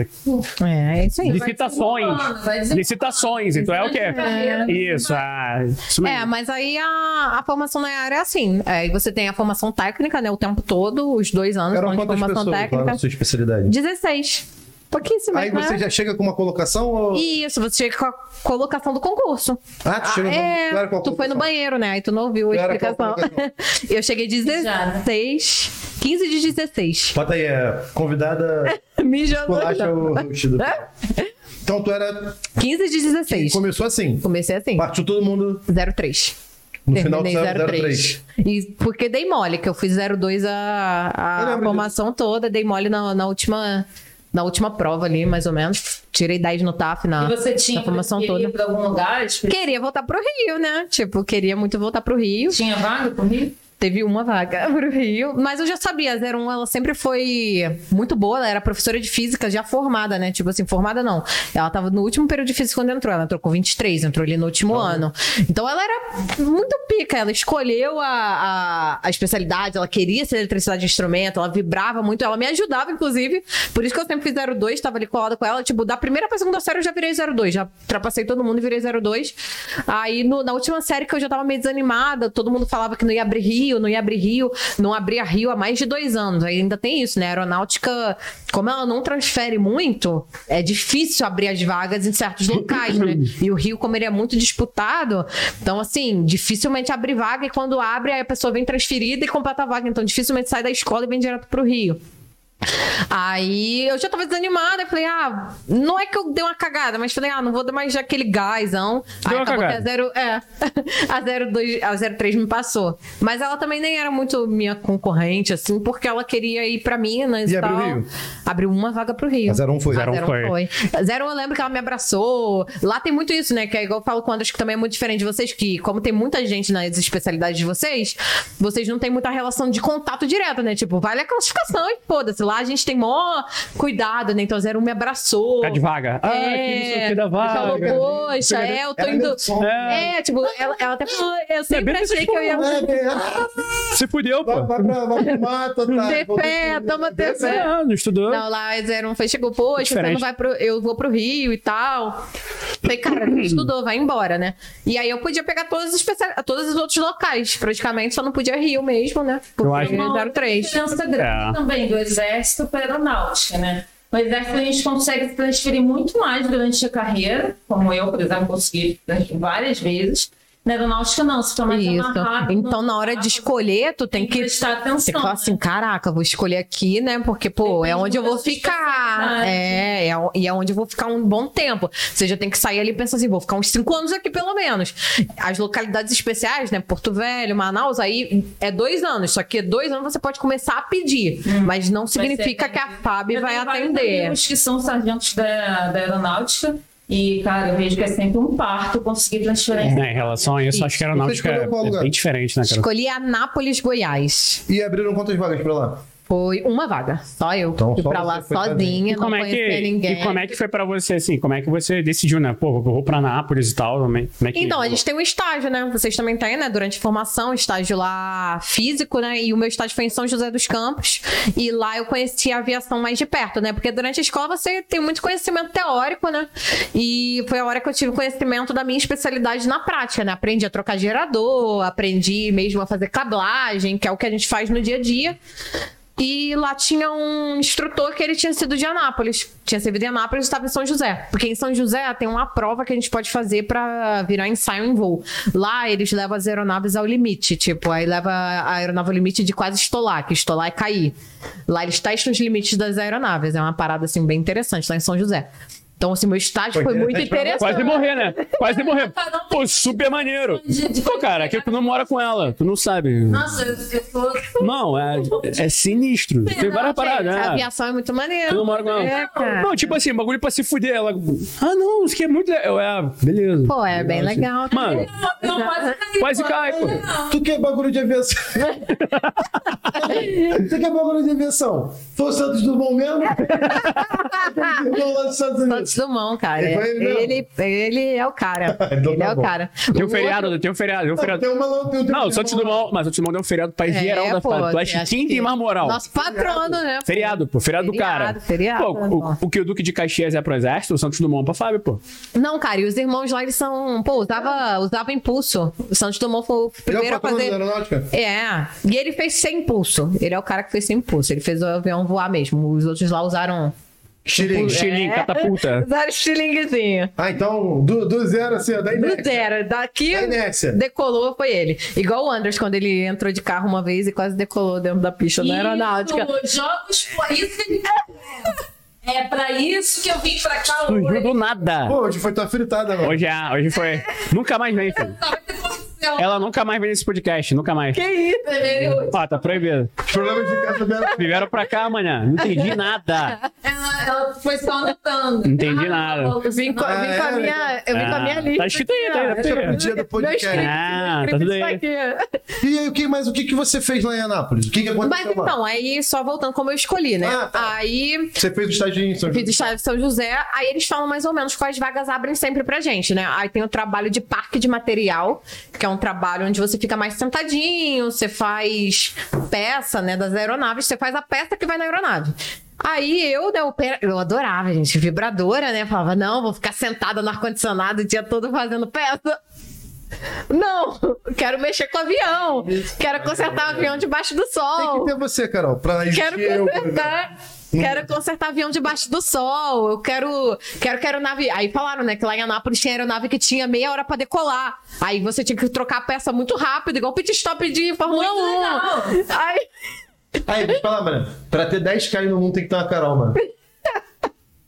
Speaker 4: É, é isso aí.
Speaker 3: licitações.
Speaker 2: desenrolando, vai desenrolando.
Speaker 3: Licitações, então é o quê?
Speaker 2: É.
Speaker 3: Isso, ah, isso mesmo.
Speaker 4: É, mas aí a, a formação na área é assim. Aí você tem a formação técnica, né? O tempo todo, os dois anos
Speaker 1: Eram
Speaker 4: são de
Speaker 1: quantas
Speaker 4: formação
Speaker 1: pessoas lá
Speaker 4: técnica.
Speaker 1: na sua especialidade?
Speaker 4: 16. Pouquíssimas,
Speaker 1: Aí
Speaker 4: né?
Speaker 1: você já chega com uma colocação ou.
Speaker 4: Isso, você chega com a colocação do concurso.
Speaker 1: Ah, tu chega
Speaker 4: É,
Speaker 1: Claro, com a
Speaker 4: tu foi no
Speaker 1: colocação.
Speaker 4: banheiro, né? Aí tu não ouviu a
Speaker 1: Claro, qual
Speaker 4: explicação.
Speaker 1: a
Speaker 4: Eu cheguei 16. 15 de 16.
Speaker 1: Bota aí, é, convidada
Speaker 4: Mijando.
Speaker 1: colacha o host do Então tu era.
Speaker 4: 15 de 16.
Speaker 1: Começou assim.
Speaker 4: Comecei assim.
Speaker 1: Partiu todo mundo
Speaker 4: 03.
Speaker 1: no final do
Speaker 4: Terminei
Speaker 1: ano
Speaker 4: 03.
Speaker 1: 03.
Speaker 4: E porque dei mole, que eu fiz 02 a,
Speaker 1: Eu
Speaker 4: a,
Speaker 1: lembro
Speaker 4: formação toda, dei mole na, na última na última prova ali, mais ou menos. Tirei 10 no TAF na,
Speaker 2: E você tinha
Speaker 4: na Ah, formação
Speaker 2: que ir
Speaker 4: toda.
Speaker 2: pra algum lugar? Tipo,
Speaker 4: Queria voltar pro Rio, né? Tipo, queria muito voltar pro Rio.
Speaker 2: Tinha vaga pro Rio?
Speaker 4: Teve uma vaga pro Rio, mas eu já sabia, a 01 ela sempre foi muito boa, ela era professora de física já formada, né? Tipo assim, formada não. Ela tava no último período de física quando entrou, ela entrou com 23, entrou ali no último ano. Então ela era muito pica, ela escolheu a, a, a especialidade, ela queria ser eletricidade de instrumento, ela vibrava muito, ela me ajudava, inclusive. Por isso que eu sempre fiz 02, tava ali colada com ela. Tipo, da primeira pra segunda série eu já virei 02, já ultrapassei todo mundo e virei 02. Aí no- na última série que eu já tava meio desanimada, todo mundo falava que não ia abrir Rio, não ia abrir Rio, não abria Rio há mais de dois anos. Aí ainda tem isso, né? A aeronáutica, como ela não transfere muito, é difícil abrir as vagas em certos locais, né? E o Rio, como ele é muito disputado, então assim, dificilmente abre vaga e quando abre, aí a pessoa vem transferida e completa a vaga. Então dificilmente sai da escola e vem direto pro Rio. Aí eu já tava desanimada, eu falei, ah, não é que eu dei uma cagada, mas falei, ah, não vou dar mais aquele gásão. Aí
Speaker 3: uma
Speaker 4: acabou que a
Speaker 3: cagada.
Speaker 4: zero, é, a 02, a 03 me passou. Mas ela também nem era muito minha concorrente, assim, porque ela queria ir pra Minas
Speaker 1: E
Speaker 4: e,
Speaker 1: abriu
Speaker 4: tal.
Speaker 1: o Rio?
Speaker 4: Abriu uma vaga pro Rio.
Speaker 1: A 01 foi.
Speaker 4: A
Speaker 1: Zero um
Speaker 4: zero
Speaker 3: foi.
Speaker 4: foi. Zero, eu lembro que ela me abraçou. Lá tem muito isso, né? Que é igual eu falo com o Andras, que também é muito diferente de vocês, que como tem muita gente nas especialidades de vocês, vocês não têm muita relação de contato direto, né? Tipo, vale a classificação e foda-se. Lá a gente tem mó cuidado, né? Então, zero um me abraçou.
Speaker 3: Ficar de vaga. Ah, que não sei o que da vaga.
Speaker 4: Falou, poxa, é, eu tô
Speaker 1: Era
Speaker 4: indo.
Speaker 1: meu sonho.
Speaker 4: É, tipo, ela, ela até falou,
Speaker 3: É
Speaker 4: eu
Speaker 3: bem
Speaker 4: sempre
Speaker 3: que
Speaker 4: achei
Speaker 3: vocês
Speaker 4: que eu ia.
Speaker 1: É, bem, ah,
Speaker 3: Se fudeu,
Speaker 1: Vai,
Speaker 3: pô.
Speaker 1: vai pra vai pro mato,
Speaker 3: né?
Speaker 1: tá?
Speaker 4: Ter
Speaker 1: Vou-
Speaker 4: fé, toma ter fé.
Speaker 3: É, não estudou.
Speaker 4: Não, lá zero um foi, chegou, poxa, você
Speaker 3: Diferente.
Speaker 4: não vai pro. Eu vou pro Rio e tal. Falei, cara, não estudou, vai embora, né? E aí eu podia pegar todas as especial... todos os outros locais, praticamente, só não podia Rio mesmo, né? Porque
Speaker 3: acho-
Speaker 4: era 03.
Speaker 2: diferença grande
Speaker 3: É.
Speaker 2: também do exército para a aeronáutica, né? No exército a gente consegue se transferir muito mais durante a carreira, como eu, por exemplo, consegui transferir várias vezes. Na aeronáutica, não, você fica mais
Speaker 4: Isso.
Speaker 2: amarrado.
Speaker 4: Então, na hora de escolher, tu tem que.
Speaker 2: prestar atenção.
Speaker 4: Você fala assim,
Speaker 2: né?
Speaker 4: caraca, vou escolher aqui, né? Porque, pô,
Speaker 2: Depende
Speaker 4: é onde eu vou
Speaker 2: da sua
Speaker 4: ficar.
Speaker 2: especialidade.
Speaker 4: É, é o- e é onde eu vou ficar um bom tempo. Você já tem que sair ali e pensar assim, vou ficar uns cinco anos aqui, pelo menos. As localidades especiais, né? Porto Velho, Manaus, aí é dois anos. Só que dois anos você pode começar a pedir.
Speaker 2: Hum.
Speaker 4: Mas não significa que a FAB
Speaker 2: é- Eu
Speaker 4: vai
Speaker 2: tenho vários
Speaker 4: atender.
Speaker 2: amigos que são sargentos da, da aeronáutica. E, cara, eu vejo que é sempre um parto conseguir transferência.
Speaker 3: Né, em relação a isso, acho que a
Speaker 1: Você
Speaker 3: aeronáutica é,
Speaker 1: escolheu qual lugar?
Speaker 3: é bem diferente, né, cara?
Speaker 4: Escolhi Anápolis, Goiás.
Speaker 1: E abriram quantas vagas pra lá?
Speaker 4: Foi uma vaga. Só eu.
Speaker 1: Então,
Speaker 4: Fui
Speaker 1: só
Speaker 4: pra
Speaker 1: você
Speaker 4: lá
Speaker 1: foi sozinha.
Speaker 4: sozinha,
Speaker 3: E
Speaker 4: não
Speaker 3: como, é
Speaker 4: conhecia
Speaker 3: que,
Speaker 4: ninguém.
Speaker 3: e como é que foi pra você, assim? Como é que você decidiu, né? Pô, eu vou pra Nápoles e tal também. Como é que...
Speaker 4: Então, a gente tem um estágio, né? Vocês também têm, né? Durante a formação, estágio lá físico, né? E o meu estágio foi em São José dos Campos. E lá eu conheci a aviação mais de perto, né? Porque durante a escola você tem muito conhecimento teórico, né? E foi a hora que eu tive conhecimento da minha especialidade na prática, né? Aprendi a trocar gerador, aprendi mesmo a fazer cablagem, que é o que a gente faz no dia a dia. E lá tinha um instrutor que ele tinha sido de Anápolis. Tinha servido em Anápolis e estava em São José. Porque em São José tem uma prova que a gente pode fazer pra virar ensaio em voo. Lá eles levam as aeronaves ao limite. Tipo, aí leva a aeronave ao limite de quase estolar, que estolar é cair. Lá eles testam os limites das aeronaves. É uma parada, assim, bem interessante lá em São José. Então, assim, meu estágio foi,
Speaker 1: Foi
Speaker 4: muito
Speaker 1: interessante
Speaker 4: interessante.
Speaker 3: Quase morrer, né? Quase morrer.
Speaker 2: Cada um tem-
Speaker 3: Pô, super maneiro.
Speaker 2: Gente,
Speaker 3: Pô, cara, é que tu não mora com ela, tu não sabe.
Speaker 2: Nossa, eu sou.
Speaker 3: Não, é, é sinistro. Tem várias paradas,
Speaker 4: A
Speaker 3: né?
Speaker 4: aviação é muito maneira.
Speaker 3: Tu não mora com ela.
Speaker 4: É, cara.
Speaker 3: Não, tipo assim, bagulho pra se fuder. Ela. Ah, não, isso aqui é muito legal. Eu, É, beleza.
Speaker 4: Pô, é bem
Speaker 3: assim.
Speaker 4: legal.
Speaker 3: Mano,
Speaker 2: Não, quase caí.
Speaker 3: Quase cai, pô.
Speaker 2: Não.
Speaker 1: Tu que é bagulho de aviação. tu que é bagulho de aviação. Foi o Santos Dumont mesmo? Irmão lá dos Estados Unidos.
Speaker 4: Santos Dumont, cara.
Speaker 1: É, foi ele mesmo.
Speaker 4: Ele, ele é o cara.
Speaker 1: Então
Speaker 4: ele
Speaker 1: tá
Speaker 4: é o
Speaker 1: bom.
Speaker 4: cara.
Speaker 3: tem
Speaker 4: O
Speaker 3: um feriado, tem um feriado, tem um feriado.
Speaker 1: Tem uma lá, tem
Speaker 3: Não, Santos Dumont, mas Santos Dumont deu um feriado pra
Speaker 4: outro-
Speaker 3: geral
Speaker 4: É,
Speaker 3: da
Speaker 4: pô,
Speaker 3: fala. Tu
Speaker 4: acho
Speaker 3: acha quem
Speaker 4: que-
Speaker 3: tem mais moral?
Speaker 4: Nosso patrono, né? pô?
Speaker 3: Feriado, pô, feriado, do
Speaker 4: Feriado,
Speaker 3: cara.
Speaker 4: feriado,
Speaker 3: pô,
Speaker 4: né,
Speaker 3: o,
Speaker 4: nossa.
Speaker 3: o que o Duque de Caxias é pro Exército, o Santos Dumont pra Fábio, pô.
Speaker 4: Não, cara, e os irmãos lá, eles são. Pô, usava, usava impulso. O Santos Dumont foi o
Speaker 1: Ele é
Speaker 4: primeiro
Speaker 1: o
Speaker 4: a
Speaker 1: patrão
Speaker 4: fazer.
Speaker 1: da aeronáutica?
Speaker 4: É, e ele fez sem impulso. Ele é o cara que fez sem impulso. Ele fez o avião voar mesmo. Os outros lá usaram.
Speaker 1: Xiringue.
Speaker 3: Xilim,
Speaker 4: É.
Speaker 3: catapulta.
Speaker 4: Usaram estilinguezinho.
Speaker 1: Ah, então, do, do zero assim, ó, da
Speaker 4: Do
Speaker 1: inércia.
Speaker 4: zero. Daqui
Speaker 1: Da Tá inércia.
Speaker 4: decolou, foi ele. Igual o Anders, quando ele entrou de carro uma vez e quase decolou dentro da pista
Speaker 2: né,
Speaker 4: da aeronáutica.
Speaker 2: Isso, Jogos por isso que- É pra isso que eu vim pra cá
Speaker 3: Surgiu
Speaker 2: hoje.
Speaker 3: do nada.
Speaker 1: Pô, hoje foi tua fritada, mano.
Speaker 3: Hoje, é, hoje foi. Nunca mais vem, filho.
Speaker 2: Tava até acontecendo.
Speaker 3: Ela nunca mais vem nesse podcast, nunca mais.
Speaker 4: Que isso?
Speaker 2: Eu-
Speaker 3: Ó, tá proibido.
Speaker 1: Os problemas de casa dela.
Speaker 3: Vieram pra cá, manhã. Não entendi nada.
Speaker 2: Ela, ela foi só anotando.
Speaker 3: Entendi nada.
Speaker 4: Eu vim com,
Speaker 1: Ah,
Speaker 4: eu vim com a
Speaker 1: é?
Speaker 4: minha, eu vim com a minha
Speaker 3: Ah,
Speaker 4: lista.
Speaker 3: tá escrito aí,
Speaker 4: aqui,
Speaker 3: tá aí,
Speaker 4: ó.
Speaker 3: tá escrito.
Speaker 1: Era pro dia do podcast.
Speaker 4: Meu script,
Speaker 3: Ah,
Speaker 4: meu script
Speaker 3: tá
Speaker 4: tá aqui.
Speaker 1: E aí, o que mais? O que, que você fez lá em Anápolis? O que, que
Speaker 4: Mas
Speaker 1: aconteceu lá?
Speaker 4: então, aí só voltando como eu escolhi, né?
Speaker 1: Ah, tá.
Speaker 4: Aí
Speaker 1: Você fez o estágio em São
Speaker 4: fiz o estágio de São José, aí eles falam mais ou menos quais vagas abrem sempre pra gente, né? Aí tem o trabalho de parque de material, que é um trabalho onde você fica mais sentadinho, você faz peça, né, das aeronaves, você faz a peça que vai na aeronave. Aí eu, né, opera- eu adorava, gente, vibradora, né? Falava, não, vou ficar sentada no ar-condicionado o dia todo fazendo peça. Não, quero mexer com o avião. Quero consertar o avião debaixo do sol.
Speaker 1: Tem que ter você, Carol, pra
Speaker 4: Quero
Speaker 1: existir eu.
Speaker 4: consertar. Quero consertar avião debaixo do sol. Eu quero. Quero que aeronave. Aí falaram, né? Que lá em Anápolis tinha aeronave que tinha meia hora pra decolar. Aí você tinha que trocar a peça muito rápido, igual pit stop de Fórmula
Speaker 2: Muito
Speaker 4: 1. Aí.
Speaker 1: Aí, deixa eu falar, mano. Pra ter 10 caras no mundo tem que ter uma Carol, mano.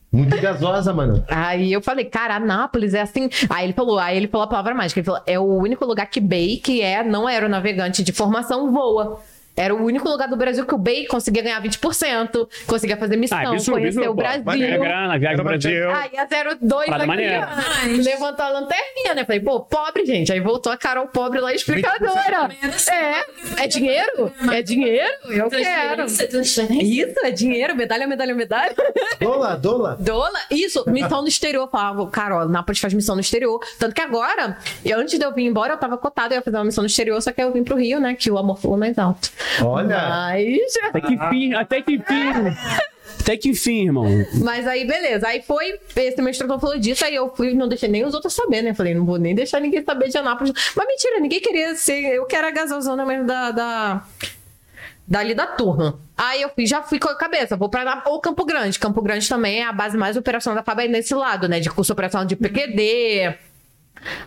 Speaker 1: Muito gasosa, mano.
Speaker 4: Aí eu falei, cara, Anápolis é assim. Aí ele falou, aí ele falou a palavra mágica. Ele falou, é o único lugar que BEI, que é não aeronavegante de formação, voa. Era o único lugar do Brasil que o BEI conseguia ganhar 20%, conseguia fazer missão,
Speaker 3: Ah, é absurdo,
Speaker 4: então, conhecer
Speaker 3: absurdo,
Speaker 4: o
Speaker 3: pô.
Speaker 4: Brasil.
Speaker 1: Maneiro.
Speaker 3: Grana, viagem pro Brasil.
Speaker 4: Aí a 02
Speaker 3: Parada
Speaker 4: aqui,
Speaker 3: maneira.
Speaker 4: ó, levantou a lanterninha, né? Falei, pô, pobre, gente. Aí voltou a Carol pobre lá explicadora. É, é dinheiro? É dinheiro? Eu quero.
Speaker 2: Transferência, transferência.
Speaker 4: Isso, é dinheiro, medalha, medalha, medalha.
Speaker 1: Dola, dola.
Speaker 4: Dona, isso, missão no exterior. Eu Falava, Carol, Nápoles faz missão no exterior. Tanto que agora, eu, antes de eu vir embora, eu tava cotada, eu ia fazer uma missão no exterior, só que eu vim pro Rio, né? Que o amor falou mais alto.
Speaker 1: Olha.
Speaker 4: Mas.
Speaker 3: Até que fim, até que fim. Até que fim, irmão.
Speaker 4: Mas aí, beleza. Aí foi, esse meu instrutor falou disso, aí eu fui, não deixei nem os outros saber, né? Falei, não vou nem deixar ninguém saber de Anápolis. Mas mentira, ninguém queria ser. Eu quero a gasolzona mesmo da. da... Dali da turma. Aí eu fui- já fui com a cabeça, vou pra Anápolis ou Campo Grande. é Campo Grande também é a base mais operacional da FAB aí nesse lado, né? De curso operacional de PQD,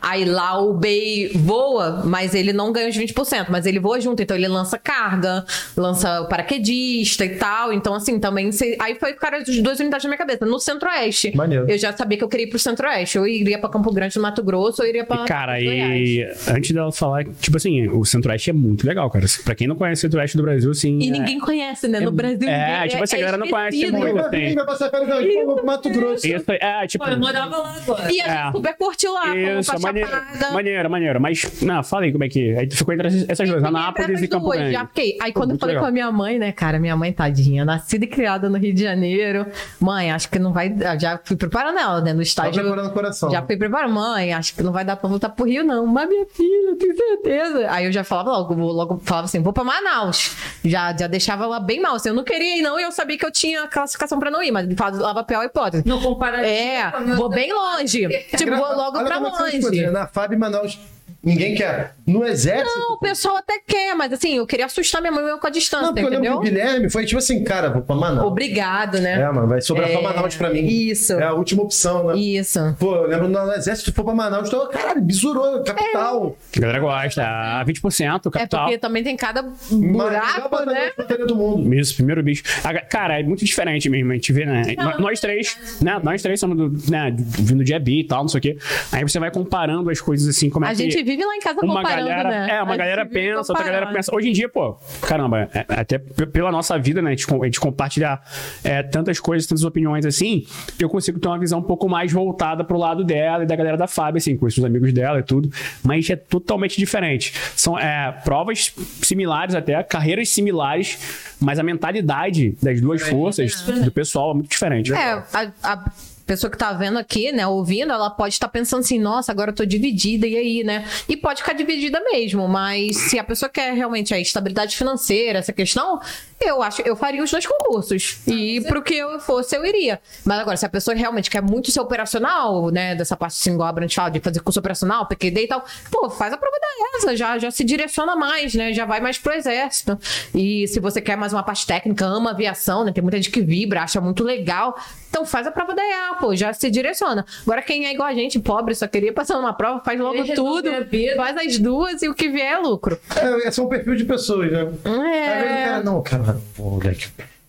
Speaker 4: Aí lá o BEI voa, mas ele não ganha os 20%, mas ele voa junto, então ele lança carga, lança paraquedista e tal. Então, assim, também. se- Aí foi, cara, as duas unidades na minha cabeça. No Centro-Oeste.
Speaker 1: Maneiro.
Speaker 4: Eu já sabia que eu queria ir pro Centro-Oeste. Eu iria pra Campo Grande, no Mato Grosso, ou iria pra.
Speaker 3: E, cara,
Speaker 4: Goiás.
Speaker 3: e antes dela falar, tipo assim, o Centro-Oeste é muito legal, cara. Pra quem não conhece o Centro-Oeste do Brasil, assim.
Speaker 4: E
Speaker 3: é-
Speaker 4: ninguém conhece, né? No
Speaker 3: é-
Speaker 4: Brasil.
Speaker 3: é,
Speaker 4: ninguém-
Speaker 3: tipo, essa galera não conhece
Speaker 4: esquecido.
Speaker 3: muito.
Speaker 1: Vai,
Speaker 3: tem.
Speaker 1: vai, vai passar férias não, eu vou pro Mato Grosso.
Speaker 3: Isso, é, tipo.
Speaker 2: Pô, eu morava lá agora.
Speaker 4: E a gente
Speaker 3: É.
Speaker 4: super curtiu lá, fomos
Speaker 3: Isso,
Speaker 4: pra
Speaker 3: maneiro,
Speaker 4: Chapada.
Speaker 3: maneiro, maneiro. Mas, não, fala aí como é que. Aí tu ficou entre essas essas duas,
Speaker 4: Fiquei entre
Speaker 3: Anápolis
Speaker 4: essas
Speaker 3: e Campo
Speaker 4: duas,
Speaker 3: Grande.
Speaker 4: já fiquei. Aí quando eu
Speaker 3: muito
Speaker 4: falei
Speaker 3: legal.
Speaker 4: com a minha mãe, né, cara, minha mãe, tadinha, nascida e criada no Rio de Janeiro. Mãe, acho que não vai. eu Já fui preparando ela, né? No
Speaker 1: Tá
Speaker 4: estágio.
Speaker 1: preparando o coração.
Speaker 4: Já fui preparando, mãe, acho que não vai dar pra voltar pro Rio, não. Mas minha filha, tenho certeza. Aí eu já falava logo, vou logo falava assim, vou pra Manaus. Já, já deixava lá bem mal. Assim, eu não queria ir, não, e eu sabia que eu tinha classificação pra não ir, mas falava a pior hipótese.
Speaker 2: No comparativo.
Speaker 4: É,
Speaker 2: com o meu-
Speaker 4: vou bem longe. Tipo, vou logo
Speaker 1: Olha
Speaker 4: pra
Speaker 1: como é que são as
Speaker 4: longe.
Speaker 1: coisas, né? Na FAB Manaus, ninguém quer. No exército.
Speaker 4: Não, o pessoal até quer, mas assim, eu queria assustar minha mãe mesmo com a distância,
Speaker 1: Não, porque eu lembro que o
Speaker 4: entendeu?
Speaker 1: Guilherme foi tipo assim, cara, vou pra Manaus.
Speaker 4: Obrigado,
Speaker 1: É,
Speaker 4: né?
Speaker 1: mano, vai sobrar
Speaker 4: É,
Speaker 1: só Manaus pra mim.
Speaker 4: isso.
Speaker 1: É a última opção, né?
Speaker 4: Isso. É,
Speaker 1: Pô, eu lembro no exército, tu for pra Manaus, tu, caralho, bisurou, capital.
Speaker 3: A galera gosta, ah, 20%,
Speaker 4: É
Speaker 3: capital.
Speaker 4: porque também tem cada
Speaker 1: Maravilha,
Speaker 4: É, um buraco,
Speaker 1: é batalha
Speaker 4: né?
Speaker 1: de fronteira do mundo.
Speaker 3: Isso, primeiro bicho. Ah, Cara, é muito diferente mesmo. A gente vê,
Speaker 4: é
Speaker 3: né? Nó- Nós três, né? Nós três somos do, né? vindo de EBI e tal, não sei o quê. Aí você vai comparando as coisas assim, como é
Speaker 4: A
Speaker 3: que.
Speaker 4: gente vive lá em casa
Speaker 3: uma
Speaker 4: comparando,
Speaker 3: galera,
Speaker 4: né?
Speaker 3: É, uma
Speaker 4: A
Speaker 3: galera
Speaker 4: gente vive
Speaker 3: pensa, outra galera
Speaker 4: comparando.
Speaker 3: pensa. Hoje em dia, pô, caramba, é- até p- pela nossa vida, né? A gente, com- a gente compartilha é, tantas coisas, tantas opiniões assim, eu consigo ter uma visão um pouco mais voltada pro lado dela e da galera da Fábio, assim, com os amigos dela e tudo. Mas é totalmente diferente. São é, provas similares até, carreiras similares, mas a mentalidade das duas forças do pessoal é muito diferente.
Speaker 4: É, a, a pessoa que tá vendo aqui, né, ouvindo, ela pode estar pensando assim, nossa, agora eu tô dividida, e aí, né? E pode ficar dividida mesmo, mas se a pessoa quer realmente a estabilidade financeira, essa questão, eu acho, eu faria os dois concursos. E pro que eu fosse, eu iria. Mas agora, se a pessoa realmente quer muito ser operacional, né, dessa parte assim, igual a Brant fala, de fazer curso operacional, PQD e tal, pô, faz a prova da ESA, já, já se direciona mais, né, já vai mais pro exército. E se você quer mais uma parte técnica, ama aviação, né, tem muita gente que vibra, acha muito legal, então faz a prova da EA, pô, já se direciona. Agora quem é igual a gente, pobre, só queria passar numa prova, faz logo
Speaker 2: Queria resolver
Speaker 4: tudo,
Speaker 2: a vida.
Speaker 4: faz as duas e o que vier é lucro.
Speaker 1: É, esse é um perfil de pessoas, né?
Speaker 4: É.
Speaker 1: Às vezes o cara, não, cara, pô, moleque,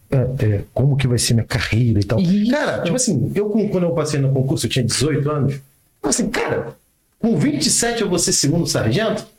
Speaker 1: é, é, como que vai ser minha carreira e tal.
Speaker 4: Isso.
Speaker 1: Cara, tipo assim, eu com- quando eu passei no concurso, eu tinha 18 anos. Eu assim, cara, com 27 eu vou ser segundo sargento?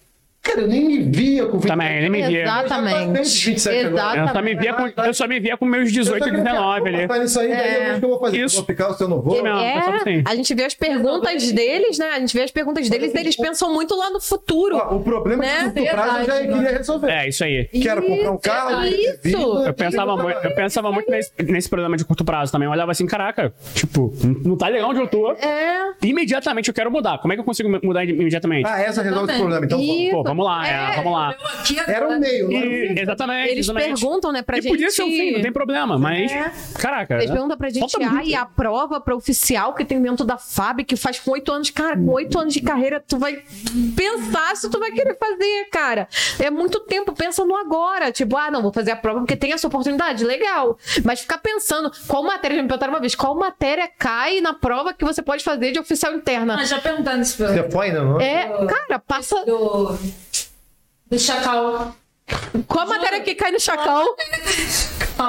Speaker 1: Cara, eu nem me via com 27.
Speaker 3: Também, nem me via.
Speaker 1: Eu já passei de
Speaker 4: Exatamente.
Speaker 1: 27 agora.
Speaker 3: Eu só, me via com, eu só me via com meus 18, 19 ali.
Speaker 1: Tá nisso aí, daí eu vejo o que eu vou fazer.
Speaker 3: Isso.
Speaker 1: Eu vou ficar, o seu eu não vou.
Speaker 3: Não.
Speaker 4: é,
Speaker 3: pessoal tem.
Speaker 4: a gente vê as perguntas deles, né? A gente vê as perguntas deles e eles pensam muito lá no futuro.
Speaker 1: Ó, o problema é que
Speaker 4: Né?
Speaker 1: no curto prazo eu já
Speaker 2: Verdade,
Speaker 1: queria resolver.
Speaker 3: É, isso aí.
Speaker 1: Quero comprar um carro.
Speaker 4: Isso.
Speaker 1: ter vida,
Speaker 3: Eu pensava muito, eu pensava muito nesse, nesse problema de curto prazo também. Eu olhava assim, caraca, tipo, não tá legal onde eu tô.
Speaker 4: É.
Speaker 3: Imediatamente eu quero mudar. Como é que eu consigo mudar imediatamente?
Speaker 1: Ah, essa resolve o
Speaker 2: Também.
Speaker 1: problema. Então,
Speaker 4: Ih.
Speaker 3: Pô, vamos lá, é,
Speaker 4: É,
Speaker 3: vamos lá.
Speaker 2: Eu aqui
Speaker 1: era
Speaker 2: agora-
Speaker 1: um meio, não era um
Speaker 3: E,
Speaker 1: fim.
Speaker 3: exatamente.
Speaker 4: Eles
Speaker 3: exatamente.
Speaker 4: perguntam, né, pra
Speaker 3: e Podia
Speaker 4: gente-
Speaker 3: ser um fim, não tem problema, mas.
Speaker 4: É.
Speaker 3: Caraca.
Speaker 4: Eles perguntam pra gente,
Speaker 3: falta muito.
Speaker 4: ai, a prova pra oficial que tem dentro da FAB, que faz com oito anos, cara, com oito anos de carreira, tu vai pensar se tu vai querer fazer, cara. É muito tempo, pensa no agora. Tipo, ah, não, vou fazer a prova porque tem essa oportunidade, legal. Mas ficar pensando, qual matéria, já me perguntaram uma vez, qual matéria cai na prova que você pode fazer de oficial interna?
Speaker 2: Ah, já perguntaram isso pra
Speaker 1: Você foi, não?
Speaker 4: É, cara, passa.
Speaker 2: do, do Chacal.
Speaker 4: Qual matéria que cai no chacal?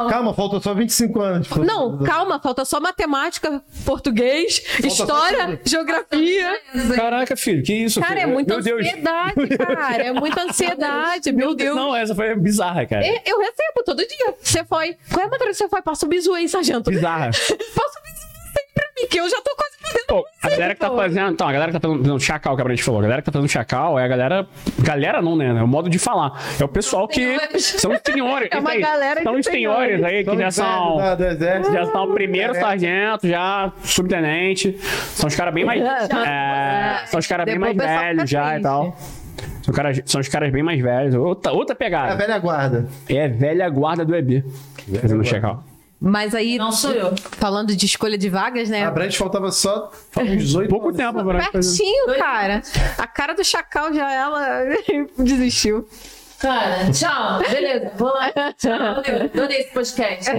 Speaker 1: Calma, faltam só 25 anos.
Speaker 4: Não, calma, falta só matemática, português, história, geografia.
Speaker 3: Caraca, filho, que isso?
Speaker 4: Cara, é
Speaker 3: filho?
Speaker 4: muita
Speaker 3: Meu Deus.
Speaker 4: ansiedade, cara. É muita ansiedade, meu Deus.
Speaker 3: Não, essa foi bizarra, cara.
Speaker 4: É, Eu recebo todo dia. Você foi. Qual é a matéria que você foi? Passa o bizu aí, sargento.
Speaker 3: Bizarra.
Speaker 4: Passa o bizu aí pra mim, que eu já tô quase fazendo.
Speaker 3: Pô, a
Speaker 4: bizu,
Speaker 3: galera que tá
Speaker 4: pô.
Speaker 3: fazendo. Então, a galera que tá fazendo chacal, que a gente falou. A galera que tá fazendo chacal é a galera. Galera não, né? É o modo de falar. É o pessoal que.
Speaker 4: Senhores.
Speaker 3: São os senhores.
Speaker 4: É uma
Speaker 3: isso aí.
Speaker 4: galera de
Speaker 3: São os senhores
Speaker 4: senhores.
Speaker 3: aí que já são.
Speaker 1: né,
Speaker 3: Já são o
Speaker 1: É,
Speaker 3: primeiro sargento, já subtenente. São os caras bem mais.
Speaker 4: Já.
Speaker 3: é, são os caras bem mais
Speaker 4: Depois o pessoal
Speaker 3: velhos
Speaker 4: fica
Speaker 3: já e
Speaker 4: triste.
Speaker 3: tal. São, caras, são os caras bem mais velhos. Outra, outra
Speaker 1: A
Speaker 3: pegada.
Speaker 1: velha guarda.
Speaker 3: É a velha guarda do EB. Fazendo
Speaker 1: guarda.
Speaker 3: check-out.
Speaker 4: Mas aí,
Speaker 2: Não sou eu.
Speaker 4: falando de escolha de vagas, né?
Speaker 1: A Brand faltava só uns 18
Speaker 3: Pouco
Speaker 1: anos.
Speaker 3: tempo agora.
Speaker 4: Pertinho, cara. A cara do Chacal já ela desistiu.
Speaker 2: Cara, tchau. Beleza, vou lá. Tchau, valeu. Adorei esse podcast.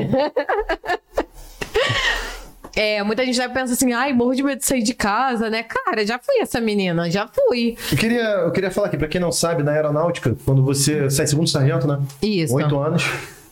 Speaker 4: é, muita gente deve pensar assim, ai, morro de medo de sair de casa, né? Cara, já fui essa menina, já fui.
Speaker 1: Eu queria, eu queria falar aqui, pra quem não sabe, na aeronáutica, quando você sai segundo sargento, né?
Speaker 4: Isso.
Speaker 1: Oito anos,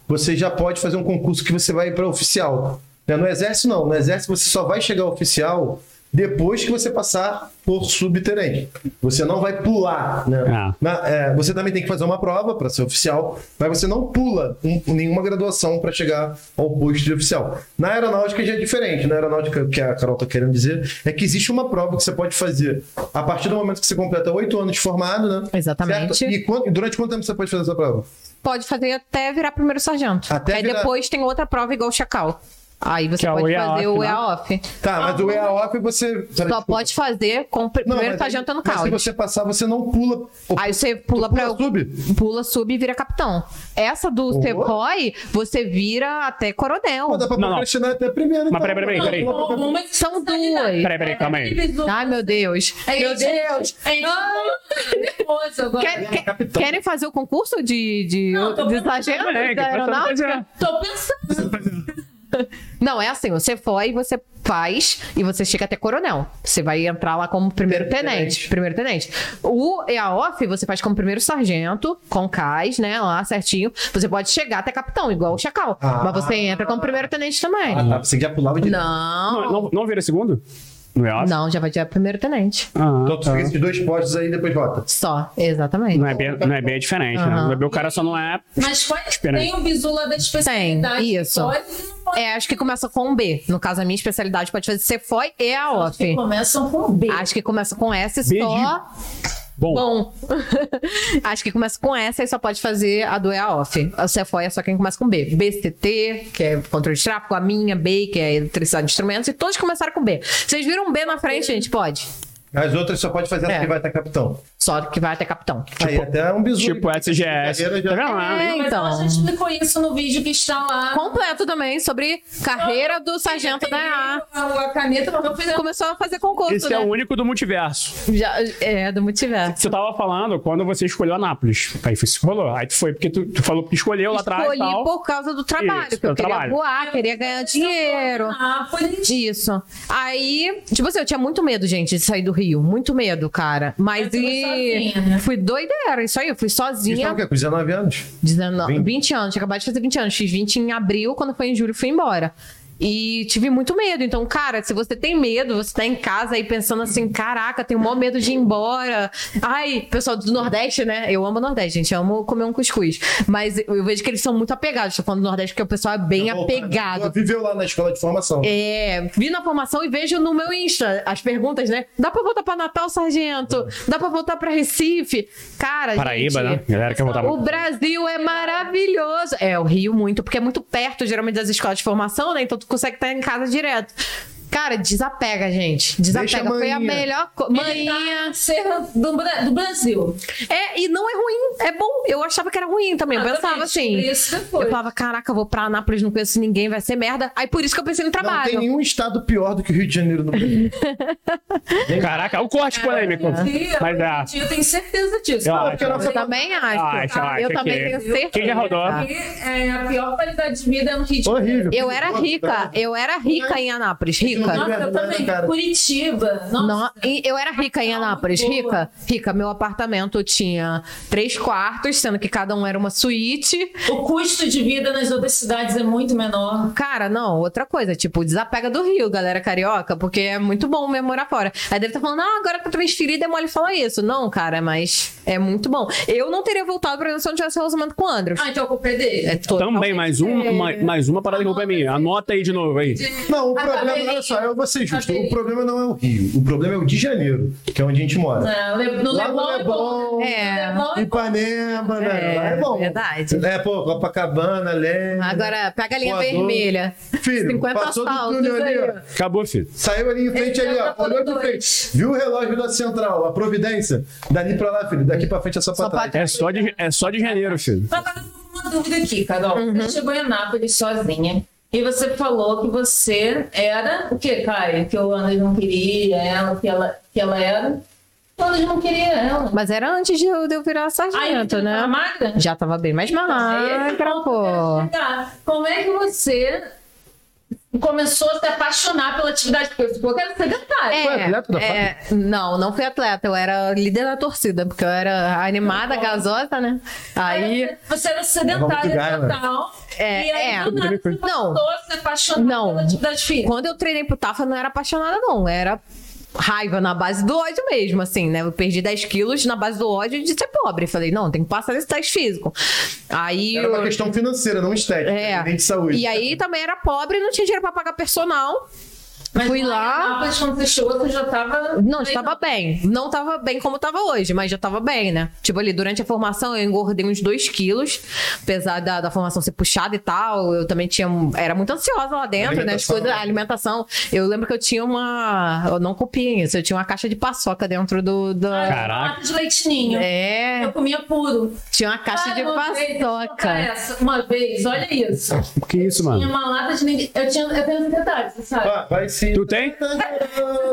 Speaker 1: você já pode fazer um concurso que você vai pra oficial. Né? No exército, não. No exército, você só vai chegar oficial depois que você passar por subtenente. Você não vai pular, né?
Speaker 3: Ah.
Speaker 1: Na- é, você também tem que fazer uma prova pra ser oficial, mas você não pula um- nenhuma graduação pra chegar ao posto de oficial. Na aeronáutica já é diferente. Na aeronáutica, o que a Carol tá querendo dizer é que existe uma prova que você pode fazer a partir do momento que você completa oito anos de formado, né?
Speaker 4: Exatamente.
Speaker 1: Certo? E quan- durante quanto tempo você pode fazer essa prova?
Speaker 4: Pode fazer até virar primeiro sargento.
Speaker 1: Até
Speaker 4: Aí
Speaker 1: virar-
Speaker 4: depois tem outra prova igual o Chacal. Aí você
Speaker 3: Que é o
Speaker 4: pode
Speaker 3: EA off,
Speaker 4: fazer o
Speaker 3: né?
Speaker 4: EA off.
Speaker 1: Tá, mas o EAOP você.
Speaker 4: Só pode fazer com o pr-
Speaker 1: Não,
Speaker 4: primeiro
Speaker 1: mas
Speaker 4: sargento
Speaker 1: aí-
Speaker 4: no
Speaker 1: mas Se
Speaker 4: caule.
Speaker 1: você passar, você não pula.
Speaker 4: Aí você pula
Speaker 1: Tu
Speaker 4: pra.
Speaker 1: pula sub?
Speaker 4: Pula sub e vira capitão. Essa do Secoy, você vira até coronel.
Speaker 1: Pô, dá pra
Speaker 3: Não, não.
Speaker 1: procrastinar até primeiro. então.
Speaker 3: peraí, peraí, peraí.
Speaker 1: Não, não, não, não.
Speaker 2: Algumas
Speaker 4: São
Speaker 2: especialidades.
Speaker 4: duas.
Speaker 3: Peraí, peraí, calma aí.
Speaker 4: Ai, meu Deus.
Speaker 2: Ai,
Speaker 4: Meu
Speaker 2: gente,
Speaker 4: Deus.
Speaker 2: a gente
Speaker 4: Ah.
Speaker 2: tá nervoso agora.
Speaker 4: Quer- quer-
Speaker 1: capitão.
Speaker 4: querem fazer o concurso de, de,
Speaker 2: Não, tô né?
Speaker 4: de
Speaker 2: pensando
Speaker 4: sargento
Speaker 3: Moleque,
Speaker 4: da aeronáutica?
Speaker 2: Tô pensando.
Speaker 4: Não, é assim, você foi, você faz e você chega até coronel. Você vai entrar lá como primeiro tenente. Primeiro tenente. O EAOF você faz como primeiro sargento, com cais, né? Lá certinho. Você pode chegar até capitão, igual o Chacal.
Speaker 1: Ah.
Speaker 4: Mas você entra como primeiro tenente também.
Speaker 1: Ah, tá, você já pulava de.
Speaker 4: Não.
Speaker 3: Não, não, não vira segundo? Não é óbvio?
Speaker 4: Não, já vai direto primeiro tenente.
Speaker 3: Ah,
Speaker 1: Então tu
Speaker 3: tá.
Speaker 1: fica esses dois postos aí e depois volta.
Speaker 4: Só, exatamente.
Speaker 3: não, é bem, não é bem diferente, né?
Speaker 4: Aham.
Speaker 3: No bebê o cara só não é.
Speaker 2: Mas quais
Speaker 3: Espera aí.
Speaker 2: tem o bisu lá da especialidade?
Speaker 4: Tem, isso.
Speaker 2: Pode, não pode.
Speaker 4: É, acho que começa com B. No caso, a minha especialidade pode fazer CFOI e
Speaker 2: Acho que
Speaker 4: AOF.
Speaker 2: começam com B.
Speaker 4: Acho que começa com S
Speaker 3: B de-
Speaker 4: só.
Speaker 3: Bom.
Speaker 4: Bom. Acho que começa com S aí só pode fazer a do EAOF. A CFOI é só quem começa com B. BCT, que é controle de tráfego, a minha, B, que é eletricidade de instrumentos, e todos começaram com B. Vocês viram um B na frente, gente? Pode.
Speaker 1: As outras só pode fazer até
Speaker 4: É.
Speaker 1: que vai estar capitão.
Speaker 4: Só que vai até capitão.
Speaker 1: aí até um bizu.
Speaker 3: Tipo SGS. Tá
Speaker 1: Carreira
Speaker 3: vendo?
Speaker 1: já-
Speaker 3: Ah,
Speaker 4: É,
Speaker 2: Mas
Speaker 4: então.
Speaker 2: a gente explicou isso no vídeo que está lá.
Speaker 4: Completo também sobre carreira do sargento da EA.
Speaker 2: A caneta, mas eu fiz a
Speaker 4: Começou a fazer concurso,
Speaker 3: Esse
Speaker 4: né?
Speaker 3: é o único do multiverso.
Speaker 4: Já, é, do multiverso.
Speaker 3: Você tava falando quando você escolheu Anápolis. Aí foi isso que falou. Aí tu foi porque tu, tu falou que escolheu lá atrás e
Speaker 4: Escolhi
Speaker 3: tal.
Speaker 4: por causa do
Speaker 3: Isso,
Speaker 4: trabalho, que eu
Speaker 3: pelo
Speaker 4: queria
Speaker 3: trabalho.
Speaker 4: voar, queria ganhar dinheiro.
Speaker 2: Nápoles.
Speaker 4: Isso. Aí, tipo assim, eu tinha muito medo, gente, de sair do Rio. Muito medo, cara. Mas
Speaker 2: Mas
Speaker 4: e...
Speaker 2: você foi sozinha, né?
Speaker 4: fui doideira, isso aí. Eu fui
Speaker 1: Eles estavam
Speaker 4: sozinha.
Speaker 1: o quê? Com 19 anos?
Speaker 4: 19,
Speaker 1: 20?
Speaker 4: 20. anos, tinha acabado de fazer 20 anos. Fiz 20 em abril, quando foi em julho, fui embora. E tive muito medo. Então, cara, se você tem medo, você tá em casa aí pensando assim: caraca, tenho maior medo de ir embora. Ai, pessoal do Nordeste, né? Eu amo o Nordeste, gente. Eu amo comer um cuscuz. Mas eu vejo que eles são muito apegados. Tô falando do Nordeste porque o pessoal é bem apegado.
Speaker 1: Ela viveu lá na escola de formação.
Speaker 4: É, vi na formação e vejo no meu Insta as perguntas, né? Dá pra voltar pra Natal, sargento? Dá pra voltar pra Recife? Cara,
Speaker 3: Paraíba,
Speaker 4: gente,
Speaker 3: né? Galera quer voltar
Speaker 4: O
Speaker 3: muito.
Speaker 4: Brasil é maravilhoso. É, eu rio muito, porque é muito perto, geralmente, das escolas de formação, né? Então tu consegue estar em casa direto. Cara, desapega, gente. Desapega.
Speaker 1: Deixa a
Speaker 4: Foi a
Speaker 1: maninha.
Speaker 4: melhor coisa. Maninha.
Speaker 2: Ser tá do, Bra- do Brasil.
Speaker 4: É, e não é ruim. É bom. Eu achava que era ruim também. Eu
Speaker 2: Ah,
Speaker 4: pensava
Speaker 2: também,
Speaker 4: assim.
Speaker 2: descobri isso depois.
Speaker 4: Eu falava, caraca, eu vou pra Anápolis, não conheço ninguém, vai ser merda. Aí por isso que eu pensei no
Speaker 1: não
Speaker 4: trabalho.
Speaker 1: tem nenhum estado pior do que o Rio de Janeiro no Brasil.
Speaker 3: Caraca, é o corte polêmico.
Speaker 2: Dia,
Speaker 3: Mas é.
Speaker 2: dia, Eu tenho certeza disso.
Speaker 3: Eu acho.
Speaker 1: Porque a nossa-
Speaker 4: Eu também acho.
Speaker 3: Acho, acho
Speaker 4: eu
Speaker 3: Ah, que-
Speaker 4: também tenho certeza.
Speaker 3: Quem já rodou?
Speaker 2: E, é, a pior qualidade de vida é no Rio de
Speaker 1: Horrível.
Speaker 4: Eu era rica. Eu era rica em Anápolis. Rica.
Speaker 2: Nossa, eu também.
Speaker 1: Cara.
Speaker 2: Curitiba. Nossa.
Speaker 4: Não, e eu era rica em Anápolis. Rica? Rica. Meu apartamento tinha três quartos, sendo que cada um era uma suíte.
Speaker 2: O custo de vida nas outras cidades é muito menor.
Speaker 4: Cara, não, outra coisa. Tipo, desapega do Rio, galera carioca, porque é muito bom mesmo morar fora. Aí deve estar falando, ah, agora que eu transferida é mole falar isso. Não, cara, mas é muito bom. Eu não teria voltado pra mim se eu não tivesse relacionamento com o Andros.
Speaker 2: Ah, então a culpa é dele.
Speaker 4: É totalmente-
Speaker 3: Também, mais uma, uma- mais uma parada que eu pra mim. Anota aí de novo aí.
Speaker 4: É.
Speaker 1: Não, o
Speaker 2: A
Speaker 1: problema,
Speaker 2: Tabeirinha.
Speaker 1: olha só, eu vou ser justo.
Speaker 2: A
Speaker 1: O problema não é o Rio. O problema é o de Janeiro, que é onde a gente mora.
Speaker 2: Não, Le- no
Speaker 1: Lá no
Speaker 2: Leblon é bom.
Speaker 1: Leblon,
Speaker 4: É.
Speaker 2: Leblon é
Speaker 1: Ipanema, né?
Speaker 4: É,
Speaker 1: Lá é bom.
Speaker 4: verdade.
Speaker 1: É, pô, Copacabana, Lé.
Speaker 4: Agora, pega a linha
Speaker 1: Voador.
Speaker 4: vermelha.
Speaker 1: Filho,
Speaker 4: 50
Speaker 1: passou do
Speaker 4: assaltos
Speaker 1: túnel ali,
Speaker 4: aí,
Speaker 1: ó.
Speaker 3: Acabou, filho.
Speaker 1: Saiu ali em frente
Speaker 2: Ele
Speaker 1: ali,
Speaker 2: já
Speaker 1: ó.
Speaker 2: tá
Speaker 1: Olhou
Speaker 2: falando
Speaker 1: pra frente.
Speaker 2: dois.
Speaker 1: Viu o relógio da central, a providência. Dali pra lá, filho. Daqui pra frente é só pra
Speaker 4: Só
Speaker 1: trás.
Speaker 3: É só de, é só de janeiro, filho.
Speaker 2: Mas agora eu tô com tá uma dúvida aqui, Carol.
Speaker 4: Uhum.
Speaker 2: Você chegou em Nápoles sozinha e você falou que você era o que, Caio? Que o Anderson não queria ela, que ela, que ela era. O Anderson não queria ela.
Speaker 4: Mas era antes de eu, de eu virar
Speaker 2: Aí
Speaker 4: sargento,
Speaker 2: você
Speaker 4: né?
Speaker 2: tá magra?
Speaker 4: Já tava bem mais
Speaker 2: Aí esse
Speaker 4: magra,
Speaker 2: ponto que eu quero
Speaker 4: pô.
Speaker 2: chegar. Como é que você começou a se apaixonar pela atividade física. Eu quero ser dentário.
Speaker 4: É,
Speaker 1: foi atleta da
Speaker 4: é, Não, não fui atleta, eu era líder da torcida, porque eu era animada, gasosa, né? Aí.
Speaker 2: Você era
Speaker 1: Vamos
Speaker 2: sedentária
Speaker 1: ligar, né?
Speaker 2: total.
Speaker 4: É,
Speaker 2: e aí,
Speaker 4: é.
Speaker 2: do nada, você
Speaker 4: Não.
Speaker 2: passou a se apaixonar
Speaker 4: Não.
Speaker 2: pela atividade física.
Speaker 4: Quando eu treinei pro Tafa, eu não era apaixonada, não. Era raiva na base do ódio mesmo, assim, né? Eu perdi 10 quilos na base do ódio de ser pobre. Falei, não, tem que passar nesse teste físico. Aí.
Speaker 1: Era uma
Speaker 4: eu-
Speaker 1: questão financeira, não estética,
Speaker 4: É.
Speaker 1: nem de saúde. né?
Speaker 4: E aí também era pobre, não tinha dinheiro pra pagar personal.
Speaker 2: Mas
Speaker 4: fui
Speaker 2: em
Speaker 4: lá.
Speaker 2: Nápoles, quando você chegou, você já tava...
Speaker 4: Não, já tava bem. Não tava bem como tava hoje, mas já tava bem, né? Tipo, ali, durante a formação, eu engordei uns 2 quilos. Apesar da, da formação ser puxada e tal, eu também tinha... um- Era muito ansiosa lá dentro, né? As
Speaker 1: Alimentação,
Speaker 4: coisas-
Speaker 1: né?
Speaker 4: a alimentação. Eu lembro que eu tinha uma... Eu não copiem isso. Eu tinha uma caixa de paçoca dentro
Speaker 2: Ah,
Speaker 4: do... da-
Speaker 3: Caraca.
Speaker 2: lata de leitinho. Eu
Speaker 4: É,
Speaker 2: comia puro.
Speaker 4: tinha uma caixa
Speaker 2: Ah,
Speaker 4: de
Speaker 2: uma vez, escuta
Speaker 4: paçoca.
Speaker 2: essa, Uma vez, olha isso.
Speaker 3: Que isso,
Speaker 2: Tinha
Speaker 3: mano?
Speaker 2: uma lata de leite. Eu, tinha, eu tenho ansiedade, você sabe?
Speaker 1: Vai, vai se.
Speaker 3: Tu tem?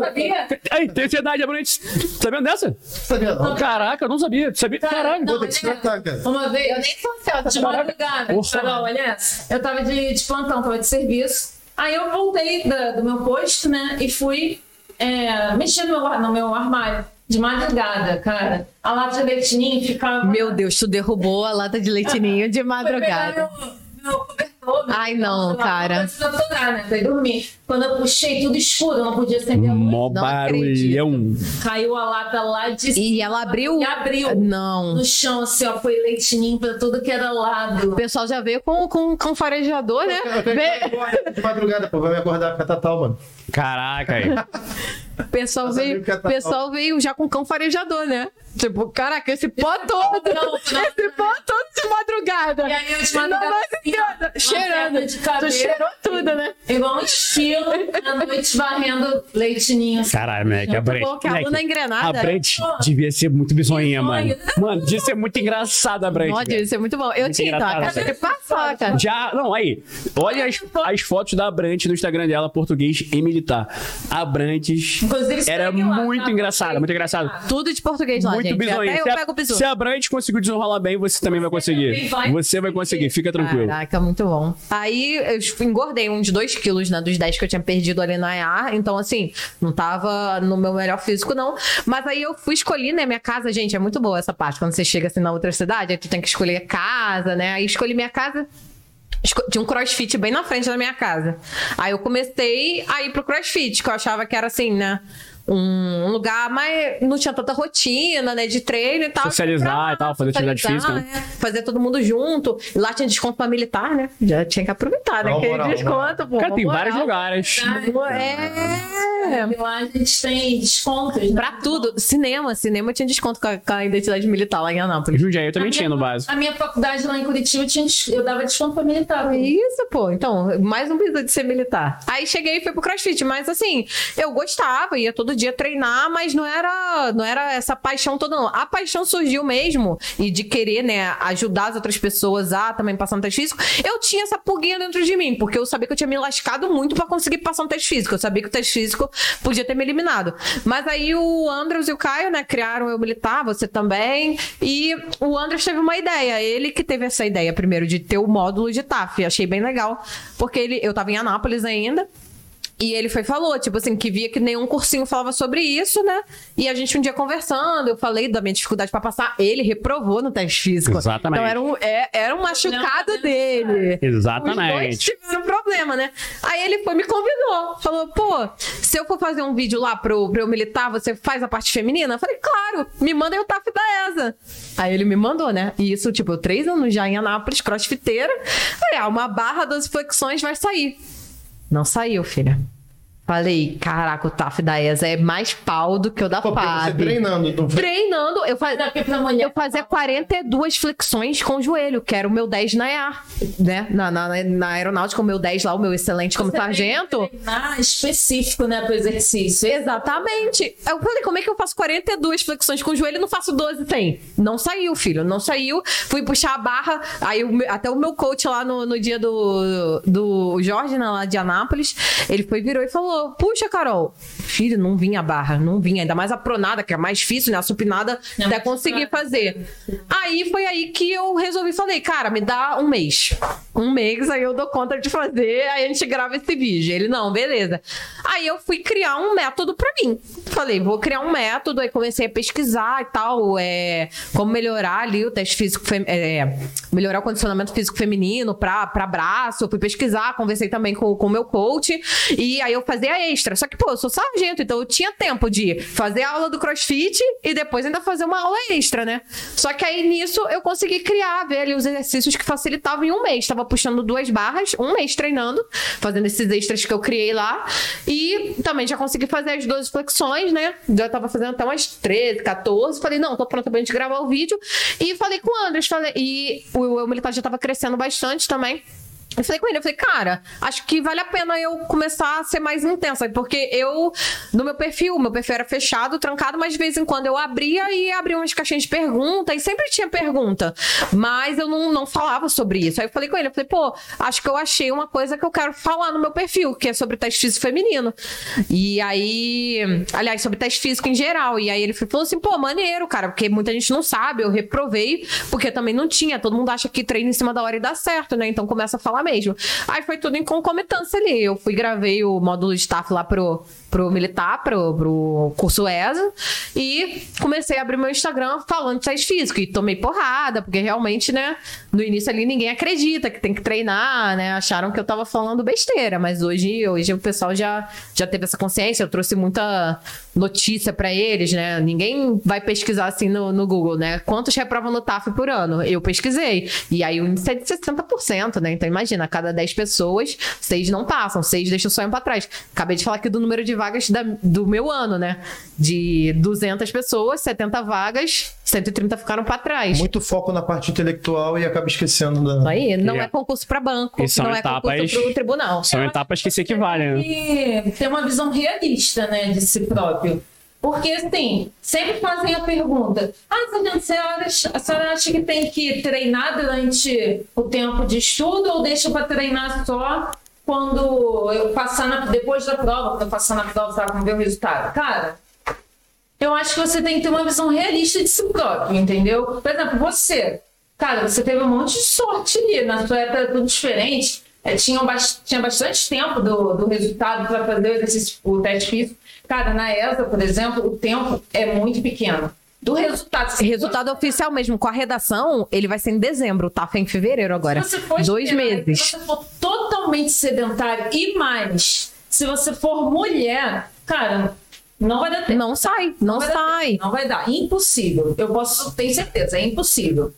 Speaker 2: Sabia?
Speaker 3: Aí, tem ansiedade, Abrantes. Sabendo dessa?
Speaker 1: Sabia não.
Speaker 3: Caraca, eu não sabia. Tu sabia? Caralho.
Speaker 2: Não,
Speaker 1: ter que se
Speaker 2: olha
Speaker 1: tratar,
Speaker 2: essa.
Speaker 1: cara.
Speaker 2: Uma vez, eu nem
Speaker 4: sou ansiosa.
Speaker 2: de madrugada,
Speaker 3: Porra.
Speaker 2: Carol, olha essa. Eu tava de, de plantão, tava de serviço. Aí eu voltei da- do meu posto, né? E fui é, mexer no meu, ar- no meu armário. De madrugada, cara. A lata de leitinho ficava.
Speaker 4: Meu Deus, tu derrubou a lata de leitinho
Speaker 2: Fui
Speaker 4: de
Speaker 2: pegar
Speaker 4: madrugada.
Speaker 2: Meu, meu cobertor. meu-
Speaker 4: Ai, não,
Speaker 2: sei lá,
Speaker 4: cara.
Speaker 2: Não precisa atorar, né? Fui dormir. Quando eu puxei tudo escuro, eu não podia acender a luz.
Speaker 3: Mó
Speaker 4: Não
Speaker 3: barulhão.
Speaker 2: Caiu a lata lá de
Speaker 4: E ela abriu...
Speaker 2: E abriu.
Speaker 4: Não.
Speaker 2: no chão, assim, ó. Foi leitinho pra tudo que era lado.
Speaker 4: O pessoal já veio com, com, com farejador, né? Ve-
Speaker 1: De madrugada, pô, vai me acordar pra Tatal, mano.
Speaker 3: Caraca, aí.
Speaker 4: O pessoal
Speaker 1: Nossa,
Speaker 4: veio,
Speaker 1: amigo que
Speaker 4: o
Speaker 1: tá-
Speaker 4: pessoal veio já com cão farejador, né? Tipo, caraca, esse pó todo!
Speaker 2: não, não.
Speaker 4: esse pó todo de
Speaker 2: tá
Speaker 4: madrugada!
Speaker 2: né? E aí eu de madrugada,
Speaker 4: Não, mas,
Speaker 2: assim, ó,
Speaker 4: cara,
Speaker 2: lanterna
Speaker 4: cheirando!
Speaker 2: de cabeça,
Speaker 4: tu cheirou tudo, né?
Speaker 2: Igual um estilo, à noite varrendo leitinho. assim,
Speaker 3: Caralho, moleque, a Brent.
Speaker 4: bom que a aluna
Speaker 3: moleque,
Speaker 4: engrenada-
Speaker 3: A Brent devia ser muito bizonhinha, mano.
Speaker 2: Bizonha.
Speaker 3: Mano, devia ser muito engraçada a Brent.
Speaker 4: Pode,
Speaker 3: velho.
Speaker 4: isso é muito bom. Eu
Speaker 3: Muito
Speaker 4: tinha então a
Speaker 3: engraçado,
Speaker 4: caixa de
Speaker 3: velho.
Speaker 4: paçoca.
Speaker 3: Já, não, aí. Olha as, as fotos da Abrantes no Instagram dela, português e militar. Abrantes
Speaker 2: Inclusive, segue
Speaker 3: era
Speaker 2: lá,
Speaker 3: muito
Speaker 2: tá?
Speaker 3: engraçada, muito engraçado.
Speaker 4: Tudo de português lá,
Speaker 3: muito
Speaker 4: gente.
Speaker 3: bizonhinha.
Speaker 4: Até eu
Speaker 3: se, a-
Speaker 4: pego o bizu.
Speaker 3: se a Abrantes conseguiu desenrolar bem, você também vai
Speaker 2: também
Speaker 3: conseguir.
Speaker 2: vai
Speaker 3: você vai conseguir, fica tranquilo.
Speaker 4: Caraca, muito bom. Aí eu engordei uns 2 quilos, né? Dos 10 que eu tinha perdido ali na EA. Então, assim, não tava no meu melhor físico, não. Mas aí eu fui escolher, né? Minha casa, gente, é muito boa essa parte. Quando você chega assim na outra cidade, aí tu tem que escolher a casa, né? Aí escolhi minha casa. Esco- Tinha um crossfit bem na frente da minha casa. Aí eu comecei a ir pro crossfit, que eu achava que era assim, né? Um lugar, mas não tinha tanta rotina, né? De treino e tal.
Speaker 3: Socializar
Speaker 4: Pra lá,
Speaker 3: e tal, fazer atividade
Speaker 4: socializar,
Speaker 3: física, né?
Speaker 4: né? Fazer todo mundo junto. E lá tinha desconto pra militar, né? Já tinha que aproveitar, né?
Speaker 1: Ó,
Speaker 4: Aquele
Speaker 1: moral,
Speaker 4: desconto, pô.
Speaker 3: Cara, tem
Speaker 4: moral.
Speaker 3: vários lugares.
Speaker 4: É.
Speaker 2: E lá a gente tem descontos. né?
Speaker 4: Pra tudo. Cinema, cinema tinha desconto com a, com a identidade militar lá em Anápolis.
Speaker 3: Jundiaí eu também tinha no básico.
Speaker 2: A minha faculdade lá em Curitiba, tinha, des- eu dava desconto pra militar.
Speaker 4: É Isso, pô. Então, mais um bizu de ser militar. Aí cheguei e fui pro crossfit, mas assim, eu gostava, ia todo dia treinar, mas não era, não era essa paixão toda, não. A paixão surgiu mesmo, e de querer, né, ajudar as outras pessoas a também passar no teste físico. Eu tinha essa pulguinha dentro de mim, porque eu sabia que eu tinha me lascado muito pra conseguir passar no teste físico. Eu sabia que o teste físico podia ter me eliminado. Mas aí o Andrews e o Caio, né, criaram eu militar, você também. E o Andrews teve uma ideia. Ele que teve essa ideia primeiro de ter o módulo de TAF. Achei bem legal. Porque ele, eu tava em Anápolis ainda. E ele foi e falou, tipo assim, que via que nenhum cursinho falava sobre isso, né? E a gente um dia conversando, eu falei da minha dificuldade pra passar, ele reprovou no teste físico.
Speaker 3: Exatamente.
Speaker 4: Então era um, é- era um machucado
Speaker 2: Não,
Speaker 4: dele. Os dois
Speaker 3: Exatamente.
Speaker 4: tiveram problema, né? Aí ele foi, me convidou. Falou, pô, se eu for fazer um vídeo lá pro, pro eu militar, você faz a parte feminina? Eu falei, claro, me manda aí o TAF da ESA. Aí ele me mandou, né? E isso, tipo, eu três anos já em Anápolis, crossfiteira. Falei, ah, uma barra, 12 flexões, vai sair. Não saiu, filha. Falei, caraca, o TAF da ESA é mais pau do que o da
Speaker 1: Pô, porque você
Speaker 4: FAB.
Speaker 1: treinando, não foi?
Speaker 4: Treinando, eu fazia.
Speaker 2: Sabe, porque pra mulher-
Speaker 4: Eu fazia 42 flexões com o joelho, que era o meu 10 na EA, né? Na, na, na- na aeronáutica, o meu 10 lá, o meu excelente como
Speaker 2: Você tem que
Speaker 4: sargento.
Speaker 2: treinar específico, né, pro exercício.
Speaker 4: Exatamente. Eu falei, como é que eu faço 42 flexões com o joelho e não faço 12 sem? Não saiu, filho, não saiu. Fui puxar a barra, aí o me- até o meu coach lá no, no dia do, do Jorge, né, lá de Anápolis, ele foi, virou e falou, falou: Puxa, Carol, filho, não vinha a barra, não vinha. Ainda mais a pronada, que é mais difícil, né? A supinada,
Speaker 2: Não,
Speaker 4: até
Speaker 2: mas
Speaker 4: conseguir
Speaker 2: pra-
Speaker 4: fazer. Aí foi aí que eu resolvi, falei, cara, me dá um mês. Um mês, aí eu dou conta de fazer, aí a gente grava esse vídeo. Ele, não, beleza. Aí eu fui criar um método pra mim. Falei, vou criar um método, aí comecei a pesquisar e tal, é, como melhorar ali o teste físico, fem- é, melhorar o condicionamento físico feminino pra, pra braço. Eu fui pesquisar, conversei também com com o meu coach, e aí eu fazia é extra. Só que, pô, eu sou sargento, então eu tinha tempo de fazer a aula do crossfit e depois ainda fazer uma aula extra, né? Só que aí nisso eu consegui criar, ver ali os exercícios que facilitavam em um mês. Tava puxando duas barras, um mês treinando, fazendo esses extras que eu criei lá. E também já consegui fazer as 12 flexões, né? Já tava fazendo até umas 13, 14. Falei, não, tô pronta pra gente gravar o vídeo. E falei com o Andres, falei, e o, o militar já tava crescendo bastante também. Eu falei com ele, eu falei, cara, acho que vale a pena eu começar a ser mais intensa, porque eu, no meu perfil, meu perfil era fechado, trancado, mas de vez em quando eu abria e abria umas caixinhas de pergunta, e sempre tinha pergunta, mas eu não, não falava sobre isso. Aí eu falei com ele, eu falei, pô, acho que eu achei uma coisa que eu quero falar no meu perfil, que é sobre teste físico feminino. E aí, aliás, sobre teste físico em geral. E aí ele falou assim, pô, maneiro, cara, porque muita gente não sabe, eu reprovei, porque também não tinha, todo mundo acha que treino em cima da hora e dá certo, né? Então começa a falar mesmo. Aí foi tudo em concomitância ali. Eu fui gravei o módulo de staff lá pro, pro militar, pro, pro curso ESA, e comecei a abrir meu Instagram falando de teste físico. E tomei porrada, porque realmente, né, no início ali ninguém acredita que tem que treinar, né? Acharam que eu tava falando besteira, mas hoje, hoje o pessoal já, já teve essa consciência, eu trouxe muita notícia pra eles, né? Ninguém vai pesquisar assim no, no Google, né? Quantos reprovam no TAF por ano? Eu pesquisei. E aí o índice é de 60%, né? Então imagina, a cada 10 pessoas, 6 não passam, 6 deixam o sonho pra trás. Acabei de falar aqui do número de vagas da- do meu ano, né? De 200 pessoas, 70 vagas, 130 ficaram pra trás.
Speaker 1: Muito foco na parte intelectual e acaba esquecendo
Speaker 4: Isso
Speaker 1: da.
Speaker 4: Aí, não
Speaker 3: E-
Speaker 4: é concurso pra banco,
Speaker 3: e são
Speaker 4: não é
Speaker 3: etapas-
Speaker 4: concurso pro tribunal.
Speaker 3: São etapas que se equivalem, né?
Speaker 2: E ter uma visão realista, né, de si próprio. Porque, assim, sempre fazem a pergunta: Ah, Sandrina, a senhora, a senhora acha que tem que treinar durante o tempo de estudo ou deixa para treinar só quando eu passar na, depois da prova, quando eu passar na prova para ver o resultado? Cara, eu acho que você tem que ter uma visão realista de si próprio, entendeu? Por exemplo, você. Cara, você teve um monte de sorte ali. Na sua época era tudo diferente. É, tinha, um bas- tinha bastante tempo do, do resultado para fazer o, exercício, tipo, o teste físico. Cara, na ESA, por exemplo, o tempo é muito pequeno. Do resultado.
Speaker 4: Esse
Speaker 2: você-
Speaker 4: Resultado oficial mesmo, com a redação, ele vai ser em dezembro, o TAF é em fevereiro agora.
Speaker 2: Se você for
Speaker 4: Dois
Speaker 2: esperar,
Speaker 4: meses.
Speaker 2: Se você for totalmente sedentário e mais, se você for mulher, cara, não vai dar tempo.
Speaker 4: Não sai, não
Speaker 2: vai dar
Speaker 4: sai.
Speaker 2: tempo, é assim, Não vai dar. Impossível. Eu posso, tenho certeza, é impossível.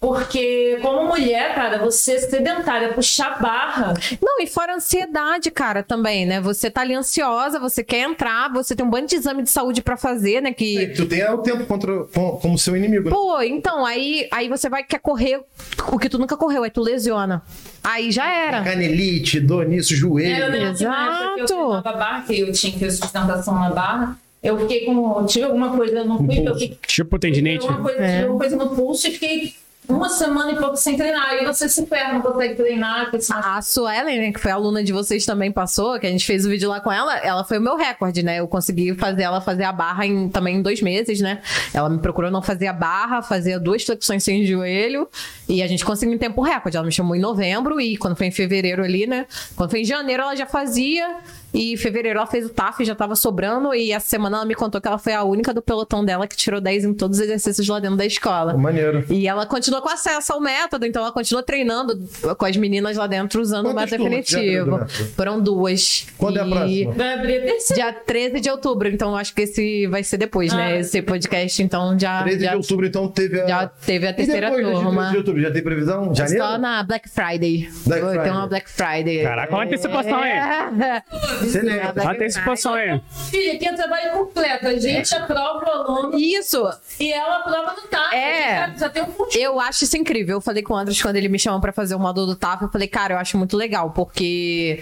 Speaker 2: Porque como mulher, cara, você é sedentária, puxar barra.
Speaker 4: Não, e fora a ansiedade, cara, também, né? Você tá ali ansiosa, você quer entrar, você tem um bando de exame de saúde pra fazer, né? Que
Speaker 1: Tu tem o tempo contra, com- como seu inimigo. né?
Speaker 4: Pô, então, aí, aí você vai quer correr o que tu nunca correu, aí tu lesiona. Aí já era.
Speaker 1: Canelite, dor nisso, joelho.
Speaker 2: Né, Eu
Speaker 4: né?
Speaker 2: lembro que na época que eu
Speaker 4: Exato.
Speaker 2: treinava barra, que eu tinha que fazer sustentação na barra, eu fiquei com. eu Tive alguma coisa, não fui, eu fiquei
Speaker 3: Tipo tendinite.
Speaker 2: Uma coisa,
Speaker 4: É.
Speaker 2: uma coisa no pulso e fiquei uma semana e pouco sem treinar. Aí você se ferra, não consegue treinar. porque você-
Speaker 4: A Suelen, né, que foi aluna de vocês também passou, que a gente fez o vídeo lá com ela, ela foi o meu recorde, né? Eu consegui fazer ela fazer a barra em, também em dois meses, né? Ela me procurou não fazer a barra, fazia duas flexões sem joelho e a gente conseguiu em tempo recorde. Ela me chamou em novembro e quando foi em fevereiro ali, né? Quando foi em janeiro ela já fazia e em fevereiro ela fez o TAF, já tava sobrando e essa semana ela me contou que ela foi a única do pelotão dela que tirou 10 em todos os exercícios lá dentro da escola.
Speaker 1: Maneiro.
Speaker 4: E ela continua com acesso ao método, então ela continua treinando com as meninas lá dentro usando o
Speaker 1: Quantas
Speaker 4: método
Speaker 1: turmas já abriu do
Speaker 4: definitivo.
Speaker 1: método?
Speaker 4: Foram duas.
Speaker 1: Quando é a
Speaker 4: E
Speaker 1: próxima?
Speaker 2: Vai abrir a terceira.
Speaker 4: Dia 13 de outubro, então acho que esse vai ser depois,
Speaker 2: Ah.
Speaker 4: né? Esse podcast, então já.
Speaker 1: 13
Speaker 4: já...
Speaker 1: de outubro, então, teve a.
Speaker 4: já teve a terceira
Speaker 1: e depois, desse
Speaker 4: turma.
Speaker 1: 13 de outubro, já tem previsão? Janeiro?
Speaker 4: Só na Black Friday.
Speaker 1: Black
Speaker 4: Vou ter
Speaker 1: Friday.
Speaker 4: uma Black Friday.
Speaker 3: Caraca, uma antecipação, hein?
Speaker 4: É.
Speaker 1: Excelente.
Speaker 3: Uma antecipação, hein?
Speaker 2: Filha, aqui é um trabalho completo. A gente aprova o aluno
Speaker 4: Isso,
Speaker 2: e ela aprova no TAC.
Speaker 4: É.
Speaker 2: Já, já tem um conjunto.
Speaker 4: eu acho isso incrível. Eu falei com o Andros quando ele me chamou pra fazer o módulo do TAF. Eu falei, cara, eu acho muito legal, porque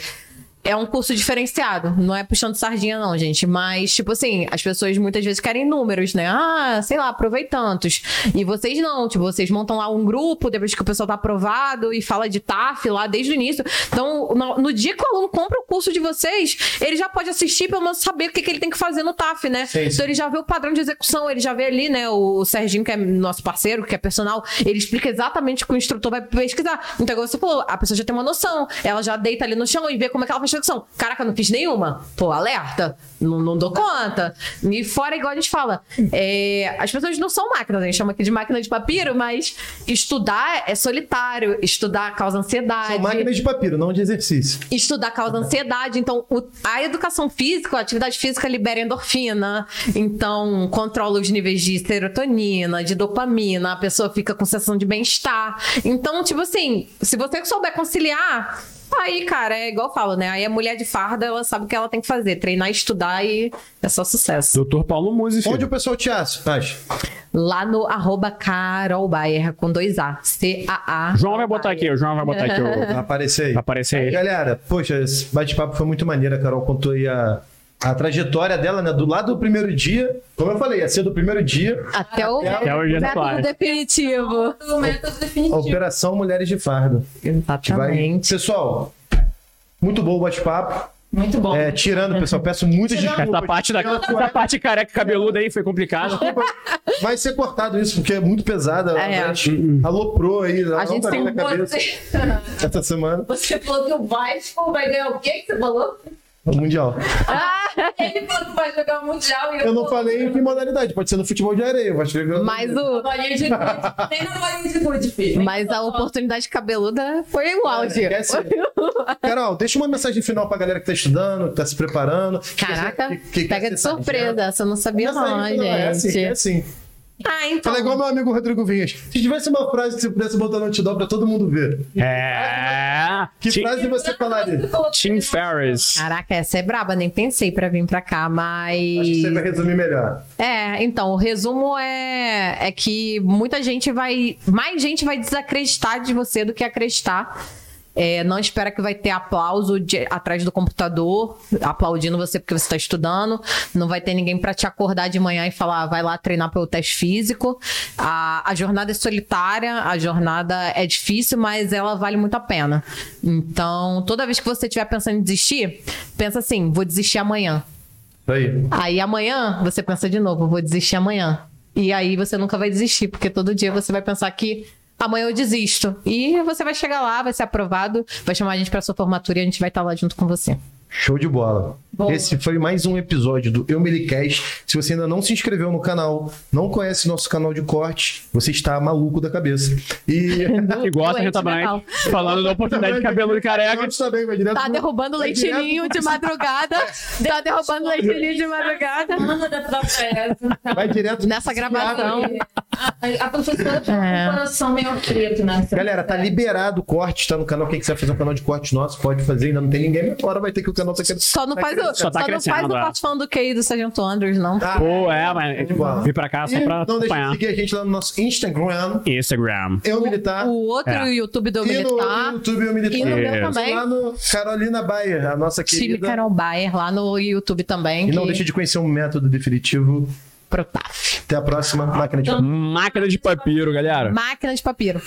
Speaker 4: é um curso diferenciado. Não é puxando sardinha, não, gente. Mas, tipo assim, as pessoas muitas vezes querem números, né? Ah, sei lá, aprovei tantos. E vocês não, tipo, vocês montam lá um grupo depois que o pessoal tá aprovado e fala de TAF lá desde o início. Então, no, no dia que o aluno compra o curso de vocês, ele já pode assistir pelo menos saber o que, que ele tem que fazer no TAF, né?
Speaker 1: Sim, sim.
Speaker 4: Então ele já vê o padrão de execução, ele já vê ali, né? O Serginho, que é nosso parceiro, que é personal, ele explica exatamente o que o instrutor vai pesquisar. Então, igual você falou, a pessoa já tem uma noção, ela já deita ali no chão e vê como é que ela faz a execução. Caraca, não fiz nenhuma. Pô, alerta. Não, não dou conta. E fora, igual a gente fala, é, as pessoas não são máquinas, a gente chama aqui de máquina de papiro, mas estudar é solitário, estudar causa ansiedade.
Speaker 1: São máquinas de papiro, não de exercício.
Speaker 4: Estudar causa ansiedade, então o- a educação física, a atividade física libera endorfina, então controla os níveis de serotonina, de dopamina, a pessoa fica com sensação de bem-estar. Então, tipo assim, se você souber conciliar, aí, cara, é igual eu falo, né? Aí a mulher de farda, ela sabe o que ela tem que fazer, treinar, estudar e é só sucesso.
Speaker 3: Doutor Paulo Musi, filho.
Speaker 1: Onde o pessoal te acha? Acha.
Speaker 4: Lá no arroba Carol Baer, com dois A, C-A-A.
Speaker 3: João vai botar aqui, o João vai botar aqui.
Speaker 4: É.
Speaker 1: Vai
Speaker 3: o-
Speaker 1: aparecer aí.
Speaker 3: Vai aparecer aí.
Speaker 1: Galera, poxa, esse bate-papo foi muito maneiro. A Carol contou aí a, a trajetória dela, né? Do lado do primeiro dia. Como eu falei, ia ser do primeiro dia.
Speaker 4: Até o,
Speaker 3: Até hoje é
Speaker 4: método
Speaker 3: claro.
Speaker 4: definitivo.
Speaker 2: O método
Speaker 1: A
Speaker 2: definitivo.
Speaker 1: Operação Mulheres de Farda. que vai-
Speaker 4: Exatamente.
Speaker 1: Pessoal, muito bom o bate-papo.
Speaker 2: Muito bom.
Speaker 1: É, tirando, pessoal, peço muitas
Speaker 2: Tirando.
Speaker 1: desculpas.
Speaker 3: Essa parte, da, essa parte careca e cabeluda aí foi complicada.
Speaker 1: Vai ser cortado isso, porque é muito pesada.
Speaker 4: É.
Speaker 1: A gente aloprou aí. ela
Speaker 4: A gente
Speaker 1: não tá
Speaker 4: tem
Speaker 1: bem na
Speaker 4: um
Speaker 1: cabeça
Speaker 2: Você,
Speaker 1: essa semana.
Speaker 2: você falou que o Vasco vai ganhar o quê que você falou?
Speaker 1: O Mundial.
Speaker 2: Ele falou que vai jogar o Mundial e
Speaker 1: Eu não
Speaker 2: falei.
Speaker 1: falei em que modalidade, pode ser no futebol de areia. Mas
Speaker 4: Mas o,
Speaker 2: Bolinha de gude. Nem na bolinha de gude, filho.
Speaker 4: Mas a oportunidade cabeluda foi
Speaker 1: É,
Speaker 4: o áudio.
Speaker 1: esquece. Carol, deixa uma mensagem final pra galera que tá estudando, que tá se preparando. que quer ser-
Speaker 4: Caraca,
Speaker 1: que- que é quer
Speaker 4: pega de
Speaker 1: ser
Speaker 4: surpresa.
Speaker 1: sargento.
Speaker 4: Essa eu não sabia
Speaker 1: Mensagem
Speaker 4: não,
Speaker 1: final, É assim, é
Speaker 4: gente.
Speaker 1: assim.
Speaker 4: Ah, então.
Speaker 1: Fala igual meu amigo Rodrigo Vinhas. Se tivesse uma frase que você pudesse botar no outdoor pra todo mundo ver,
Speaker 3: É.
Speaker 1: que
Speaker 3: Ti-
Speaker 1: frase você falaria?
Speaker 2: é
Speaker 3: Tim Ferriss.
Speaker 4: Caraca, essa é braba, nem pensei pra vir pra cá, mas.
Speaker 1: Acho que você vai resumir melhor.
Speaker 4: É, então, o resumo é, é que muita gente vai. Mais gente vai desacreditar de você do que acreditar. É, não espera que vai ter aplauso de- atrás do computador, aplaudindo você porque você está estudando. Não vai ter ninguém para te acordar de manhã e falar, "Ah, vai lá treinar pelo teste físico. A, a jornada é solitária, a jornada é difícil, mas ela vale muito a pena. Então, toda vez que você estiver pensando em desistir, pensa assim: vou desistir amanhã.
Speaker 1: Isso Tá aí.
Speaker 4: Aí amanhã você pensa de novo, vou desistir amanhã. E aí você nunca vai desistir, porque todo dia você vai pensar que amanhã eu desisto. E você vai chegar lá, vai ser aprovado, vai chamar a gente pra sua formatura e a gente vai estar lá junto com você.
Speaker 1: Show de bola. Esse foi mais um episódio do Eu Melicast. Se você ainda não se inscreveu no canal, não conhece nosso canal de corte, você está maluco da cabeça. E.
Speaker 3: Que gosta de
Speaker 4: Leite
Speaker 3: também.
Speaker 4: Natal.
Speaker 3: Falando da oportunidade de cabelo de careca.
Speaker 1: Corte também, vai direto
Speaker 4: Tá
Speaker 1: no-
Speaker 4: derrubando
Speaker 1: vai direto
Speaker 4: leitinho
Speaker 1: no-
Speaker 4: de madrugada. Tá derrubando leitinho de madrugada.
Speaker 2: Manda da própria essa.
Speaker 1: Vai direto
Speaker 4: Nessa gravação.
Speaker 2: A, a professora tinha
Speaker 4: É.
Speaker 2: um coração meio preto nessa.
Speaker 1: Galera, tá liberado o corte, tá no canal. Quem quiser fazer um canal de corte nosso, pode fazer. Ainda não tem ninguém. Agora vai ter que o canal tá querendo.
Speaker 4: Só não faz o,
Speaker 3: Só
Speaker 4: só
Speaker 3: tá
Speaker 4: não faz
Speaker 3: crescendo,
Speaker 4: o
Speaker 3: é.
Speaker 4: parte falando do QI do Sargento Andrews, não.
Speaker 1: Ah,
Speaker 3: Pô, é, mas
Speaker 1: bola.
Speaker 3: vim pra cá só
Speaker 1: e
Speaker 3: pra
Speaker 1: não deixa de
Speaker 3: acompanhar.
Speaker 1: seguir a gente lá no nosso Instagram,
Speaker 3: Instagram.
Speaker 1: Eu Militar.
Speaker 4: O outro
Speaker 3: É.
Speaker 4: YouTube do tá,
Speaker 1: e
Speaker 4: Militar.
Speaker 1: no YouTube Eu
Speaker 4: E no
Speaker 1: Militar.
Speaker 4: meu
Speaker 3: É.
Speaker 4: também.
Speaker 1: Lá no Carolina Baia, a nossa
Speaker 4: Time
Speaker 1: querida.
Speaker 4: Carol Bayer, lá no YouTube também.
Speaker 1: E
Speaker 4: que...
Speaker 1: não deixa de conhecer um método definitivo.
Speaker 4: Protaf. Então,
Speaker 1: Até a próxima. Máquina de
Speaker 3: Máquina de papiro, galera.
Speaker 4: Máquina de papiro.